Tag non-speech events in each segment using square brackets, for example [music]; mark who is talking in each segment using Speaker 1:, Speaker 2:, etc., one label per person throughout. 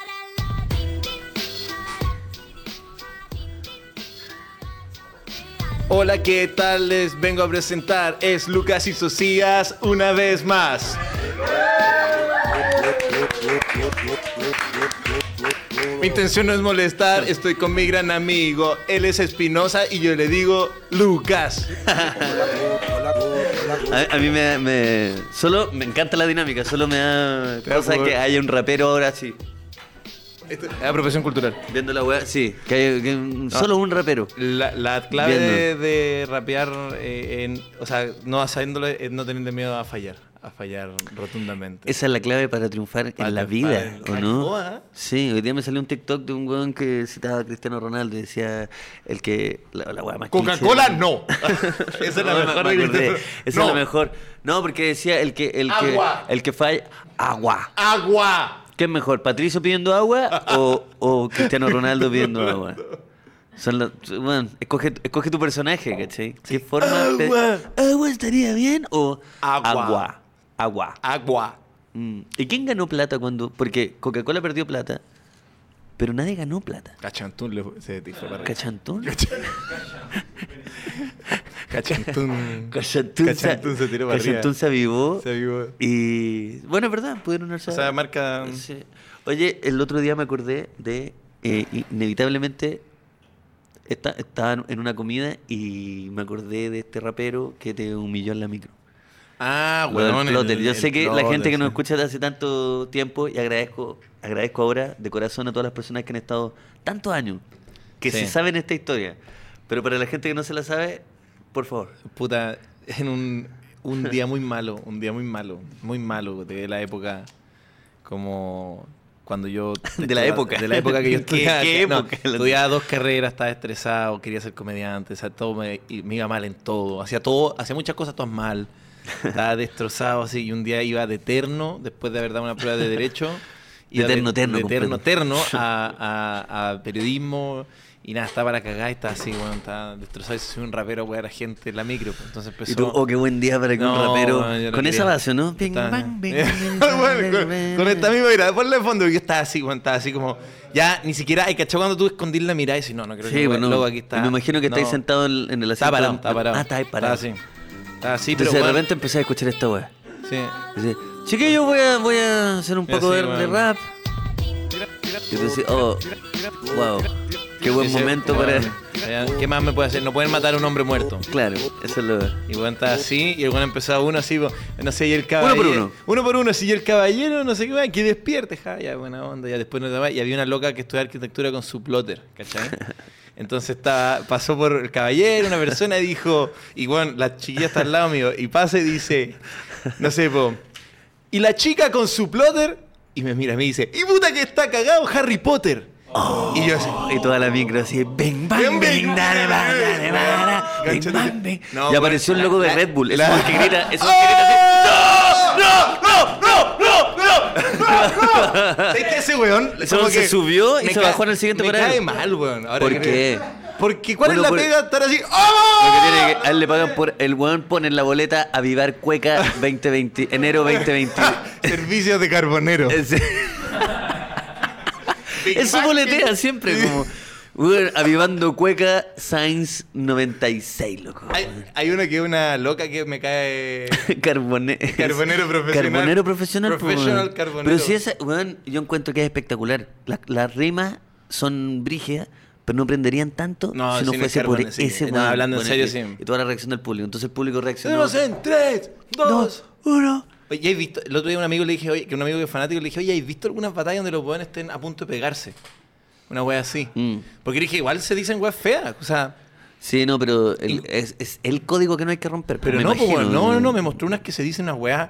Speaker 1: 진짜렐라 딘딘디나라 지디우나 딘딘디나라 저세아라
Speaker 2: Hola, ¿qué tal? Les vengo a presentar. Es Lucas y Socias una vez más. Mi intención no es molestar, estoy con mi gran amigo. Él es Espinosa y yo le digo Lucas.
Speaker 3: A, a mí me, me- Solo me encanta la dinámica, solo me da
Speaker 2: Te da
Speaker 3: cosa
Speaker 2: pudor.
Speaker 3: que haya un rapero ahora sí.
Speaker 2: Esto- apropiación cultural.
Speaker 3: Viendo la weá, sí, que haya que un-
Speaker 2: Ah.
Speaker 3: solo un rapero.
Speaker 2: La, la clave
Speaker 3: Bien, ¿no?
Speaker 2: de, de rapear, eh, en- o sea, no haciéndolo, es no teniendo miedo a fallar, a fallar rotundamente.
Speaker 3: Esa es la clave para triunfar
Speaker 2: Para
Speaker 3: en la
Speaker 2: triunfar
Speaker 3: vida,
Speaker 2: en ¿ah?
Speaker 3: ¿o
Speaker 2: la
Speaker 3: no?
Speaker 2: joda.
Speaker 3: Sí, hoy día me salió un TikTok de un weón que citaba a Cristiano Ronaldo y decía el que. La, la weá más cliché.
Speaker 2: Coca-Cola,
Speaker 3: [laughs]
Speaker 2: no. Esa es la
Speaker 3: No, me-
Speaker 2: mejor.
Speaker 3: me
Speaker 2: de- [laughs]
Speaker 3: acordé. Esa es
Speaker 2: No.
Speaker 3: la mejor. No, porque decía el que. El
Speaker 2: Agua.
Speaker 3: Que, el que falla. Agua.
Speaker 2: Agua.
Speaker 3: ¿Qué es mejor, Patricio pidiendo agua o, o Cristiano Ronaldo pidiendo agua? Son los- bueno, escoge, escoge tu personaje, ¿cachai? ¿Qué forma? te-
Speaker 2: Agua.
Speaker 3: ¿Agua estaría bien o
Speaker 2: Agua.
Speaker 3: Agua. Agua.
Speaker 2: Agua.
Speaker 3: Mm. ¿Y quién ganó plata cuando...? Porque Coca-Cola perdió plata, pero nadie ganó plata.
Speaker 2: Cachantún le- se te fue para arriba.
Speaker 3: ¿Cachantún? [laughs]
Speaker 2: Cachantún.
Speaker 3: Cachantún,
Speaker 2: Cachantún se tiró para arriba.
Speaker 3: Cachantún se avivó.
Speaker 2: Se avivó.
Speaker 3: Y... Bueno, es verdad, pudieron
Speaker 2: O
Speaker 3: alzar...
Speaker 2: sea, marca.
Speaker 3: Sí. Oye, el otro día me acordé de, eh, inevitablemente, esta- estaba en una comida y me acordé de este rapero que te humilló en la micro.
Speaker 2: Ah,
Speaker 3: Lo del
Speaker 2: weón. el-
Speaker 3: plotter. Yo
Speaker 2: el eh.
Speaker 3: sé que la
Speaker 2: plotter,
Speaker 3: gente que nos
Speaker 2: sí.
Speaker 3: escucha desde hace tanto tiempo y agradezco, agradezco ahora de corazón a todas las personas que han estado tantos años, que
Speaker 2: Sí.
Speaker 3: se saben esta historia. Pero para la gente que no se la sabe, por favor.
Speaker 2: Puta, en un,
Speaker 3: [laughs]
Speaker 2: un día muy malo, un día muy malo, muy malo de la época, como cuando yo...
Speaker 3: De la época.
Speaker 2: De la época que yo
Speaker 3: [laughs] ¿Qué-
Speaker 2: estudiaba.
Speaker 3: qué
Speaker 2: no,
Speaker 3: época?
Speaker 2: estudiaba dos carreras, estaba estresado, quería ser comediante, o sea, todo me, y me iba mal en todo, hacía todo, hacía muchas cosas todas mal,
Speaker 3: [laughs]
Speaker 2: estaba destrozado así, y un día iba de terno, después de haber dado una prueba de derecho.
Speaker 3: De
Speaker 2: iba
Speaker 3: terno, terno,
Speaker 2: de terno,
Speaker 3: completo.
Speaker 2: terno a, a- a periodismo y nada, estaba la cagada y estaba así, bueno, estaba destrozado y soy un rapero, weón, era gente en la micro. pues. Entonces empezó...
Speaker 3: Y tú, oh, qué buen día para que
Speaker 2: No,
Speaker 3: un rapero.
Speaker 2: yo no
Speaker 3: con esa
Speaker 2: quería.
Speaker 3: base, ¿no?
Speaker 2: Yo estaba-
Speaker 3: Bing,
Speaker 2: [laughs]
Speaker 3: bang, bing, bing,
Speaker 2: Bueno, con,
Speaker 3: bang,
Speaker 2: con esta
Speaker 3: bang.
Speaker 2: misma mirada, ponle de fondo, porque yo estaba así, weón, estaba así como... Ya, ni siquiera... Ay, cachó cuando tú escondís la mirada y dices, no, no creo que...
Speaker 3: Sí, bueno,
Speaker 2: luego aquí está...
Speaker 3: y me imagino que
Speaker 2: no.
Speaker 3: estáis sentado en, en el asiento.
Speaker 2: Estaba parado, estaba parado.
Speaker 3: Ah, estáis parado.
Speaker 2: Estaba así. Estaba así, pero...
Speaker 3: Entonces de
Speaker 2: weón,
Speaker 3: repente empecé a escuchar esta weá.
Speaker 2: Sí.
Speaker 3: Dice, chiquillo, voy a, voy a hacer un
Speaker 2: Ya
Speaker 3: poco
Speaker 2: sí,
Speaker 3: de, de
Speaker 2: weón.
Speaker 3: rap. Y tú decís, oh, wow, qué buen
Speaker 2: Dice,
Speaker 3: momento
Speaker 2: weón,
Speaker 3: para.
Speaker 2: ya, ¿Qué más me puede hacer? No pueden matar a un hombre muerto.
Speaker 3: [laughs] Claro, eso es lo.
Speaker 2: Y bueno, estaba así, y el bueno empezaba uno así, po, no sé, y el caballero.
Speaker 3: por uno.
Speaker 2: Uno por uno, así, y el caballero, no sé qué más, que despierte, ja, ya, buena onda, ya después no te va. Y había una loca que estudia arquitectura con su plotter,
Speaker 3: [laughs]
Speaker 2: ¿cachai? Entonces estaba, pasó por el caballero, una persona y dijo, y bueno, la chiquilla está al lado mío, y pasa y dice, no sé, po, y la chica con su plotter, y me mira, me dice, y puta que está cagado Harry Potter. Y yo así,
Speaker 3: Y toda la micro así, bing, bang,
Speaker 2: Bing, bing.
Speaker 3: bing, dale, va, dale, va, dale,
Speaker 2: Gancho,
Speaker 3: bing, bang, bing.
Speaker 2: no,
Speaker 3: Y
Speaker 2: weón,
Speaker 3: apareció un
Speaker 2: la-
Speaker 3: loco de
Speaker 2: la-
Speaker 3: Red Bull. Es
Speaker 2: la- ¡Oh!
Speaker 3: el que grita, es el que grita así.
Speaker 2: ¿Sabes qué? Ese weón
Speaker 3: Solo
Speaker 2: como
Speaker 3: se
Speaker 2: que
Speaker 3: subió y
Speaker 2: me
Speaker 3: se
Speaker 2: ca-
Speaker 3: bajó en el siguiente
Speaker 2: Me
Speaker 3: paradero.
Speaker 2: cae mal, weón. ahora
Speaker 3: ¿Por
Speaker 2: que-
Speaker 3: qué?
Speaker 2: Porque ¿cuál
Speaker 3: Bueno,
Speaker 2: es la
Speaker 3: por-
Speaker 2: pega estar así?
Speaker 3: Lo que tiene
Speaker 2: ¡Oh!
Speaker 3: que- a él
Speaker 2: [laughs]
Speaker 3: le pagan por. El weón pone en la boleta Avivar Cueca 2020, enero 2021.
Speaker 2: [laughs] Servicios de carbonero.
Speaker 3: Ese- [laughs]
Speaker 2: Big
Speaker 3: Eso
Speaker 2: Mac,
Speaker 3: boletea
Speaker 2: Big-
Speaker 3: siempre, como. weón, avivando Cueca Sainz 96, loco.
Speaker 2: Hay, hay una que es una loca que me cae.
Speaker 3: Carbone- [laughs]
Speaker 2: Carbonero profesional.
Speaker 3: Carbonero profesional. po,
Speaker 2: Professional
Speaker 3: weón.
Speaker 2: carbonero.
Speaker 3: Pero si esa, weón, yo encuentro que es espectacular. La- Las rimas son brígidas, pero no prenderían tanto
Speaker 2: No,
Speaker 3: si no
Speaker 2: si no
Speaker 3: fuese
Speaker 2: es
Speaker 3: por
Speaker 2: carbone, sí.
Speaker 3: ese
Speaker 2: No,
Speaker 3: weón.
Speaker 2: hablando en
Speaker 3: Bueno,
Speaker 2: serio,
Speaker 3: y-
Speaker 2: sí.
Speaker 3: Y toda la reacción del público. Entonces el público reaccionó.
Speaker 2: Tenemos en 3, 2,
Speaker 3: dos, uno.
Speaker 2: Oye, ¿has visto? El otro día un amigo le dije, oye, que un amigo que es fanático le dije, oye, ¿has visto algunas batallas donde los weones estén a punto de pegarse? Una wea así.
Speaker 3: Mm.
Speaker 2: Porque dije, igual se dicen weas feas. O sea,
Speaker 3: Sí, no, pero el-
Speaker 2: Y-
Speaker 3: es, es el código que no hay que romper.
Speaker 2: pero
Speaker 3: me
Speaker 2: no,
Speaker 3: imagino.
Speaker 2: pues, weón, no, no, no, me mostró unas que se dicen unas weas.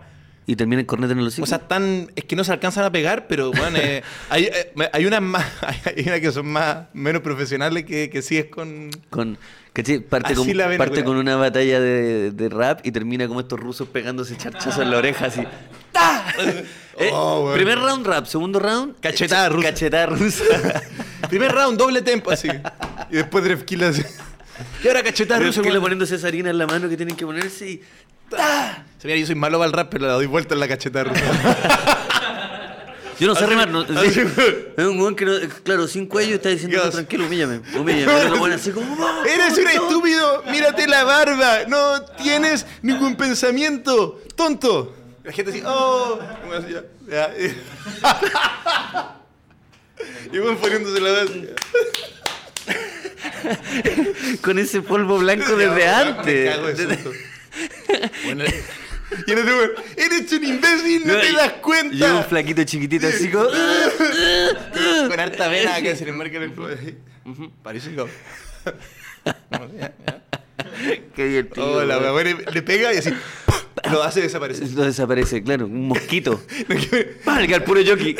Speaker 3: Y termina el corneta en los
Speaker 2: O sea, tan. Es que no se alcanzan a pegar, pero bueno,
Speaker 3: [laughs]
Speaker 2: eh, hay, eh, hay unas más. [laughs] Hay unas que son más menos profesionales que, que sí es con.
Speaker 3: Con, ¿cachai? Parte,
Speaker 2: Así
Speaker 3: con,
Speaker 2: la ven,
Speaker 3: parte
Speaker 2: weón.
Speaker 3: con una batalla de, de rap y termina como estos rusos pegándose charchazo en la oreja así. ¡Ta! [laughs] Eh,
Speaker 2: Oh, weón.
Speaker 3: primer round rap, segundo round.
Speaker 2: Cachetada
Speaker 3: eh,
Speaker 2: rusa. [laughs]
Speaker 3: Cachetada rusa.
Speaker 2: Primer round, doble tempo así. Y después Drefkill así. Y ahora cachetar
Speaker 3: Pero es
Speaker 2: ruso.
Speaker 3: que le
Speaker 2: weón.
Speaker 3: poniéndose esa harina en la mano que tienen que ponerse y. [laughs]
Speaker 2: Se mira, yo soy malo para el rap, pero la doy vuelta en la cachetada rusa.
Speaker 3: Yo no sé
Speaker 2: Así-
Speaker 3: remar. No,
Speaker 2: así-
Speaker 3: sí. Es un weón que, no, claro, sin cuello está diciendo,
Speaker 2: Dios.
Speaker 3: "No, tranquilo, humíllame. Humíllame. Pero lo pone así como, "Oh, "No,
Speaker 2: Eres un
Speaker 3: no".
Speaker 2: estúpido, mírate la barba, no tienes ningún pensamiento, tonto. La gente así, oh, como así, ya, ya. [laughs] Y van poniéndose la edad.
Speaker 3: Con ese polvo blanco desde
Speaker 2: Me
Speaker 3: antes.
Speaker 2: cago de
Speaker 3: Desde-
Speaker 2: susto. Bueno, y en otro, momento, eres un imbécil, no,
Speaker 3: No,
Speaker 2: te
Speaker 3: y-
Speaker 2: das
Speaker 3: [laughs] Y un
Speaker 2: cuenta.
Speaker 3: flaquito chiquitito
Speaker 2: [laughs]
Speaker 3: así como. "Ah".
Speaker 2: Con harta vena
Speaker 3: [laughs]
Speaker 2: que se le marca en el culo. así. Parece que.
Speaker 3: Qué divertido.
Speaker 2: Oh, la
Speaker 3: weón.
Speaker 2: wea, bueno, le pega y así [laughs] ¡pah! lo hace
Speaker 3: [laughs]
Speaker 2: desaparecer.
Speaker 3: Eso desaparece, claro,
Speaker 2: [laughs]
Speaker 3: un mosquito. Vale, el puro jockey.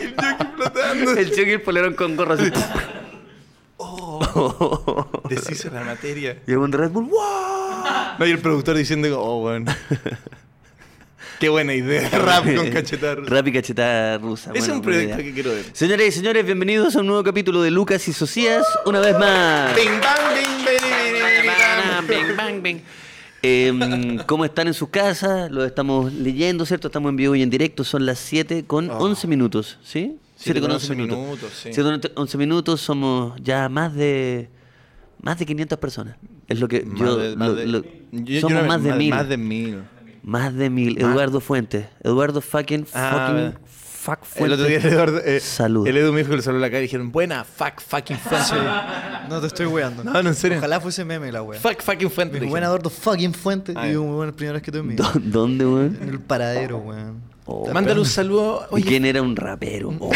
Speaker 2: El jockey flotando.
Speaker 3: El jockey el polerón con gorro así.
Speaker 2: Deshizo la materia.
Speaker 3: [laughs] Y un Red Bull, ¡wow!
Speaker 2: No, y el productor diciendo, oh, bueno. [laughs] Qué buena idea, rap con cachetar.
Speaker 3: Rap y cachetada rusa.
Speaker 2: es
Speaker 3: bueno,
Speaker 2: un
Speaker 3: buena
Speaker 2: proyecto
Speaker 3: idea.
Speaker 2: que quiero ver.
Speaker 3: Señoras y señores, bienvenidos a un nuevo capítulo de Lucas y Socias, una vez más.
Speaker 2: Bing, bang, bing, bing, bing, bing, bing,
Speaker 3: Bing,
Speaker 2: bang.
Speaker 3: bang, bing. Em, ¿Cómo están en sus casas? Los estamos leyendo, ¿cierto? Estamos en vivo y en directo, son las 7 con 11 minutos, ¿sí?
Speaker 2: Ah. Siete
Speaker 3: Siete
Speaker 2: con 11 minutos, sí.
Speaker 3: Siete con 11 minutos, somos ya más de más de 500 personas. Es lo que
Speaker 2: Más
Speaker 3: yo...
Speaker 2: de- más
Speaker 3: lo-
Speaker 2: de-
Speaker 3: lo-
Speaker 2: yo- yo
Speaker 3: somos
Speaker 2: una vez-
Speaker 3: más de mil.
Speaker 2: Más de mil.
Speaker 3: Más de mil.
Speaker 2: Más-
Speaker 3: Eduardo Fuentes. Eduardo fucking,
Speaker 2: Ah,
Speaker 3: fucking,
Speaker 2: verdad.
Speaker 3: fuck
Speaker 2: El
Speaker 3: Fuentes.
Speaker 2: otro día el Eduardo, eh,
Speaker 3: Salud.
Speaker 2: el Edu me dijo que le saludó la cara y dijeron, buena, fuck, fucking fuente.
Speaker 4: No te estoy weando.
Speaker 2: No, no, en serio.
Speaker 4: Ojalá fuese meme la wea.
Speaker 2: Fuck, fucking fuente.
Speaker 4: Mi
Speaker 2: dijeron.
Speaker 4: buen Eduardo fucking Fuente
Speaker 2: Ah,
Speaker 4: y
Speaker 2: ya.
Speaker 4: un buen primera vez que tuve en mi vida.
Speaker 3: [laughs] ¿Dó- ¿Dónde, weón?
Speaker 4: En el paradero, weón.
Speaker 3: Oh.
Speaker 2: Mándale un saludo.
Speaker 3: ¿Y quién era un rapero?
Speaker 2: [laughs]
Speaker 3: Oh,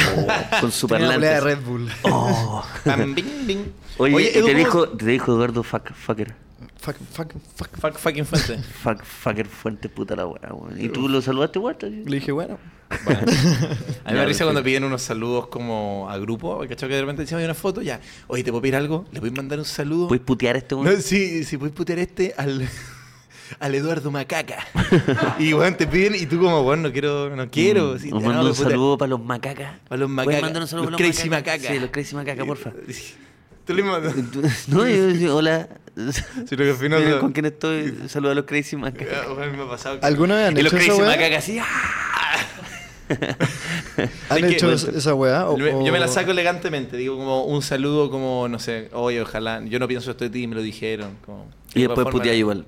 Speaker 3: con su
Speaker 4: Tenía una
Speaker 3: parlante.
Speaker 4: pelea de Red Bull.
Speaker 3: Oh.
Speaker 2: Bam, bing, bing.
Speaker 3: Oye, y
Speaker 2: Edu,
Speaker 3: te,
Speaker 2: ¿cómo-
Speaker 3: dijo, te dijo Eduardo fuck, Fucker.
Speaker 4: [laughs] Fuck, fuck, fuck.
Speaker 2: Fuck, fucking fuente.
Speaker 3: Fuck, fucker fuente puta la weá, weón. ¿Y tú lo saludaste, weón?
Speaker 4: Le dije, bueno.
Speaker 2: A mí me da risa cuando piden unos saludos como a grupo, ¿cachai? Que de repente decimos, hay una foto, ya, oye, ¿te puedo pedir algo? ¿Le puedes mandar un saludo?
Speaker 3: ¿Puedes putear a este weón?
Speaker 2: No, sí, sí, puedes putear este al, [laughs] al Eduardo Macaca. y bueno, te piden, y tú como, bueno, no quiero, no quiero. sí,
Speaker 3: Mm, Nos
Speaker 2: no,
Speaker 3: manda
Speaker 2: lo
Speaker 3: un
Speaker 2: putea.
Speaker 3: saludo para los macacas.
Speaker 2: Para los
Speaker 3: ¿Puedes
Speaker 2: macacas,
Speaker 3: mandar un saludo
Speaker 2: los
Speaker 3: para
Speaker 2: crazy Eh, macacas.
Speaker 3: Sí, los crazy
Speaker 2: [laughs]
Speaker 3: macacas, porfa.
Speaker 2: Tú le mandas.
Speaker 3: no, yo digo, hola.
Speaker 2: [laughs] Sí, lo que al final-
Speaker 3: Miren ¿Con quién estoy? Saluda a los crazy
Speaker 2: [laughs]
Speaker 3: macacas.
Speaker 2: Ah, bueno, me ha pasado que-
Speaker 4: ¿Alguna vez han
Speaker 3: Y los
Speaker 4: hecho esa
Speaker 3: crazy
Speaker 4: wea?
Speaker 3: macacas así. ¡ah!
Speaker 4: ¿Han
Speaker 2: Es que-
Speaker 4: hecho esa wea? O-
Speaker 2: Yo me- Yo me la
Speaker 4: o-
Speaker 2: saco elegantemente, digo como un saludo como, no sé, oye, ojalá, yo no pienso esto de ti, me lo dijeron. Como,
Speaker 3: y después
Speaker 2: forma-
Speaker 3: putear igual.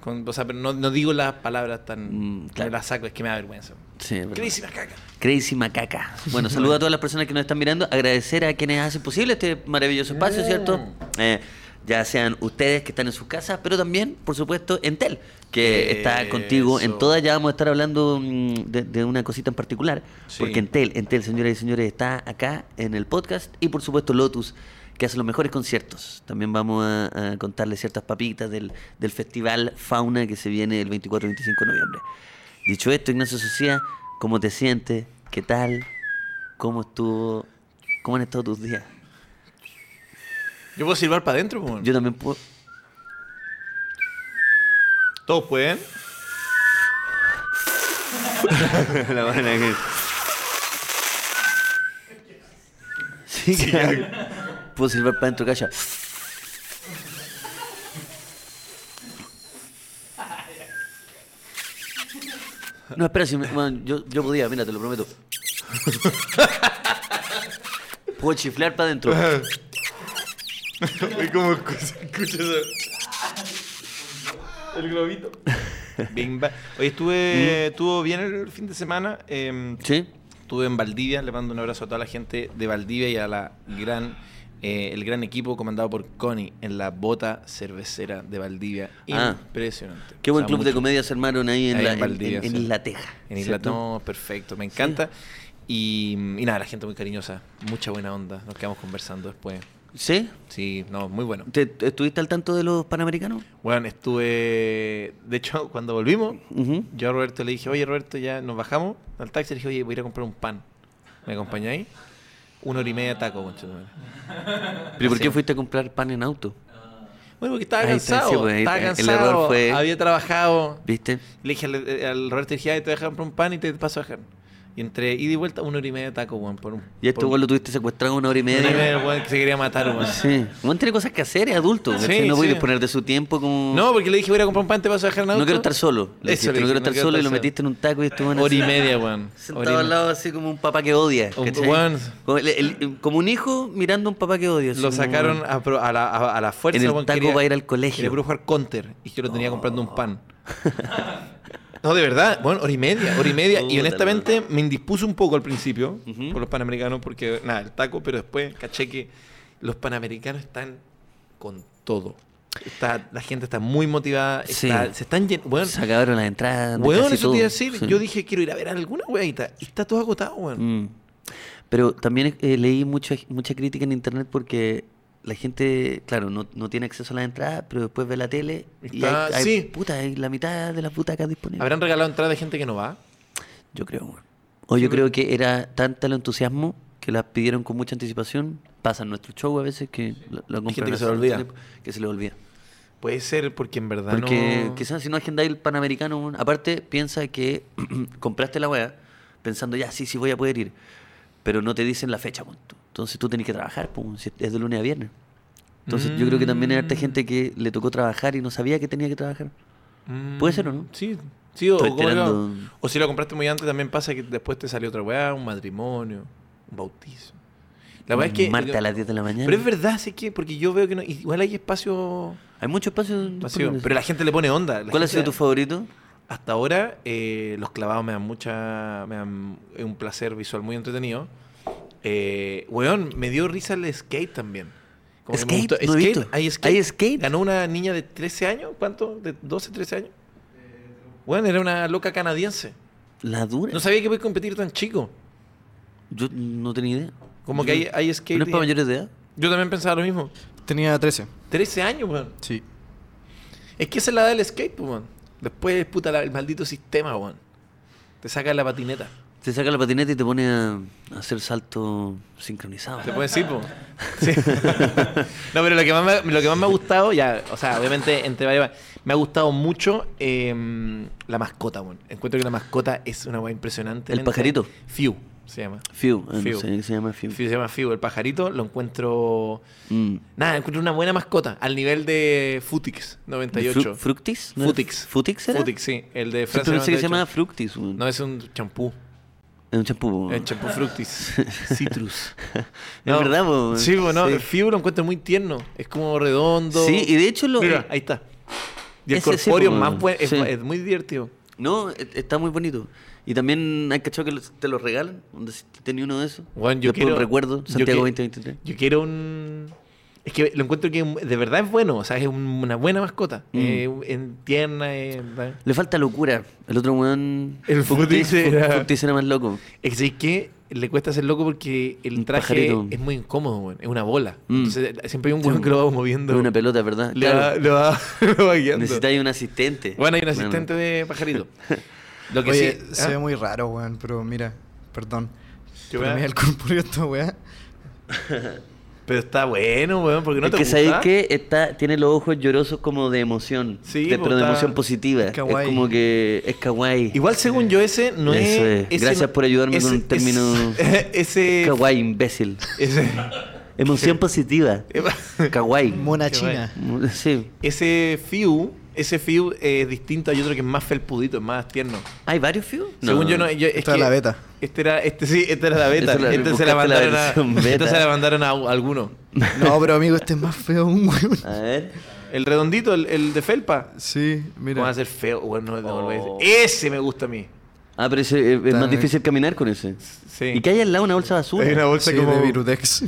Speaker 2: Con- o sea, pero no, no digo las palabras tan...
Speaker 3: Mm, claro.
Speaker 2: Me las saco, es que me da vergüenza.
Speaker 3: Sí, es verdad.
Speaker 2: Crazy macaca.
Speaker 3: Crazy Macaca. Bueno, saludo a todas las personas que nos están mirando. Agradecer a quienes hacen posible este maravilloso espacio, ¿cierto? Eh, ya sean ustedes que están en sus casas, pero también, por supuesto, Entel, que está contigo en
Speaker 2: Eso.
Speaker 3: todas. Ya vamos a estar hablando mm, de, de una cosita en particular.
Speaker 2: Sí.
Speaker 3: Porque Entel, Entel, señoras y señores, está acá en el podcast. Y por supuesto, Lotus, que hace los mejores conciertos. También vamos a, a contarles ciertas papitas del, del festival Fauna que se viene el 24 y 25 de noviembre. Dicho esto, Ignacio Socia, ¿cómo te sientes? ¿Qué tal? ¿Cómo estuvo? ¿Cómo han estado tus días?
Speaker 2: ¿Yo puedo silbar para adentro? pues, po?
Speaker 3: Yo también puedo.
Speaker 2: ¿Todos
Speaker 3: [laughs]
Speaker 2: pueden?
Speaker 3: La buena que- Sí, claro. Puedo silbar para adentro, calla. No, espera, si me- man, yo, yo podía, mira, te lo prometo. Puedo chiflar para adentro.
Speaker 2: Oye, como se escucha eso. El
Speaker 3: [laughs]
Speaker 2: globito. Bing, ba- Oye, estuve,
Speaker 3: Mm.
Speaker 2: estuvo bien el fin de semana. em,
Speaker 3: ¿Sí?
Speaker 2: Estuve en Valdivia, le mando un abrazo a toda la gente de Valdivia y a la gran, eh, el gran equipo comandado por Connie en la bota cervecera de Valdivia.
Speaker 3: Ah.
Speaker 2: Impresionante.
Speaker 3: Qué buen
Speaker 2: O sea,
Speaker 3: club de
Speaker 2: mucho-
Speaker 3: comedias se armaron ahí en,
Speaker 2: Ahí
Speaker 3: la,
Speaker 2: en
Speaker 3: en-
Speaker 2: Valdivia,
Speaker 3: en- en
Speaker 2: sí.
Speaker 3: Isla Teja.
Speaker 2: En Isla
Speaker 3: ¿cierto?
Speaker 2: no, perfecto, me encanta. Y, y nada, la gente muy cariñosa, mucha buena onda, nos quedamos conversando después.
Speaker 3: ¿Sí?
Speaker 2: Sí, no, muy bueno.
Speaker 3: ¿Te, te- ¿Estuviste al tanto de los panamericanos?
Speaker 2: Bueno, estuve. De hecho, [laughs] cuando volvimos,
Speaker 3: Ujú.
Speaker 2: yo a Roberto le dije, oye Roberto, ya nos bajamos al taxi, le dije, oye, voy a ir a comprar un pan. ¿Me acompañáis? Una hora y media de taco, conchetumare.
Speaker 3: ¿Pero por
Speaker 2: Así
Speaker 3: qué
Speaker 2: es.
Speaker 3: fuiste a comprar pan en auto?
Speaker 2: Bueno, porque estaba
Speaker 3: Ahí está,
Speaker 2: cansado.
Speaker 3: sí, pues, ahí
Speaker 2: estaba
Speaker 3: está. El
Speaker 2: cansado.
Speaker 3: error fue-
Speaker 2: Había trabajado.
Speaker 3: ¿Viste?
Speaker 2: eh, Le dije al, al Roberto, dije, "Ay, te voy a dejar comprar un pan y te paso a dejar. Y entre ida y vuelta, una hora y media de taco, weón. Por, un-
Speaker 3: Y este
Speaker 2: por-
Speaker 3: weón lo tuviste secuestrado una hora y
Speaker 2: una hora y media,
Speaker 3: media.
Speaker 2: el weón, que se quería matar, weón.
Speaker 3: Sí. Weón tiene cosas que hacer, es adulto.
Speaker 2: Sí,
Speaker 3: ¿cachai? no voy
Speaker 2: sí.
Speaker 3: a disponer de su tiempo como.
Speaker 2: No, porque le dije, voy a ir a comprar un pan, te paso a dejar en auto.
Speaker 3: No quiero estar solo. le dijiste,
Speaker 2: Eso, le
Speaker 3: no quiero
Speaker 2: dije,
Speaker 3: estar solo y lo metiste en un taco y estuvo en
Speaker 2: Hora y media,
Speaker 3: [laughs]
Speaker 2: weón. Hora y
Speaker 3: Sentado al
Speaker 2: media.
Speaker 3: lado así como un papá que odia.
Speaker 2: Un-
Speaker 3: ¿cachai?
Speaker 2: weón.
Speaker 3: Como, el- el- como un hijo mirando a un papá que odia. así
Speaker 2: Lo
Speaker 3: como-
Speaker 2: sacaron a, pro- a la, a- a la fuerza.
Speaker 3: En el
Speaker 2: weón,
Speaker 3: taco
Speaker 2: quería-
Speaker 3: para ir al colegio. Oh.
Speaker 2: Quería puro jugar counter y yo lo tenía comprando un
Speaker 3: [laughs]
Speaker 2: pan. No, de verdad, bueno, hora y media, hora y media. y
Speaker 3: Puta,
Speaker 2: honestamente me indispuso un poco al principio
Speaker 3: Ujú.
Speaker 2: por los panamericanos porque, nada, el taco, pero después caché que los panamericanos están con todo. Está, la gente está muy motivada,
Speaker 3: Sí.
Speaker 2: está- se están llenando.
Speaker 3: Se acabaron las entradas. de
Speaker 2: Weón,
Speaker 3: casi
Speaker 2: eso te iba a
Speaker 3: todo.
Speaker 2: decir.
Speaker 3: Sí.
Speaker 2: Yo dije, quiero ir a ver alguna weadita. Y está todo agotado, weón.
Speaker 3: Mm. Pero también eh, leí mucho, mucha crítica en internet porque la gente, claro, no, no tiene acceso a las entradas, pero después ve la tele y
Speaker 2: Está-
Speaker 3: hay, hay-
Speaker 2: sí.
Speaker 3: puta, hay la mitad de las butacas disponibles.
Speaker 2: Habrán regalado entradas de gente que no va.
Speaker 3: Yo creo, weón. O
Speaker 2: Sí,
Speaker 3: yo
Speaker 2: pero-
Speaker 3: creo que era tanta el entusiasmo que las pidieron con mucha anticipación. Pasan nuestro show a veces que lo, lo compran
Speaker 2: gente que se
Speaker 3: hace
Speaker 2: le olvida.
Speaker 3: tiempo, Que se le olvida.
Speaker 2: Puede ser porque en verdad
Speaker 3: Porque
Speaker 2: no.
Speaker 3: quizás si no agendáis el Panamericano, weón, aparte piensa que [clears throat] compraste la weá pensando ya, sí, sí voy a poder ir, pero no te dicen la fecha, weón. entonces tú tenés que trabajar, pues, weón, si es de lunes a viernes. Entonces yo creo que también hay harta
Speaker 2: Mm.
Speaker 3: gente que le tocó trabajar y no sabía que tenía que trabajar.
Speaker 2: Mm,
Speaker 3: ¿Puede ser o no?
Speaker 2: Sí, sí o,
Speaker 3: Estoy
Speaker 2: o como era-
Speaker 3: esperando.
Speaker 2: o si lo compraste muy antes también pasa que después te salió otra weá, un matrimonio, un bautizo. La verdad es que.
Speaker 3: Marta a las 10 de la mañana.
Speaker 2: Pero es verdad, sé que, porque yo veo que no, igual hay espacio
Speaker 3: Hay mucho espacio.
Speaker 2: vacío.
Speaker 3: disponible.
Speaker 2: Pero la gente le pone onda. la
Speaker 3: ¿Cuál ha
Speaker 2: gente-
Speaker 3: sido tu favorito?
Speaker 2: Hasta ahora, eh, los clavados me dan mucha. me dan es un placer visual muy entretenido. Eh, weón, me dio risa el skate también. que me
Speaker 3: Skate,
Speaker 2: gustó.
Speaker 3: no he
Speaker 2: Skate,
Speaker 3: visto.
Speaker 2: hay skate.
Speaker 3: ¿Hay skate?
Speaker 2: Ganó una niña de 13 años, ¿cuánto? ¿De 12, 13 años? Weón, era una loca canadiense.
Speaker 3: La dura.
Speaker 2: No sabía que podía competir tan chico.
Speaker 3: Yo no tenía idea.
Speaker 2: Como
Speaker 3: Yo-
Speaker 2: que hay, hay skate.
Speaker 3: ¿No es para
Speaker 2: y-
Speaker 3: mayores de edad?
Speaker 2: Yo también pensaba lo mismo.
Speaker 4: Tenía 13.
Speaker 2: 13 años, weón.
Speaker 4: Sí.
Speaker 2: Es que esa es la edad del skate, pues, weón. Después, puta, la- el maldito sistema, weón. Te saca la patineta.
Speaker 3: Te saca la patineta y te pone a a hacer salto sincronizado.
Speaker 2: Se puede decir, po. Sí. [laughs] No, pero lo que, más me, lo que más me ha gustado, ya, o sea, obviamente, entre varias, me ha gustado mucho eh, la mascota, weón. Encuentro que la mascota es una weá impresionante.
Speaker 3: ¿El pajarito?
Speaker 2: Fiu, se llama.
Speaker 3: Fiu, ah, no
Speaker 2: Fiu.
Speaker 3: sé qué se llama Fiu.
Speaker 2: Fiu, se llama Fiu, el pajarito, lo encuentro.
Speaker 3: Mm.
Speaker 2: Nada, encuentro una buena mascota, al nivel de Futix
Speaker 3: Fru-
Speaker 2: 98.
Speaker 3: ¿Fructis? ¿No era
Speaker 2: Futix.
Speaker 3: ¿Futix era?
Speaker 2: Futix, sí, el de Francia.
Speaker 3: Siempre Este pensé que
Speaker 2: 98.
Speaker 3: se llamaba Fructis. weón.
Speaker 2: No, es un champú.
Speaker 3: Es un champú.
Speaker 2: El champú fructis. [laughs]
Speaker 3: [laughs]
Speaker 2: Citrus.
Speaker 3: Es verdad, po.
Speaker 2: Sí, bueno,
Speaker 3: Sí.
Speaker 2: el fibro lo encuentro muy tierno. Es como redondo.
Speaker 3: Sí, y de hecho lo... eh,
Speaker 2: Mira, ahí está. Y el
Speaker 3: Ese sí,
Speaker 2: corpóreo
Speaker 3: po.
Speaker 2: más bueno. Es,
Speaker 3: Sí.
Speaker 2: es muy divertido.
Speaker 3: No, e- está muy bonito. Y también hay cachado que los- te los regalan. Donde si te tenía uno de esos.
Speaker 2: Bueno, yo
Speaker 3: Después
Speaker 2: quiero-
Speaker 3: un recuerdo,
Speaker 2: yo
Speaker 3: Santiago
Speaker 2: que-
Speaker 3: 2023.
Speaker 2: Yo quiero un. Es que lo encuentro que de verdad es bueno. O sea, es un- una buena mascota.
Speaker 3: Mm.
Speaker 2: Eh, en tierna. eh, ¿verdad?
Speaker 3: Le falta locura. El otro weón...
Speaker 2: El Fructis era-
Speaker 3: Fructis era más loco.
Speaker 2: Es decir, que le cuesta ser loco porque el
Speaker 3: Un
Speaker 2: traje
Speaker 3: pajarito.
Speaker 2: es muy incómodo, weón. Es una bola.
Speaker 3: Mm.
Speaker 2: Entonces, siempre hay un weón que lo va moviendo.
Speaker 3: Era una pelota, ¿verdad?
Speaker 2: Le va-
Speaker 3: Claro.
Speaker 2: lo va, [laughs] lo va guiando.
Speaker 3: Necesitáis un asistente.
Speaker 2: Bueno, hay un asistente de
Speaker 3: [laughs]
Speaker 2: pajarito. Lo que
Speaker 4: Oye,
Speaker 2: sí.
Speaker 4: se
Speaker 2: ¿Ah?
Speaker 4: ve muy raro, weón, pero mira, perdón.
Speaker 2: ¿Qué
Speaker 4: Pero
Speaker 2: weá?
Speaker 4: mira el corpóreo de esta weá.
Speaker 2: Pero está bueno, weón, porque no
Speaker 3: es
Speaker 2: te
Speaker 3: que
Speaker 2: gusta.
Speaker 3: sabéis que está, tiene los ojos llorosos como de emoción,
Speaker 2: Sí,
Speaker 3: de-
Speaker 2: pues,
Speaker 3: pero de
Speaker 2: está-
Speaker 3: emoción positiva.
Speaker 4: es
Speaker 3: Es,
Speaker 4: kawaii.
Speaker 3: como que es kawaii.
Speaker 2: Igual según yo ese no es,
Speaker 3: Eso es.
Speaker 2: ese
Speaker 3: Gracias
Speaker 2: no-
Speaker 3: por ayudarme con un término-
Speaker 2: Ese, [laughs] ese,
Speaker 3: kawaii, imbécil.
Speaker 2: ese- [laughs]
Speaker 3: Emoción positiva. kawaii.
Speaker 4: Mona
Speaker 2: Qué
Speaker 4: china.
Speaker 3: Sí.
Speaker 2: [laughs] ese fiu, ese fiu es distinto hay otro que es más felpudito, es más tierno.
Speaker 3: ¿Hay varios fios?
Speaker 2: Según yo no, yo- es
Speaker 4: Esta es
Speaker 2: que-
Speaker 4: la beta.
Speaker 2: Este era, este sí, esta era la beta.
Speaker 3: Esta es la-
Speaker 2: Esta se la
Speaker 3: buscaste la
Speaker 2: mandaron a,
Speaker 3: versión
Speaker 2: [laughs] esta
Speaker 3: beta.
Speaker 2: se la mandaron a u- alguno.
Speaker 4: No, pero amigo, este
Speaker 2: [laughs]
Speaker 4: es más feo un weón.
Speaker 3: A ver.
Speaker 2: El redondito, el, el de felpa.
Speaker 4: Sí,
Speaker 2: ¿Cómo va
Speaker 4: mira.
Speaker 2: a ser feo? Bueno, no, no lo voy a decir.
Speaker 3: Oh.
Speaker 2: Ese me gusta a mí.
Speaker 3: Ah, pero ese, es, es más
Speaker 4: Dale.
Speaker 3: difícil caminar con ese.
Speaker 2: Sí.
Speaker 3: Y que hay al lado una bolsa de basura.
Speaker 2: Hay una bolsa
Speaker 4: Sí,
Speaker 2: como
Speaker 4: de Virutex.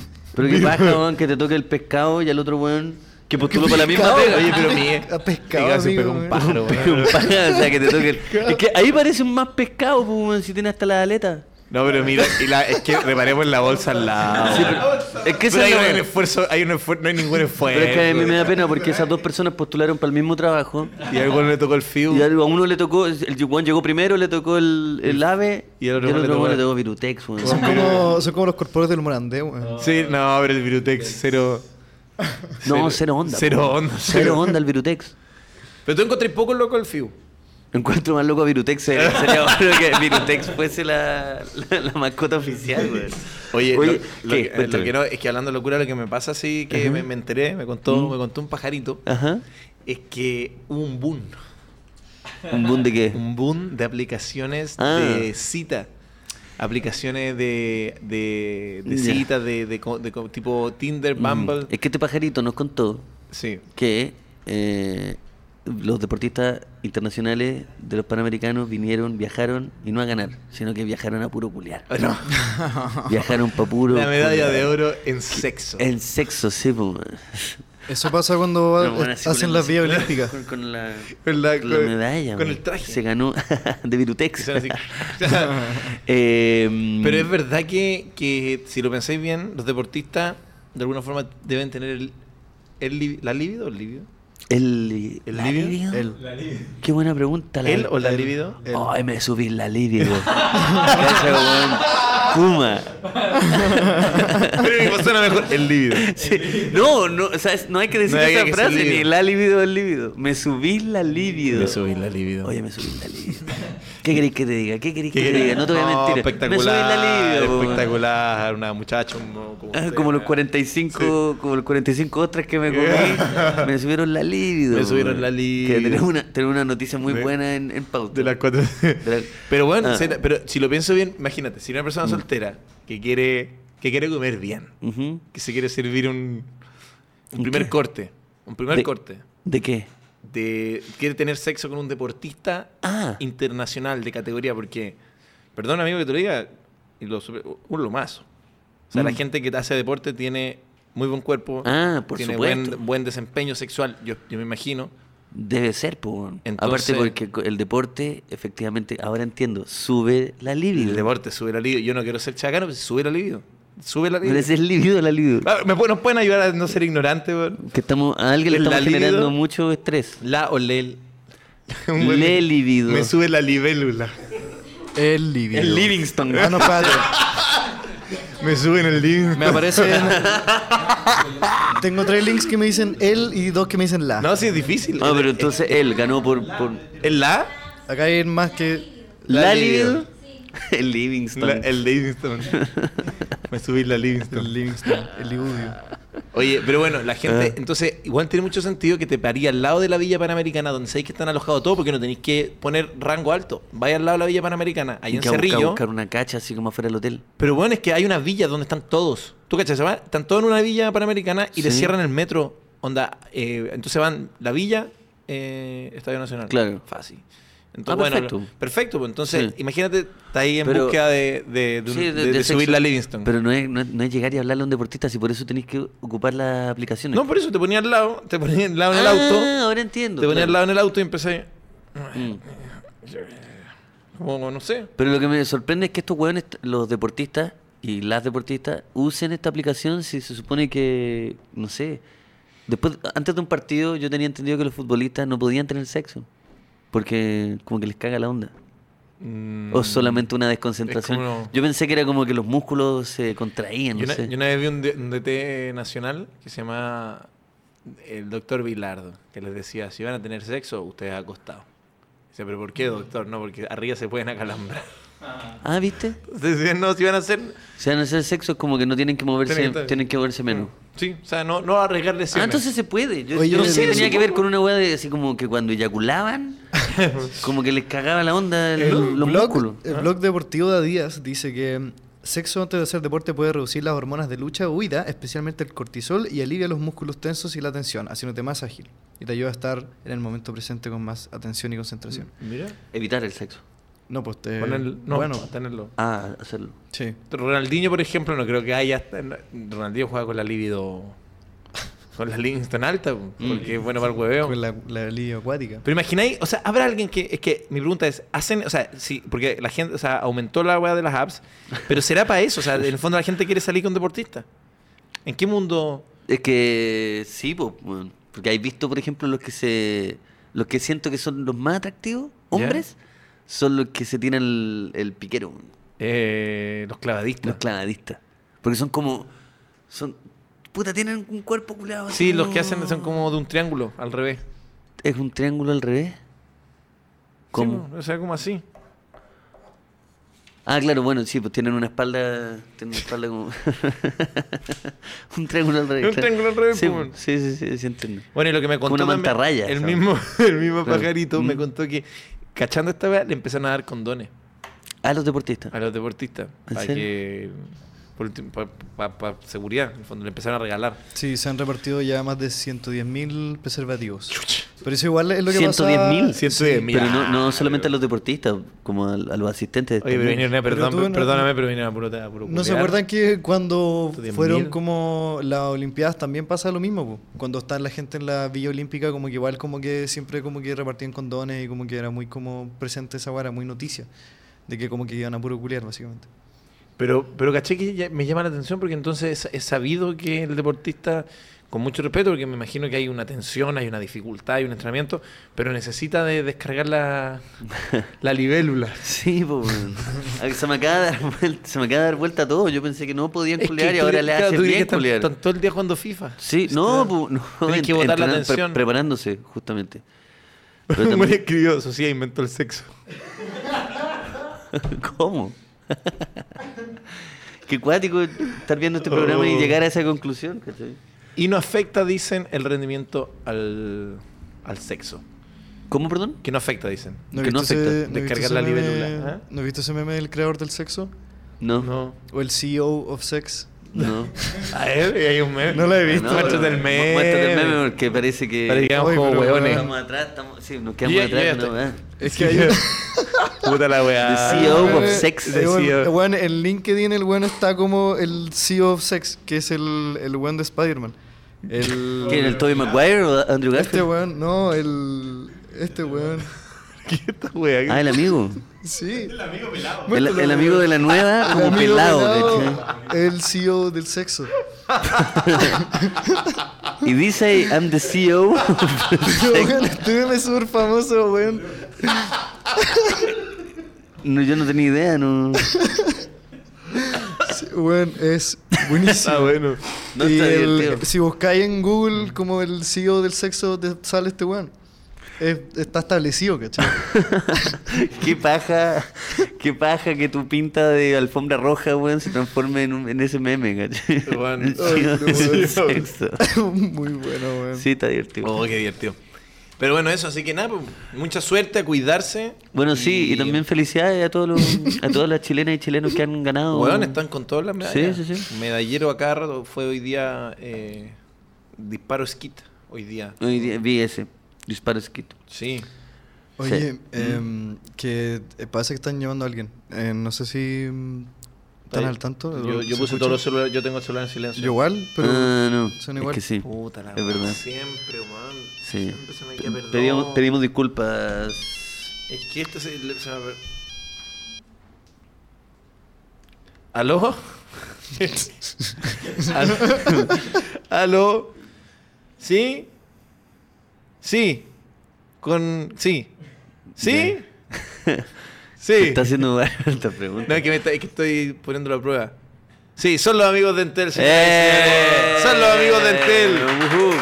Speaker 2: [laughs]
Speaker 3: Pero que baja, weón, que te toque el pescado y al otro weón que postuló para la misma
Speaker 4: pescado?
Speaker 3: pega.
Speaker 2: Oye, pero mi
Speaker 4: Ha pescado,
Speaker 2: Diga, se
Speaker 4: amigo,
Speaker 2: pegó un
Speaker 4: weón.
Speaker 2: pájaro,
Speaker 3: Pero [laughs]
Speaker 2: weón.
Speaker 3: un paja, o sea, que te toque el- Es que ahí parece un más pescado, pues, weón, si tiene hasta las aletas.
Speaker 2: No, pero mira, y la- es
Speaker 3: [laughs]
Speaker 2: que reparemos la bolsa al lado.
Speaker 3: Ah. Sí, pero- es que esa
Speaker 2: Pero
Speaker 3: es
Speaker 2: hay
Speaker 3: la
Speaker 2: un
Speaker 3: weá.
Speaker 2: esfuerzo, hay un esfuerzo, no hay ningún esfuerzo.
Speaker 3: Pero es que a mí me da pena
Speaker 2: [laughs]
Speaker 3: porque esas dos personas postularon para el mismo trabajo.
Speaker 2: Y a alguno le tocó el fiu.
Speaker 3: Y a a uno le tocó, el Yuan llegó primero, le tocó el, el ave.
Speaker 2: Y al otro
Speaker 3: y al
Speaker 2: le tocó-
Speaker 3: weón le tocó Virutex, weón.
Speaker 4: Son como, son como los corpóreos del Morandé, weón.
Speaker 2: Sí, no, pero el Virutex, cero.
Speaker 3: No, cero onda.
Speaker 2: Cero
Speaker 3: po.
Speaker 2: onda,
Speaker 3: Cero onda el Virutex.
Speaker 2: Pero tú encontré poco loco el fiu.
Speaker 3: Encuentro más loco a Virutex. eh,
Speaker 2: [laughs]
Speaker 3: Sería bueno que Virutex fuese la, la, la mascota oficial, güey.
Speaker 2: Oye,
Speaker 3: Oye,
Speaker 2: lo, lo
Speaker 3: ¿qué?
Speaker 2: que- eh, lo
Speaker 3: Cuéntame.
Speaker 2: que no, es que hablando de locura, lo que me pasa así, que
Speaker 3: Ajá.
Speaker 2: me, me enteré, me contó,
Speaker 3: Mm.
Speaker 2: me contó un pajarito,
Speaker 3: Ajá.
Speaker 2: es que hubo un boom,
Speaker 3: ¿Un boom de qué?
Speaker 2: un boom de aplicaciones
Speaker 3: Ah.
Speaker 2: de cita. Aplicaciones de, de, de
Speaker 3: Ya.
Speaker 2: cita, de, de co- de co- tipo Tinder, Bumble.
Speaker 3: Mm. Es que este pajarito nos contó
Speaker 2: Sí.
Speaker 3: que eh, los deportistas internacionales de los Panamericanos vinieron, viajaron y no a ganar, sino que viajaron a
Speaker 2: [laughs]
Speaker 3: puro culiar.
Speaker 2: Bueno,
Speaker 3: Viajaron para puro.
Speaker 2: Ah, la medalla
Speaker 3: culiar.
Speaker 2: de oro en sexo.
Speaker 3: En sexo, sí, pues, po,
Speaker 2: [laughs]
Speaker 3: man.
Speaker 4: Eso pasa cuando
Speaker 3: Pero bueno, así
Speaker 4: hacen
Speaker 3: con
Speaker 4: las
Speaker 3: el-
Speaker 4: vías olímpicas.
Speaker 3: Con, con
Speaker 2: [laughs]
Speaker 3: la,
Speaker 2: Con la-
Speaker 3: con la
Speaker 2: con-
Speaker 3: medalla.
Speaker 2: con
Speaker 3: man.
Speaker 2: el traje.
Speaker 3: Se ganó [laughs] de
Speaker 2: Que
Speaker 3: Virutex. [laughs]
Speaker 2: son así. [laughs]
Speaker 3: Eh,
Speaker 2: Pero es verdad que, que si lo pensáis bien, los deportistas de alguna forma deben tener el, el li- la libido o el libido.
Speaker 3: ¿El,
Speaker 2: ¿El
Speaker 3: la
Speaker 2: libido?
Speaker 3: libido?
Speaker 4: El-
Speaker 3: Qué buena pregunta. La
Speaker 2: ¿El o la
Speaker 4: el-
Speaker 2: libido?
Speaker 4: el-
Speaker 3: Ay, me subí la libido. Cacha, weón. Kuma.
Speaker 2: Pero suena mejor el libido.
Speaker 3: Sí. No, no, o sea, es- no hay que decir
Speaker 2: No hay
Speaker 3: esa
Speaker 2: que decir
Speaker 3: frase,
Speaker 2: libido.
Speaker 3: ni la libido el libido. Me subí la libido.
Speaker 2: la libido.
Speaker 3: Oye, me subí la libido. ¿Qué queréis que te diga? ¿Qué queréis que te
Speaker 2: querés?
Speaker 3: diga? No te voy a mentir.
Speaker 2: Espectacular,
Speaker 3: me subí la libido. po.
Speaker 2: espectacular, una muchacha un- como,
Speaker 3: Ah,
Speaker 2: usted,
Speaker 3: Como los
Speaker 2: ¿eh?
Speaker 3: 45, como los 45 otras que me
Speaker 2: Yeah. [laughs]
Speaker 3: comí, me subieron la libido.
Speaker 2: Me subieron
Speaker 3: po.
Speaker 2: la libido.
Speaker 3: Que tenemos una, tenemos una noticia muy
Speaker 2: De-
Speaker 3: buena en, en pauta.
Speaker 2: De las cuatro.
Speaker 3: la-
Speaker 2: Pero bueno,
Speaker 3: Ah. Mm.
Speaker 2: se- pero si lo pienso bien, imagínate, si una persona soltera que quiere, que quiere comer bien,
Speaker 3: Ujú.
Speaker 2: que se quiere servir un, un
Speaker 3: ¿Un
Speaker 2: primer
Speaker 3: qué?
Speaker 2: corte, un primer
Speaker 3: De-
Speaker 2: corte,
Speaker 3: ¿De qué?
Speaker 2: de quiere tener sexo con un deportista
Speaker 3: Ah.
Speaker 2: internacional de categoría, porque, perdón amigo que te lo diga, y lo super- un lomazo. O sea, la
Speaker 3: Mm.
Speaker 2: gente que hace deporte tiene muy buen cuerpo,
Speaker 3: Ah, por
Speaker 2: tiene
Speaker 3: supuesto.
Speaker 2: buen, buen desempeño sexual, yo, yo me imagino.
Speaker 3: Debe ser, pues. Aparte
Speaker 2: Entonces-
Speaker 3: porque co- el deporte, efectivamente, ahora entiendo, sube la libido.
Speaker 2: El deporte sube la libido. Yo no quiero ser chacano, pero sube la libido. Sube la
Speaker 3: Pero
Speaker 2: libido.
Speaker 3: ese es libido, la libido.
Speaker 2: Ah, ¿me pu- ¿Nos pueden ayudar a no ser ignorantes, weón?
Speaker 3: Que estamos, a alguien le
Speaker 2: La
Speaker 3: estamos
Speaker 2: libido-
Speaker 3: generando mucho estrés.
Speaker 2: La o lel. [laughs]
Speaker 3: Le libido.
Speaker 2: Me sube la libélula.
Speaker 4: El living.
Speaker 3: [laughs] El Livingston.
Speaker 4: Ah, no, espérate.
Speaker 2: [laughs] Me sube en el living.
Speaker 4: Me aparecen. Tengo tres links que me dicen el y dos que me dicen
Speaker 2: [laughs]
Speaker 4: la.
Speaker 2: No, sí, es difícil.
Speaker 3: Ah, pero entonces él ganó por... por-
Speaker 2: ¿El la?
Speaker 4: Acá hay más que.
Speaker 3: ¿La,
Speaker 2: La
Speaker 3: libido?
Speaker 2: libido.
Speaker 3: [laughs] El Livingston.
Speaker 2: La- el
Speaker 3: [laughs]
Speaker 2: Livingston. Me subí la Livingston.
Speaker 4: El Livingston, el Liudio.
Speaker 2: Oye, pero bueno, la gente,
Speaker 3: Ah.
Speaker 2: entonces, igual tiene mucho sentido que te parí al lado de la Villa Panamericana, donde sabéis que están alojados todos, porque no tenéis que poner rango alto. Vaya al lado de la Villa Panamericana, ahí
Speaker 3: Y
Speaker 2: en
Speaker 3: que a buscar-
Speaker 2: Cerrillo.
Speaker 3: buscar una cacha así como afuera del hotel.
Speaker 2: Pero bueno, es que hay unas villas donde están todos. ¿Tú cachas? Se van- Están todos en una villa panamericana y le
Speaker 3: Sí.
Speaker 2: cierran el metro. Onda, eh, entonces van la villa, eh, Estadio Nacional.
Speaker 3: Claro.
Speaker 2: Fácil.
Speaker 3: Ah,
Speaker 2: Entonces, bueno,
Speaker 3: perfecto.
Speaker 2: lo- perfecto. pues, Entonces,
Speaker 3: Sí.
Speaker 2: imagínate, está ahí en
Speaker 3: Pero-
Speaker 2: búsqueda de, de- de un-
Speaker 3: Sí,
Speaker 2: de-
Speaker 3: de-
Speaker 2: de
Speaker 3: de
Speaker 2: subir
Speaker 3: sexo.
Speaker 2: la Livingston.
Speaker 3: Pero no es, no, es, no es llegar y hablarle a un deportista, si por eso tenéis que ocupar las aplicaciones.
Speaker 2: no, por eso te ponía al lado, te ponía al lado en el
Speaker 3: Ah,
Speaker 2: auto.
Speaker 3: ahora entiendo.
Speaker 2: Te ponía al
Speaker 3: claro.
Speaker 2: lado en el auto y empecé,
Speaker 3: Mm.
Speaker 2: como, no sé.
Speaker 3: Pero lo que me sorprende es que estos hueones, los deportistas y las deportistas, usen esta aplicación si se supone que, no sé, después, antes de un partido yo tenía entendido que los futbolistas no podían tener sexo, porque como que les caga la onda.
Speaker 2: Mm.
Speaker 3: O solamente una desconcentración.
Speaker 2: Es como-
Speaker 3: Yo pensé que era como que los músculos se contraían,
Speaker 2: Yo
Speaker 3: no
Speaker 2: una,
Speaker 3: sé.
Speaker 2: yo una vez vi un, D- un DT nacional que se llama el doctor Vilardo, que les decía, si van a tener sexo, ustedes acostados. Dice, pero ¿por qué,
Speaker 3: Mm.
Speaker 2: doctor? No, porque arriba se pueden acalambrar. [laughs]
Speaker 3: Ah, ¿viste?
Speaker 2: Ustedes decían, no, si van a hacer...
Speaker 3: O sea, no hacer sexo es como que no tienen que moverse,
Speaker 2: Tienen que estar-
Speaker 3: tienen
Speaker 2: Mm.
Speaker 3: que, moverse menos.
Speaker 2: Sí, o sea, no, no arriesgar lesiones.
Speaker 3: Ah, entonces se puede. Yo,
Speaker 4: Oye,
Speaker 3: yo
Speaker 4: yo
Speaker 3: pensé que
Speaker 4: sí,
Speaker 3: tenía que ver
Speaker 4: supongo.
Speaker 3: con una weá de así como que cuando [laughs] eyaculaban, como que les cagaba la onda el-
Speaker 4: El
Speaker 3: los
Speaker 4: blog,
Speaker 3: músculos.
Speaker 4: el blog deportivo de Díaz dice que mm, sexo antes de hacer deporte puede reducir las hormonas de lucha o huida, especialmente el cortisol, y alivia los músculos tensos y la tensión, haciéndote más ágil. Y te ayuda a estar en el momento presente con más atención y concentración.
Speaker 2: Mira.
Speaker 3: Evitar el sexo.
Speaker 4: No, pues te...
Speaker 2: Poner- Mm. no,
Speaker 4: bueno,
Speaker 2: tenerlo.
Speaker 3: Ah, hacerlo.
Speaker 4: sí.
Speaker 2: Ronaldinho, por ejemplo, no creo que haya... Ronaldinho juega con la libido... Con la Livingston alta, porque es bueno para el hueveo.
Speaker 4: Con la, la liga acuática.
Speaker 2: Pero imagináis, o sea, habrá alguien que. Es que mi pregunta es: ¿hacen.? O sea, sí, porque la gente. O sea, aumentó la weá de las apps. Pero será para eso. O sea, en el fondo la gente quiere salir con deportistas. ¿En qué mundo.?
Speaker 3: Es que sí, po, weón. porque hay visto, por ejemplo, los que se los que siento que son los más atractivos,
Speaker 2: Ya.
Speaker 3: hombres, son los que se tiran el, el piquero, weón.
Speaker 2: eh, los clavadistas.
Speaker 3: los clavadistas. Porque son como son puta tienen un cuerpo culado. así
Speaker 2: sí, los
Speaker 3: como-
Speaker 2: que hacen son como de un triángulo, al revés.
Speaker 3: es un triángulo al revés. ¿Cómo?
Speaker 2: Sí, o sea, como así.
Speaker 3: Ah, claro, bueno, sí, pues tienen una espalda. Tienen una espalda como. [laughs] un triángulo al revés.
Speaker 2: Un
Speaker 3: claro.
Speaker 2: triángulo al revés,
Speaker 3: Sí,
Speaker 2: pues.
Speaker 3: sí, sí, sí, sí, entiendo.
Speaker 2: Bueno, y lo que me
Speaker 3: Como
Speaker 2: contó.
Speaker 3: una
Speaker 2: también-
Speaker 3: mantarraya,
Speaker 2: El
Speaker 3: ¿sabes?
Speaker 2: mismo, [laughs] el mismo
Speaker 3: Claro.
Speaker 2: pajarito me
Speaker 3: Mm.
Speaker 2: contó que, cachando esta weá, le empezaron a dar condones
Speaker 3: Ah, los deportistas.
Speaker 2: a los deportistas.
Speaker 3: ¿En
Speaker 2: Para
Speaker 3: serio?
Speaker 2: que. Por último, pa- pa- pa- seguridad, en el fondo, le empezaron a regalar.
Speaker 4: Sí, se han repartido ya más de 110.000 preservativos. Pero eso igual es lo que pasa...
Speaker 3: 110.000.
Speaker 4: Sí,
Speaker 2: 110.000.
Speaker 3: Pero no, no
Speaker 2: Ah,
Speaker 3: solamente a
Speaker 2: pero-
Speaker 3: los deportistas, como a, a los
Speaker 2: Oye,
Speaker 3: asistentes.
Speaker 2: pero
Speaker 3: también.
Speaker 2: vinieron a-
Speaker 4: Pero
Speaker 2: perdón,
Speaker 4: tú no-
Speaker 2: perdóname, pero vinieron a puro, a puro
Speaker 4: ¿No se
Speaker 2: culear.
Speaker 4: acuerdan que cuando
Speaker 2: 110.000?
Speaker 4: fueron como las Olimpiadas también pasa lo mismo? po? Cuando está la gente en la Villa Olímpica, como que igual como que siempre como que repartían condones y como que era muy como presente esa vara, muy noticia. De que como que iban a puro culiar, básicamente.
Speaker 2: Pero, pero caché que ya- me llama la atención porque entonces es, es sabido que el deportista, con mucho respeto, porque me imagino que hay una tensión, hay una dificultad, hay un entrenamiento, pero necesita de descargar la,
Speaker 3: [laughs]
Speaker 2: la libélula.
Speaker 3: Sí,
Speaker 2: [laughs]
Speaker 3: pues. weón. Ah, se, me acaba de dar vuelta, se me acaba de dar vuelta todo. Yo pensé que no podían
Speaker 2: Es que
Speaker 3: culear y
Speaker 2: tú-
Speaker 3: ahora le
Speaker 2: claro,
Speaker 3: hacen
Speaker 2: tú dices que
Speaker 3: bien
Speaker 2: están-
Speaker 3: culear.
Speaker 2: Están todo el día jugando FIFA.
Speaker 3: Sí, no,
Speaker 2: [laughs]
Speaker 3: pues. No,
Speaker 2: Tienes
Speaker 3: [laughs]
Speaker 2: que
Speaker 3: ent-
Speaker 2: botar la
Speaker 3: entrenando, pre-
Speaker 2: tensión.
Speaker 3: preparándose,
Speaker 2: [laughs]
Speaker 3: justamente. Pero
Speaker 2: Un
Speaker 3: también-
Speaker 2: escribió, Sociedad inventó el sexo.
Speaker 3: [laughs] ¿Cómo? Qué cuático estar viendo este programa y
Speaker 2: Oh.
Speaker 3: llegar a esa conclusión. ¿cachai?
Speaker 2: Y no afecta, dicen, el rendimiento al, al sexo.
Speaker 3: ¿Cómo, perdón?
Speaker 2: Que no afecta, dicen.
Speaker 4: ¿No
Speaker 3: Que no
Speaker 4: viste ese-
Speaker 3: afecta.
Speaker 4: no viste
Speaker 2: Descargar
Speaker 4: ese
Speaker 2: la
Speaker 4: meme-
Speaker 3: ¿Ah?
Speaker 2: libélula, ¿eh?
Speaker 4: ¿No viste ese meme del creador del sexo?
Speaker 3: No.
Speaker 2: [laughs]
Speaker 3: No.
Speaker 2: No.
Speaker 4: ¿O el CEO of Sex?
Speaker 3: no.
Speaker 2: A ver, hay un meme.
Speaker 4: No lo he visto.
Speaker 3: No,
Speaker 2: Muéstrate
Speaker 3: pero-
Speaker 2: el
Speaker 3: mu-
Speaker 2: meme.
Speaker 3: Muéstrate el meme porque parece que.
Speaker 2: Parece que vamos
Speaker 4: Oye,
Speaker 2: como
Speaker 4: pero,
Speaker 2: hueones.
Speaker 4: weón.
Speaker 3: Estamos atrás, estamos, sí, nos quedamos
Speaker 2: Yo- yo
Speaker 3: atrás.
Speaker 2: ya
Speaker 3: no,
Speaker 2: estoy-
Speaker 3: ¿verdad?
Speaker 4: Es
Speaker 2: Sí. [laughs]
Speaker 4: que hay
Speaker 3: [laughs]
Speaker 4: un-
Speaker 2: Puta la weá.
Speaker 3: The CEO E of Sex. E
Speaker 4: Eh, weón,
Speaker 2: CEO.
Speaker 4: weón, en LinkedIn el weón está como el CEO of Sex, que es el, el weón de Spider-Man. El,
Speaker 3: Ah. ¿Quién? ¿El Tobey Maguire o Andrew
Speaker 4: Este
Speaker 3: Garfield?
Speaker 4: weón, no, el... Este weón.
Speaker 2: [laughs] ¿Qué esta weá?
Speaker 3: ah, el amigo.
Speaker 4: Sí.
Speaker 3: [laughs] El, el amigo de la
Speaker 4: [laughs]
Speaker 3: nueva, como
Speaker 4: amigo
Speaker 3: pelado. ¿cachai?
Speaker 4: pelado, El CEO
Speaker 3: [laughs]
Speaker 4: del sexo. [laughs]
Speaker 3: Y dice, ahí, I'm the E CEO.
Speaker 4: Weón, este meme es súper famoso, weón.
Speaker 3: [laughs] no, yo no tenía idea, no.
Speaker 4: Sí, Weón, es buenísimo.
Speaker 2: Está bueno.
Speaker 3: Ah, No
Speaker 4: Y
Speaker 3: está
Speaker 4: el-
Speaker 3: divertido.
Speaker 4: si buscáis en Google como el CEO del sexo, te sale este weón. Es- está establecido, ¿cachai? [laughs]
Speaker 3: [laughs] qué paja, qué paja que tu pinta de alfombra roja, weón, se transforme en, un- en ese meme, ¿cachai? [laughs]
Speaker 2: Weón.
Speaker 3: El CEO
Speaker 4: Ay,
Speaker 3: del
Speaker 2: weón.
Speaker 3: sexo.
Speaker 4: Muy bueno, weón.
Speaker 3: Sí, está divertido.
Speaker 2: Oh, qué divertido. Pero bueno, eso, así que nada, pues, mucha suerte, a cuidarse.
Speaker 3: Bueno, sí, y también felicidades a todos los, a todas las chilenas y chilenos que han ganado.
Speaker 2: Weón, están con todas las medallas.
Speaker 3: Sí, sí, sí.
Speaker 2: Medallero acá rato fue hoy día eh, disparo skit. Hoy día.
Speaker 3: Hoy día vi ese disparo esquito.
Speaker 2: Sí.
Speaker 4: Oye,
Speaker 3: Sí.
Speaker 4: em, que eh, parece que están llevando a alguien. Eh, no sé si mm, están
Speaker 2: Ahí.
Speaker 4: al tanto.
Speaker 2: Yo,
Speaker 4: ¿Se
Speaker 2: yo puse
Speaker 4: escucha?
Speaker 2: todos los celulares, yo tengo el celular en silencio.
Speaker 4: Yo igual, pero
Speaker 3: ah, no,
Speaker 4: son
Speaker 3: es
Speaker 4: igual.
Speaker 3: que sí.
Speaker 2: Puta la
Speaker 3: Es
Speaker 2: weá,
Speaker 3: verdad.
Speaker 2: Siempre, weón.
Speaker 3: Sí.
Speaker 2: Siempre se me queda perdón.
Speaker 3: Pedimos, pedimos disculpas.
Speaker 2: Es que este se, le- se me per- ¿Aló? [laughs] ¿Aló? ¿Aló? ¿Sí? Sí. Con... Sí. ¿Sí?
Speaker 3: Te
Speaker 2: [laughs] Sí.
Speaker 3: Está haciendo [laughs] esta pregunta.
Speaker 2: No, es que, me está- es que estoy poniendo la prueba. Sí, son los amigos de Entel, señoras y
Speaker 3: ¡Eh!
Speaker 2: señores. Son los amigos de Entel.
Speaker 3: Ujú.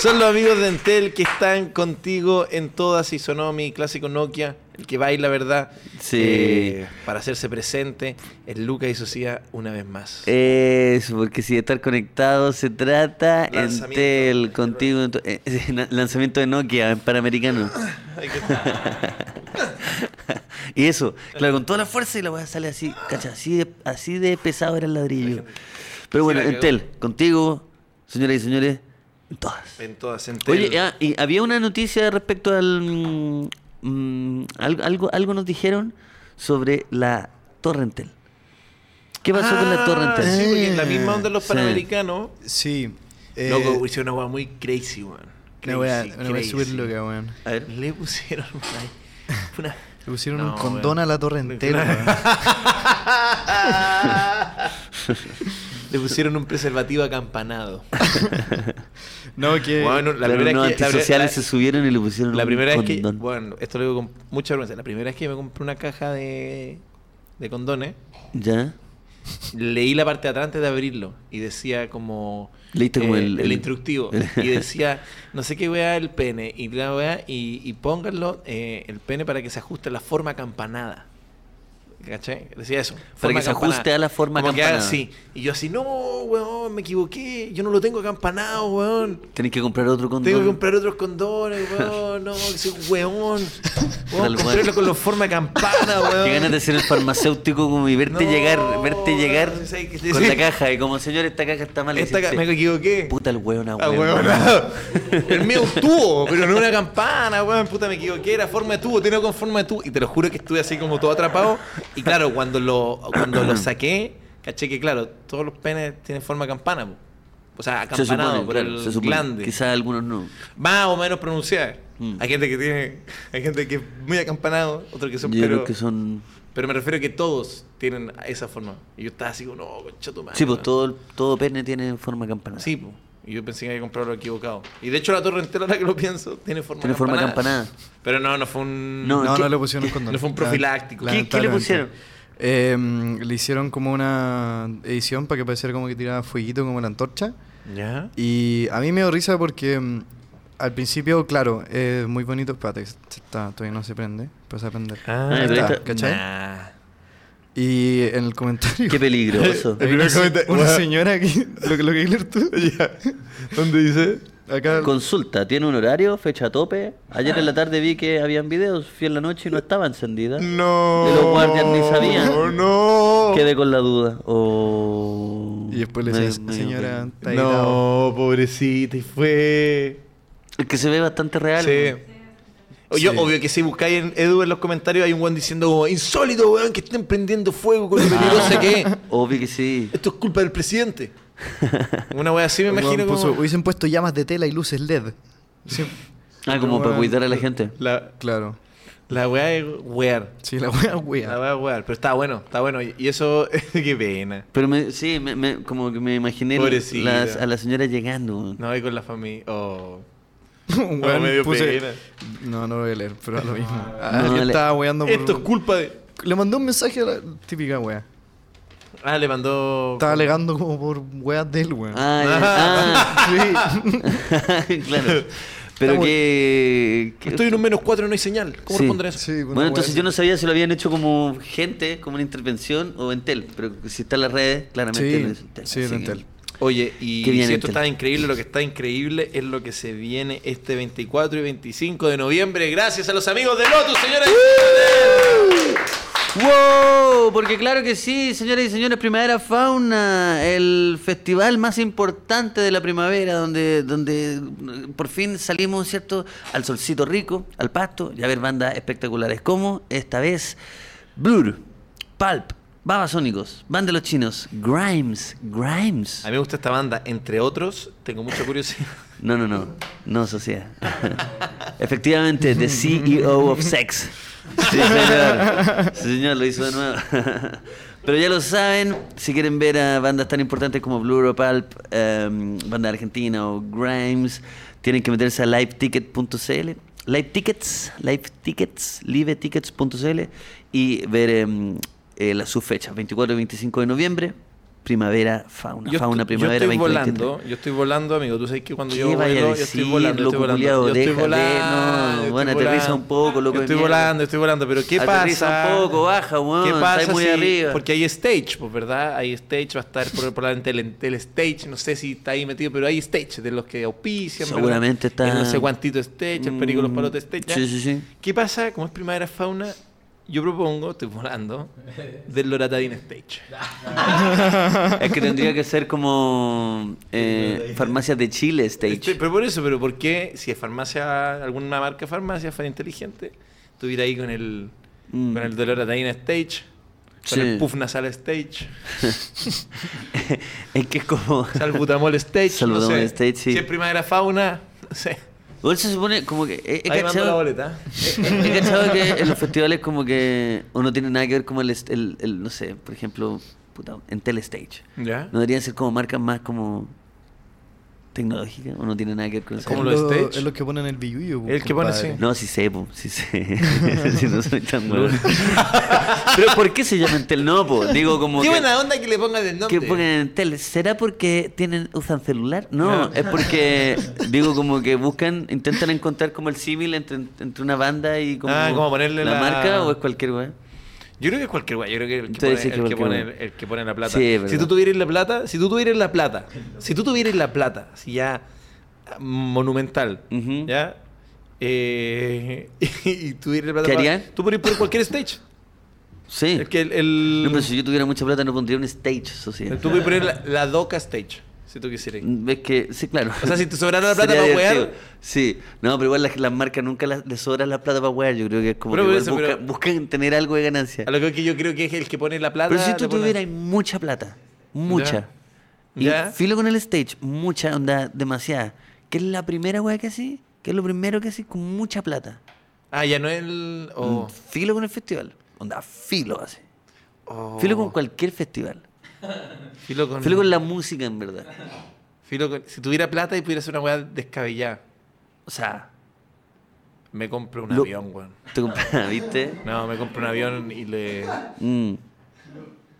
Speaker 2: Son los amigos de Entel que están contigo en todas Isonomi, clásico Nokia, el que baila, ¿verdad? Eh,
Speaker 3: Sí.
Speaker 2: para hacerse presente, el Luca y Socia una vez más.
Speaker 3: Eh. Eso, porque si de estar conectado se trata,
Speaker 2: Lanzamiento.
Speaker 3: Entel, contigo, en tu- eh, [laughs] eh, lanzamiento de Nokia en Panamericano.
Speaker 2: Ay, qué-
Speaker 3: y eso, claro, con toda la fuerza y la weá sale así, cacha, así de, así de pesado era el ladrillo. Pero bueno,
Speaker 2: Sí, la cagó.
Speaker 3: Entel, contigo, señoras y señores, en todas.
Speaker 2: en todas Entel.
Speaker 3: Oye, ah, y había una noticia respecto al... mm, mm, algo, algo, algo nos dijeron sobre la Torre Entel. ¿Qué pasó con la Torre
Speaker 2: Ah,
Speaker 3: Entel?
Speaker 2: Sí, porque en la misma onda de los
Speaker 3: Sí.
Speaker 2: panamericanos.
Speaker 4: Sí. eh,
Speaker 2: Loco, hicieron una weá muy crazy, weón.
Speaker 4: una wea-
Speaker 2: Crazy,
Speaker 4: una wea
Speaker 2: crazy.
Speaker 4: súper loca, weón.
Speaker 3: A ver.
Speaker 2: Le pusieron una. una-
Speaker 4: Le pusieron
Speaker 2: No,
Speaker 4: un condón
Speaker 2: weón.
Speaker 4: a la torre entera,
Speaker 2: [laughs] Le pusieron un preservativo acampanado.
Speaker 4: weón. No, que.
Speaker 2: Bueno,
Speaker 3: La primera
Speaker 2: vez que- la-
Speaker 3: antisociales
Speaker 2: la-
Speaker 3: se subieron y le pusieron
Speaker 2: La
Speaker 3: un
Speaker 2: primera vez que.
Speaker 3: condón.
Speaker 2: Bueno, esto lo digo con mucha vergüenza. La primera vez que me compré una caja de, de condones,
Speaker 3: ¿Ya?
Speaker 2: leí la parte de atrás antes de abrirlo y decía como... eh,
Speaker 3: Leíste como el- el-
Speaker 2: instructivo. Y decía, no sé qué weá el pene. Y la weá, y, y pónganlo eh, el pene para que se ajuste a la forma acampanada. ¿Cachai? Decía eso. forma
Speaker 3: que se ajuste a la forma
Speaker 2: Como que haga
Speaker 3: acampanada.
Speaker 2: así. Y yo así, no, weón, me equivoqué. Yo no lo tengo acampanado, weón.
Speaker 3: Tenés que comprar otro condón.
Speaker 2: Tengo que comprar otros condones, weón. No, que soy un
Speaker 3: [laughs]
Speaker 2: weón.
Speaker 3: Tal
Speaker 2: Weón, comprarlo
Speaker 3: cual.
Speaker 2: con la forma de campana, weón.
Speaker 3: [laughs] Qué ganas de ser el farmacéutico como y
Speaker 2: [laughs]
Speaker 3: verte
Speaker 2: No,
Speaker 3: llegar, verte llegar
Speaker 2: sí, sí, sí.
Speaker 3: con la caja y como señor esta caja está mal.
Speaker 2: Esta ca-
Speaker 3: hiciste".
Speaker 2: me equivoqué.
Speaker 3: Puta el weón,
Speaker 2: Ah, weón, nada.
Speaker 3: [laughs]
Speaker 2: El mío es un tubo, pero no una campana, weón. Puta, me equivoqué. Era forma de tubo, tenía con forma de tubo. Y te lo juro que estuve así como todo atrapado. Y claro, cuando lo, cuando
Speaker 3: [clears throat]
Speaker 2: lo saqué, caché que, claro, todos los penes tienen forma de campana. po. O sea, [laughs]
Speaker 3: Se
Speaker 2: acampanado
Speaker 3: supone,
Speaker 2: por
Speaker 3: claro,
Speaker 2: el
Speaker 3: se supone.
Speaker 2: glande.
Speaker 3: Quizás algunos no.
Speaker 2: Más o menos pronunciada.
Speaker 3: Mm.
Speaker 2: Hay gente que tiene. Hay gente que es muy acampanado, otro que son.
Speaker 3: Yo
Speaker 2: Pero,
Speaker 3: creo que son.
Speaker 2: pero me refiero a que todos tienen esa forma. Y yo estaba así como, no, concha tu madre,
Speaker 3: Sí, pues
Speaker 2: weón".
Speaker 3: todo, todo pene tiene forma campanada.
Speaker 2: Sí, po. Y yo pensé que había comprado lo equivocado. Y de hecho la torre entera, ahora que lo pienso, tiene forma
Speaker 3: Tiene forma
Speaker 2: campanada.
Speaker 3: campanada.
Speaker 2: Pero no, no fue un...
Speaker 3: No,
Speaker 4: No, no,
Speaker 3: ¿qué-
Speaker 4: le pusieron
Speaker 2: [laughs]
Speaker 4: condón.
Speaker 2: no fue un profiláctico.
Speaker 4: La-
Speaker 3: ¿Qué- qué le pusieron?
Speaker 4: lamentablemente. Eh, mm, le hicieron como una edición para que pareciera como que tiraba fueguito como la antorcha.
Speaker 2: ¿Ya?
Speaker 4: Y a mí me dio risa porque mm, al principio, claro, es muy bonito. Espérate, se está, todavía no se prende, pero se va a prender.
Speaker 3: Ah,
Speaker 4: Ahí
Speaker 3: pero
Speaker 4: está,
Speaker 3: ahí está.
Speaker 4: ¿cachai?
Speaker 2: Nah.
Speaker 4: Y en el comentario.
Speaker 3: [laughs]
Speaker 2: [laughs]
Speaker 3: Qué
Speaker 4: [laughs]
Speaker 3: peligroso.
Speaker 4: Hay una, una señora aquí, lo, que- lo que leer
Speaker 2: [laughs]
Speaker 4: tú.
Speaker 2: ¿Dónde dice?
Speaker 4: Acá.
Speaker 3: Consulta, ¿tiene un horario, fecha tope? Ayer en la tarde vi que habían videos, fui en la noche y no estaba encendida.
Speaker 4: No.
Speaker 3: De los guardias ni sabían.
Speaker 4: No.
Speaker 3: Quedé con la duda. Oh.
Speaker 4: Y después le
Speaker 3: Me-
Speaker 4: decía,
Speaker 3: me-
Speaker 4: señora, está editado".
Speaker 2: No, pobrecita, y fue...
Speaker 3: Es que se ve bastante real.
Speaker 2: Sí. O yo,
Speaker 4: Sí.
Speaker 2: obvio que si buscáis en Edu en los comentarios hay un weón diciendo como, insólito, weón, que estén prendiendo fuego
Speaker 3: [laughs]
Speaker 2: con lo
Speaker 4: Ah.
Speaker 2: peligrosa que es.
Speaker 3: Obvio que
Speaker 4: [laughs]
Speaker 3: sí.
Speaker 2: Esto es culpa del presidente. Una wea así me
Speaker 4: El
Speaker 2: imagino
Speaker 4: weón puso,
Speaker 2: como...
Speaker 4: Hubiesen puesto llamas de tela y luces LED. Sí.
Speaker 3: Ah, como para cuidar a la gente.
Speaker 2: La,
Speaker 4: Claro.
Speaker 2: la wea es wear.
Speaker 4: Sí, la wea,
Speaker 2: La
Speaker 4: wea.
Speaker 2: voy a jugar, pero está bueno, está bueno. Y y eso, [laughs] qué pena.
Speaker 3: Pero me- sí, me- me- como que me imaginé
Speaker 2: Pobrecita.
Speaker 3: las- a la señora llegando.
Speaker 2: No, y con la familia. Oh.
Speaker 4: Un weón
Speaker 2: me dio
Speaker 4: puse-
Speaker 2: pena.
Speaker 4: No, no lo voy a leer, pero es lo mismo.
Speaker 3: No,
Speaker 4: Alguien
Speaker 3: le-
Speaker 4: estaba weando por...
Speaker 2: Esto es culpa de.
Speaker 4: Le mandó un mensaje a la típica wea.
Speaker 2: Ah, le mandó.
Speaker 4: Estaba alegando como por weas del weón.
Speaker 3: Ah, ya.
Speaker 4: Sí. [laughs]
Speaker 3: Ah, [laughs] claro. Pero
Speaker 4: Estamos-
Speaker 3: que, que-
Speaker 2: Estoy en un menos 4 no hay señal. ¿Cómo
Speaker 3: Sí.
Speaker 2: responder eso?
Speaker 4: Sí, una
Speaker 3: Bueno,
Speaker 4: wea
Speaker 3: entonces
Speaker 4: así.
Speaker 3: yo no sabía si lo habían hecho como gente, como una intervención o Entel. Pero si está en las redes, claramente no es
Speaker 4: Sí,
Speaker 3: Entel.
Speaker 4: sí,
Speaker 3: así
Speaker 4: en
Speaker 3: que-
Speaker 4: Entel.
Speaker 2: Oye, y
Speaker 3: Qué bien,
Speaker 2: si esto
Speaker 3: Intel.
Speaker 2: está increíble, lo que está increíble es lo que se viene este 24 y 25 de noviembre. Gracias a los amigos de Lotus, señores.
Speaker 3: ¡Wow! Porque claro que sí, señoras y señores, Primavera Fauna, el festival más importante de la primavera, donde, donde eh, por fin salimos, ¿cierto?, al solcito rico, al pasto, y a ver bandas espectaculares como esta vez Blur, Pulp, Babasónicos, Banda de los Chinos, Grimes, Grimes.
Speaker 2: A mí me gusta esta banda, entre otros, tengo mucha curiosidad.
Speaker 3: No, no, no, no, socia. Efectivamente, The CEO of Sex. Sí, señor. Sí, señor, lo hizo de nuevo. Pero ya lo saben, si quieren ver a bandas tan importantes como Blue o Pulp, em, Banda Argentina o Grimes, tienen que meterse a liveticket.cl. Live Tickets, Live Tickets, livetickets.cl y ver em, eh, la- sus fechas, 24 y 25 de noviembre, primavera, fauna,
Speaker 2: Yo
Speaker 3: fauna,
Speaker 2: estu-
Speaker 3: primavera,
Speaker 2: yo estoy
Speaker 3: 2023.
Speaker 2: volando, yo estoy volando, amigo. Tú sabes que cuando
Speaker 3: ¿Qué
Speaker 2: yo
Speaker 3: vaya a
Speaker 2: vuelo, yo
Speaker 3: decir,
Speaker 2: estoy volando, yo
Speaker 3: loco
Speaker 2: estoy volando.
Speaker 3: culiao?
Speaker 2: yo estoy
Speaker 3: Déjale,
Speaker 2: volando,
Speaker 3: no,
Speaker 2: yo
Speaker 3: bueno,
Speaker 2: estoy
Speaker 3: aterriza
Speaker 2: volando.
Speaker 3: un poco, loco
Speaker 2: Yo
Speaker 3: de
Speaker 2: estoy
Speaker 3: mierda.
Speaker 2: volando, estoy volando, pero ¿qué
Speaker 3: Aterriza
Speaker 2: pasa?
Speaker 3: un poco, baja, weón,
Speaker 2: ¿Qué
Speaker 3: estás
Speaker 2: pasa
Speaker 3: muy
Speaker 2: si-
Speaker 3: arriba.
Speaker 2: Porque hay stage, pues, ¿verdad? Hay stage, va a estar por- probablemente el, el stage, no sé si está ahí metido, pero hay stage de los que auspician. ¿verdad?
Speaker 3: Seguramente está-
Speaker 2: El no sé cuántito stage, el perico los palotes stage. ¿ya?
Speaker 3: Sí,
Speaker 2: [laughs]
Speaker 3: sí, sí.
Speaker 2: ¿Qué pasa? Como es primavera fauna, yo propongo, estoy volando, del Loratadine stage.
Speaker 3: Es que tendría que ser como eh, farmacias de Chile
Speaker 2: Este,
Speaker 3: stage.
Speaker 2: pero por eso, pero ¿por qué si es farmacia, alguna marca de farmacia fuera inteligente, estuviera ahí con el,
Speaker 3: Mm.
Speaker 2: con el dolor ataína stage,
Speaker 3: Sí.
Speaker 2: con el puff nasal stage,
Speaker 3: [laughs] es que
Speaker 2: [laughs]
Speaker 3: es como.
Speaker 2: salbutamol stage,
Speaker 3: Salbutamol
Speaker 2: no sé.
Speaker 3: stage, sí.
Speaker 2: Si es primavera fauna, no sé.
Speaker 3: Igual se supone como que. He, he
Speaker 2: ahí mando la
Speaker 3: cachado, [laughs]
Speaker 2: boleta.
Speaker 3: he cachado que en los festivales como que. O no tiene nada que ver como el. est- el- el, no sé, por ejemplo, puta, en telestage.
Speaker 2: ¿Ya?
Speaker 3: No deberían ser como marcas más como. tecnológica o no tiene nada que ver con
Speaker 2: Es
Speaker 3: eso?
Speaker 2: como
Speaker 4: Es
Speaker 2: los
Speaker 4: lo-
Speaker 2: stage.
Speaker 4: Es lo que ponen el pues, billuyo.
Speaker 2: El que pone, sí.
Speaker 3: No, sí sé, po, sí sé.
Speaker 2: [laughs]
Speaker 3: [laughs] si no soy tan bueno. Pero ¿por qué se llaman Entel? No, po. Digo como
Speaker 2: Qué
Speaker 3: que,
Speaker 2: buena onda que le pongan el nombre.
Speaker 3: que pongan Entel. ¿Será porque tienen usan celular?
Speaker 2: Claro.
Speaker 3: No, es porque digo como que buscan, intentan encontrar como el símil entre, entre una banda y como,
Speaker 2: Ah, como ponerle la-
Speaker 3: marca o es cualquier weá.
Speaker 2: Yo creo que es cualquier güey. Yo creo que el que,
Speaker 3: Entonces,
Speaker 2: pone,
Speaker 3: sí, que
Speaker 2: el que
Speaker 3: cualquier
Speaker 2: pone-
Speaker 3: güey.
Speaker 2: el que pone la plata.
Speaker 3: Sí, es
Speaker 2: si
Speaker 3: verdad.
Speaker 2: tú tuvieras la plata, si tú tuvieras la plata, si tú tuvieras la plata, así ya monumental,
Speaker 3: Ujú.
Speaker 2: ¿ya? Eh, [laughs] y, tuvieras la plata.
Speaker 3: ¿Qué
Speaker 2: para-
Speaker 3: harían?
Speaker 2: Tú podrías poner cualquier stage.
Speaker 3: Sí.
Speaker 2: El que el, el-
Speaker 3: No, pero si yo tuviera mucha plata no pondría un stage, social.
Speaker 2: Tú podrías poner la, la Doca Stage, si tú quisieras.
Speaker 3: Ves que, sí, claro.
Speaker 2: O sea, si te sobrara la plata
Speaker 3: Sería
Speaker 2: para wear.
Speaker 3: divertido. Sí, no, pero igual las, las marcas nunca las- les sobra la plata para wear. Yo creo que es como
Speaker 2: Pero
Speaker 3: que
Speaker 2: por
Speaker 3: igual
Speaker 2: eso, pero-
Speaker 3: busca- buscan tener algo de ganancia.
Speaker 2: A lo que yo creo que es el que pone la plata.
Speaker 3: Pero si tú
Speaker 2: te pone-
Speaker 3: tuvieras mucha plata, mucha, y
Speaker 2: Ya.
Speaker 3: filo con el stage, mucha onda, demasiada, que es la primera weá que así, que es lo primero que así con mucha plata.
Speaker 2: Ah, ya no es el. oh,
Speaker 3: Filo con el festival, onda, filo así.
Speaker 2: oh.
Speaker 3: Filo con cualquier festival.
Speaker 2: Filo con.
Speaker 3: Filo con la música, en verdad.
Speaker 2: filo con- Si tuviera plata y pudiera hacer una weá descabellada,
Speaker 3: O sea,
Speaker 2: me compro un
Speaker 3: Lo-
Speaker 2: avión, weón.
Speaker 3: te compras, [laughs] ¿viste?
Speaker 2: No, me compro un avión y le.
Speaker 3: Mm.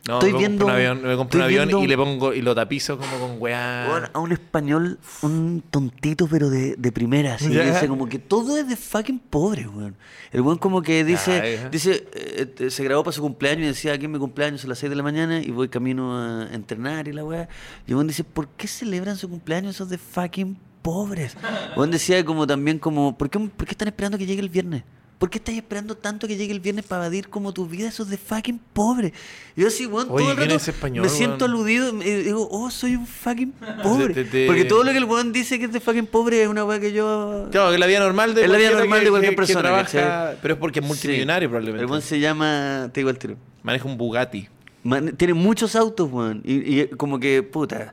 Speaker 2: No,
Speaker 3: Estoy
Speaker 2: me compro
Speaker 3: viendo-
Speaker 2: un avión, me compro un
Speaker 3: estoy
Speaker 2: avión
Speaker 3: viendo-
Speaker 2: y le pongo y lo tapizo como con weá.
Speaker 3: Weón, a un español, un tontito, pero de, de primera. Así
Speaker 2: Ya.
Speaker 3: dice como que todo es de fucking pobre, weón. El weón como que dice,
Speaker 2: ya.
Speaker 3: dice eh, eh, se grabó para su cumpleaños y decía, aquí es mi cumpleaños a las 6 de la mañana y voy camino a entrenar y la weá. Y el weón dice, ¿por qué celebran su cumpleaños esos de fucking pobres? El weón decía como también como, ¿por qué, por qué están esperando que llegue el viernes? ¿Por qué estás esperando tanto que llegue el viernes para evadir como tu vida esos de fucking pobres? Y Yo así, weón,
Speaker 2: Oye,
Speaker 3: todo el
Speaker 2: ¿quién
Speaker 3: rato
Speaker 2: es español,
Speaker 3: me siento
Speaker 2: weón?
Speaker 3: aludido y digo, oh, soy
Speaker 2: [laughs]
Speaker 3: un fucking pobre.
Speaker 2: Te- te-
Speaker 3: Porque todo lo que el weón dice que es de fucking pobre es una weá que yo.
Speaker 2: Claro, que la vida normal de
Speaker 3: Es la vida
Speaker 2: cualquiera
Speaker 3: normal
Speaker 2: que-
Speaker 3: de cualquier
Speaker 2: que- que
Speaker 3: persona,
Speaker 2: trabaja-
Speaker 3: ¿cachai?
Speaker 2: pero es porque es multimillonario
Speaker 3: Sí.
Speaker 2: probablemente.
Speaker 3: El weón se llama. Te digo el tiro.
Speaker 2: Maneja un Bugatti.
Speaker 3: Man- tiene muchos autos, weón. Y, y como que, puta,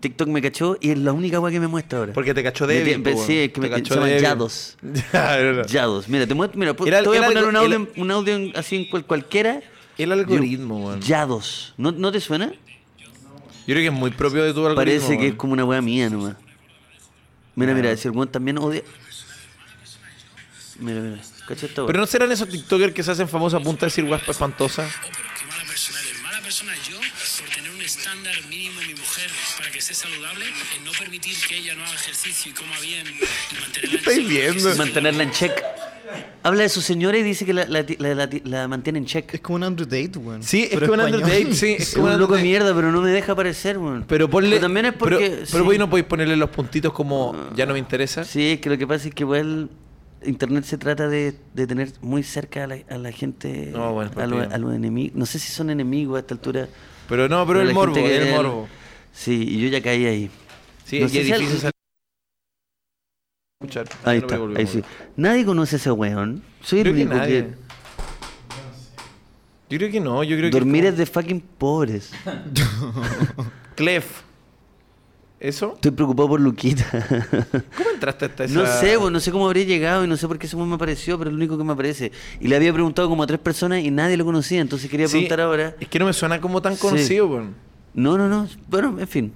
Speaker 3: TikTok me cachó y es la única weá que me muestra ahora.
Speaker 2: Porque te cachó
Speaker 3: Me
Speaker 2: débil.
Speaker 3: tiene-
Speaker 2: po,
Speaker 3: sí,
Speaker 2: weón.
Speaker 3: es que
Speaker 2: Te
Speaker 3: me- se
Speaker 2: cachó
Speaker 3: llama
Speaker 2: débil.
Speaker 3: Yados.
Speaker 2: [laughs] Ya, verdad.
Speaker 3: Yados. Mira, te, muestro- mira,
Speaker 2: Era-
Speaker 3: te voy a
Speaker 2: era
Speaker 3: poner
Speaker 2: algo-
Speaker 3: un audio,
Speaker 2: el-
Speaker 3: en- un audio en- así en cual- cualquiera.
Speaker 2: El algoritmo, weón. Yo
Speaker 3: Yados. ¿No, ¿No te suena?
Speaker 2: creo que es muy propio de tu algoritmo.
Speaker 3: Parece que es
Speaker 2: weón.
Speaker 3: como una weá mía nomás. Mira, mira, si el weón también odia. Mira, mira, cacha esta weá.
Speaker 2: Pero no serán esos TikTokers que se hacen famosos a punta de decir guaspa espantosa.
Speaker 5: Qué mala persona eres. Mala persona yo por tener un estándar mínimo en mi mujer para que esté saludable, en no permitir que ella no haga ejercicio y coma bien y mantenerla en
Speaker 2: estáis
Speaker 5: salud, que
Speaker 2: viendo?
Speaker 5: se-
Speaker 3: Mantenerla en check. Habla de su señora y dice que la, la, la- la- la mantiene en check.
Speaker 4: Es como un Andrew Tate, weón.
Speaker 2: Sí, es
Speaker 4: Pero
Speaker 2: que un
Speaker 4: español.
Speaker 2: Underdate,
Speaker 4: [laughs]
Speaker 2: sí. Es
Speaker 3: Es
Speaker 2: que un
Speaker 3: un loco de
Speaker 2: Underdate.
Speaker 3: mierda, pero no me deja aparecer, weón.
Speaker 2: Pero ponle.
Speaker 3: también es
Speaker 2: pero-
Speaker 3: porque.
Speaker 2: Pero,
Speaker 3: sí. Ah,
Speaker 2: vos no podéis ponerle los puntitos como ya no me interesa.
Speaker 3: Sí, es que lo que pasa es que igual Internet se trata de, de tener muy cerca a la, a la gente,
Speaker 2: No, bueno,
Speaker 3: a, los,
Speaker 2: porque-
Speaker 3: a los enemigos. No sé si son enemigos a esta altura.
Speaker 2: Pero no, pero
Speaker 3: la
Speaker 2: el morbo,
Speaker 3: gente que-
Speaker 2: el morbo.
Speaker 3: Sí, y yo ya caí ahí.
Speaker 2: Sí,
Speaker 3: No
Speaker 2: es
Speaker 3: sé si
Speaker 2: difícil
Speaker 3: alguien-
Speaker 2: salir. Escuchar.
Speaker 3: Ahí
Speaker 2: Ya lo
Speaker 3: está,
Speaker 2: voy a volver,
Speaker 3: ahí
Speaker 2: volver.
Speaker 3: sí. Nadie conoce a ese weón. Soy el
Speaker 2: Creo que
Speaker 3: único
Speaker 2: nadie.
Speaker 3: que...
Speaker 2: Yo creo que no, yo creo
Speaker 3: Dormir
Speaker 2: que.
Speaker 3: es de fucking pobres.
Speaker 2: como- Clef. ¿Eso?
Speaker 3: Estoy preocupado por Luquita. [laughs]
Speaker 2: ¿Cómo entraste hasta esa.?
Speaker 3: No sé, weón, no sé cómo habría llegado y no sé por qué ese weón me apareció, pero es el único que me aparece. Y le había preguntado como a tres personas y nadie lo conocía, entonces quería
Speaker 2: Sí,
Speaker 3: preguntar ahora.
Speaker 2: Es que no me suena como tan
Speaker 3: Sí.
Speaker 2: conocido, weón.
Speaker 3: No, no, no. Bueno, en fin.